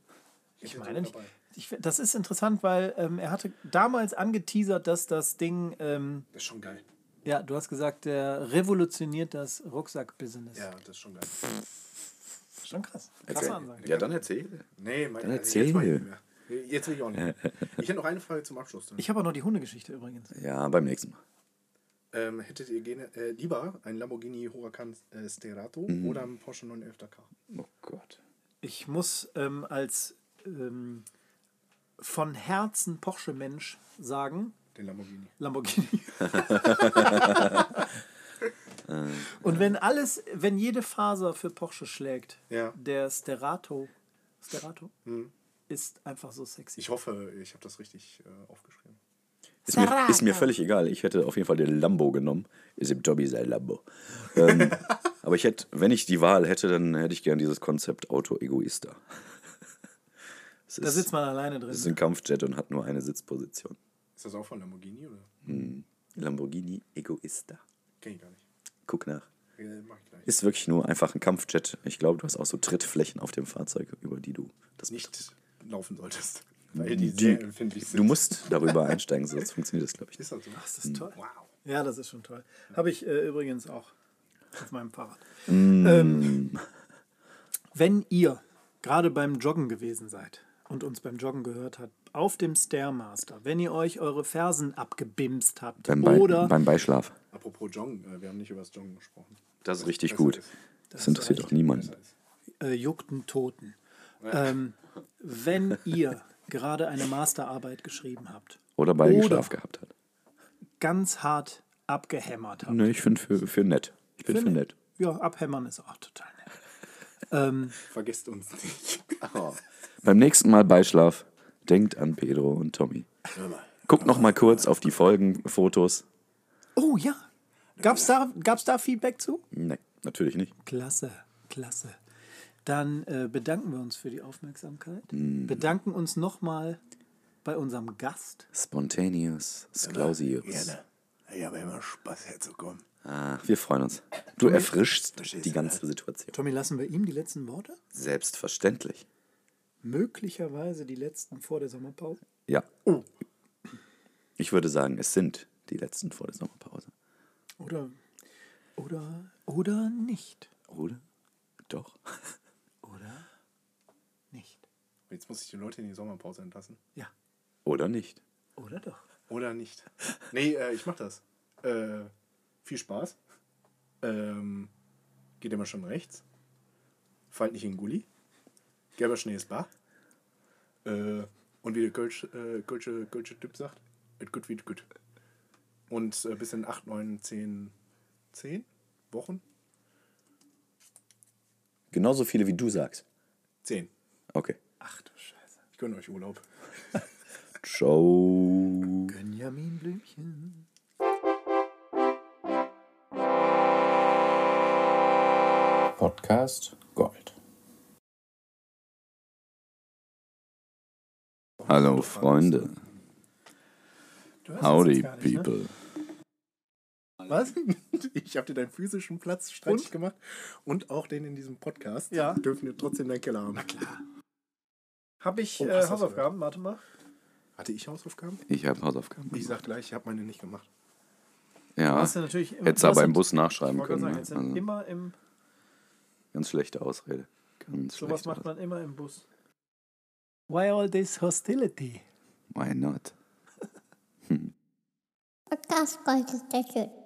Speaker 1: Ich
Speaker 3: hätte
Speaker 1: meine
Speaker 3: den
Speaker 1: nicht.
Speaker 3: dabei.
Speaker 1: Ich, fi- das ist interessant, weil ähm, er hatte damals angeteasert, dass das Ding, ähm,
Speaker 3: Das ist schon geil.
Speaker 1: ja, du hast gesagt, der revolutioniert das Rucksack-Business.
Speaker 3: Ja, das ist schon geil.
Speaker 1: Schon krass.
Speaker 2: Erzähl.
Speaker 1: Krasse Ansage.
Speaker 2: Ja, dann erzähl.
Speaker 3: Nee, mein,
Speaker 2: Dann
Speaker 3: also jetzt mach ich
Speaker 2: erzähl.
Speaker 3: nicht mehr. Jetzt will ich auch nicht mehr. Ich hätte noch eine Frage zum Abschluss. Dann.
Speaker 1: Ich habe auch noch die Hundegeschichte übrigens.
Speaker 2: Ja, beim nächsten Mal.
Speaker 3: Ähm, hättet ihr gerne, äh, lieber einen Lamborghini Huracan äh, Sterato oder einen Porsche 911 K?
Speaker 2: Oh Gott.
Speaker 1: Ich muss ähm, als ähm, von Herzen Porsche-Mensch sagen,
Speaker 3: Den Lamborghini.
Speaker 1: Lamborghini. Und wenn alles, wenn jede Faser für Porsche schlägt,
Speaker 3: Ja. Hm.
Speaker 1: der Sterato, Sterato ist einfach so sexy.
Speaker 3: Ich hoffe, ich habe das richtig äh, aufgeschrieben.
Speaker 2: Ist mir, ist mir völlig egal. Ich hätte auf jeden Fall den Lambo genommen. Ist im Dobby sein Lambo. Ähm, aber ich hätte, wenn ich die Wahl hätte, dann hätte ich gern dieses Konzept Auto Egoista. Es
Speaker 1: da
Speaker 2: ist-
Speaker 1: sitzt man alleine
Speaker 2: Es ist
Speaker 1: drin.
Speaker 2: ein Kampfjet und hat nur eine Sitzposition.
Speaker 3: Ist das auch von Lamborghini oder?
Speaker 2: Lamborghini Egoista.
Speaker 3: Kenn ich gar nicht.
Speaker 2: Guck nach.
Speaker 3: Äh, mach ich gleich.
Speaker 2: Ist wirklich nur einfach ein Kampfjet. Ich glaube, du hast auch so Trittflächen auf dem Fahrzeug, über die du das
Speaker 3: Nicht laufen solltest. Weil die, sehr empfindlich sind.
Speaker 2: Du musst darüber einsteigen, sonst funktioniert das, glaube ich. nicht.
Speaker 3: Ist das so? Ach,
Speaker 1: Das ist toll.
Speaker 3: Wow.
Speaker 1: Ja, das ist schon toll. Habe ich äh, übrigens auch auf meinem Fahrrad.
Speaker 2: Mm.
Speaker 1: Ähm, wenn ihr gerade beim Joggen gewesen seid und uns beim Joggen gehört habt, auf dem Stairmaster, wenn ihr euch eure Fersen abgebimst habt
Speaker 2: Beim, Bei
Speaker 1: oder
Speaker 2: beim Beischlaf.
Speaker 3: Apropos Jong, äh, wir haben nicht über das Jong gesprochen.
Speaker 2: Das ist richtig
Speaker 3: das
Speaker 2: gut.
Speaker 3: ist-
Speaker 2: Das interessiert doch
Speaker 3: Hm.
Speaker 2: niemanden.
Speaker 1: äh, juckten Toten, ähm, wenn ihr gerade eine Masterarbeit geschrieben habt,
Speaker 2: Oder Beischlaf
Speaker 1: Oder-
Speaker 2: gehabt hat.
Speaker 1: ganz hart abgehämmert habt.
Speaker 2: Ne, ich finde für, für nett. Ich bin für, nett.
Speaker 1: Ja, abhämmern ist auch total nett.
Speaker 3: Vergesst uns nicht.
Speaker 2: Beim nächsten Mal Beischlaf, denkt an Pedro und Tommy. Guckt noch mal kurz auf die Folgenfotos.
Speaker 1: Oh ja, gab's da, gab's da Feedback zu?
Speaker 2: Nee, natürlich nicht.
Speaker 1: Klasse, klasse. Dann äh, bedanken wir uns für die Aufmerksamkeit. Bedanken uns nochmal bei unserem Gast.
Speaker 2: Spontaneous Sclausius.
Speaker 3: Gerne. Ich habe immer Spaß herzukommen.
Speaker 2: Ah, wir freuen uns. Du erfrischst
Speaker 3: Hm? Verstehst
Speaker 2: die
Speaker 3: du,
Speaker 2: ganze Situation.
Speaker 1: Tommy, lassen wir ihm die letzten Worte?
Speaker 2: Selbstverständlich.
Speaker 1: Möglicherweise die letzten vor der Sommerpause.
Speaker 2: Ja.
Speaker 3: Oh.
Speaker 2: Ich würde sagen, es sind die letzten vor der Sommerpause.
Speaker 1: Oder, oder, oder nicht.
Speaker 2: Oder? Doch.
Speaker 1: Oder nicht.
Speaker 3: Jetzt muss ich die Leute in die Sommerpause entlassen.
Speaker 1: Ja,
Speaker 2: Oder nicht.
Speaker 1: oder doch.
Speaker 3: Oder nicht. Nee, äh, ich mach das. Äh, viel Spaß. Ähm, geht immer schon rechts. Fallt nicht in den Gulli. Gelber Schnee ist bar. Äh, und wie der Kölsch, äh, Kölsche, Kölsche Typ sagt, et gut wie gut. Und äh, bis in 8, 9, 10, 10 Wochen?
Speaker 2: Genauso viele, wie du sagst.
Speaker 3: 10.
Speaker 2: Okay.
Speaker 1: Ach du Scheiße.
Speaker 3: Ich gönne euch Urlaub.
Speaker 2: Ciao.
Speaker 1: Benjamin Blümchen.
Speaker 5: Podcast Gold.
Speaker 2: Hallo, Freunde.
Speaker 3: Du hörst das
Speaker 2: Howdy,
Speaker 3: jetzt gar nicht, ne?
Speaker 2: People.
Speaker 3: Was? Ich habe dir deinen physischen Platz streitig gemacht und auch den in diesem Podcast.
Speaker 1: Ja.
Speaker 3: Dürfen wir trotzdem deinen Keller haben.
Speaker 1: Habe ich
Speaker 3: Oh, hast du
Speaker 1: äh,
Speaker 3: das
Speaker 1: Hausaufgaben? Warte mal.
Speaker 3: Hatte ich Hausaufgaben?
Speaker 2: Ich habe Hausaufgaben.
Speaker 3: Ich sag gleich, ich habe meine nicht gemacht.
Speaker 1: Du
Speaker 2: Ja,
Speaker 1: hast ja natürlich im-
Speaker 2: hättest
Speaker 1: du hast
Speaker 2: aber im
Speaker 1: ja-
Speaker 2: Bus
Speaker 1: Ich
Speaker 2: nachschreiben
Speaker 1: wollte gerade
Speaker 2: können.
Speaker 1: sagen,
Speaker 2: ne?
Speaker 1: jetzt sind
Speaker 2: also,
Speaker 1: immer im,
Speaker 2: ganz schlechte Ausrede. Ganz
Speaker 1: sowas
Speaker 2: schlechte
Speaker 1: macht
Speaker 2: Ausrede.
Speaker 1: man immer im Bus. Why all this hostility?
Speaker 2: Why not?
Speaker 4: Podcast Gold ist der schönste.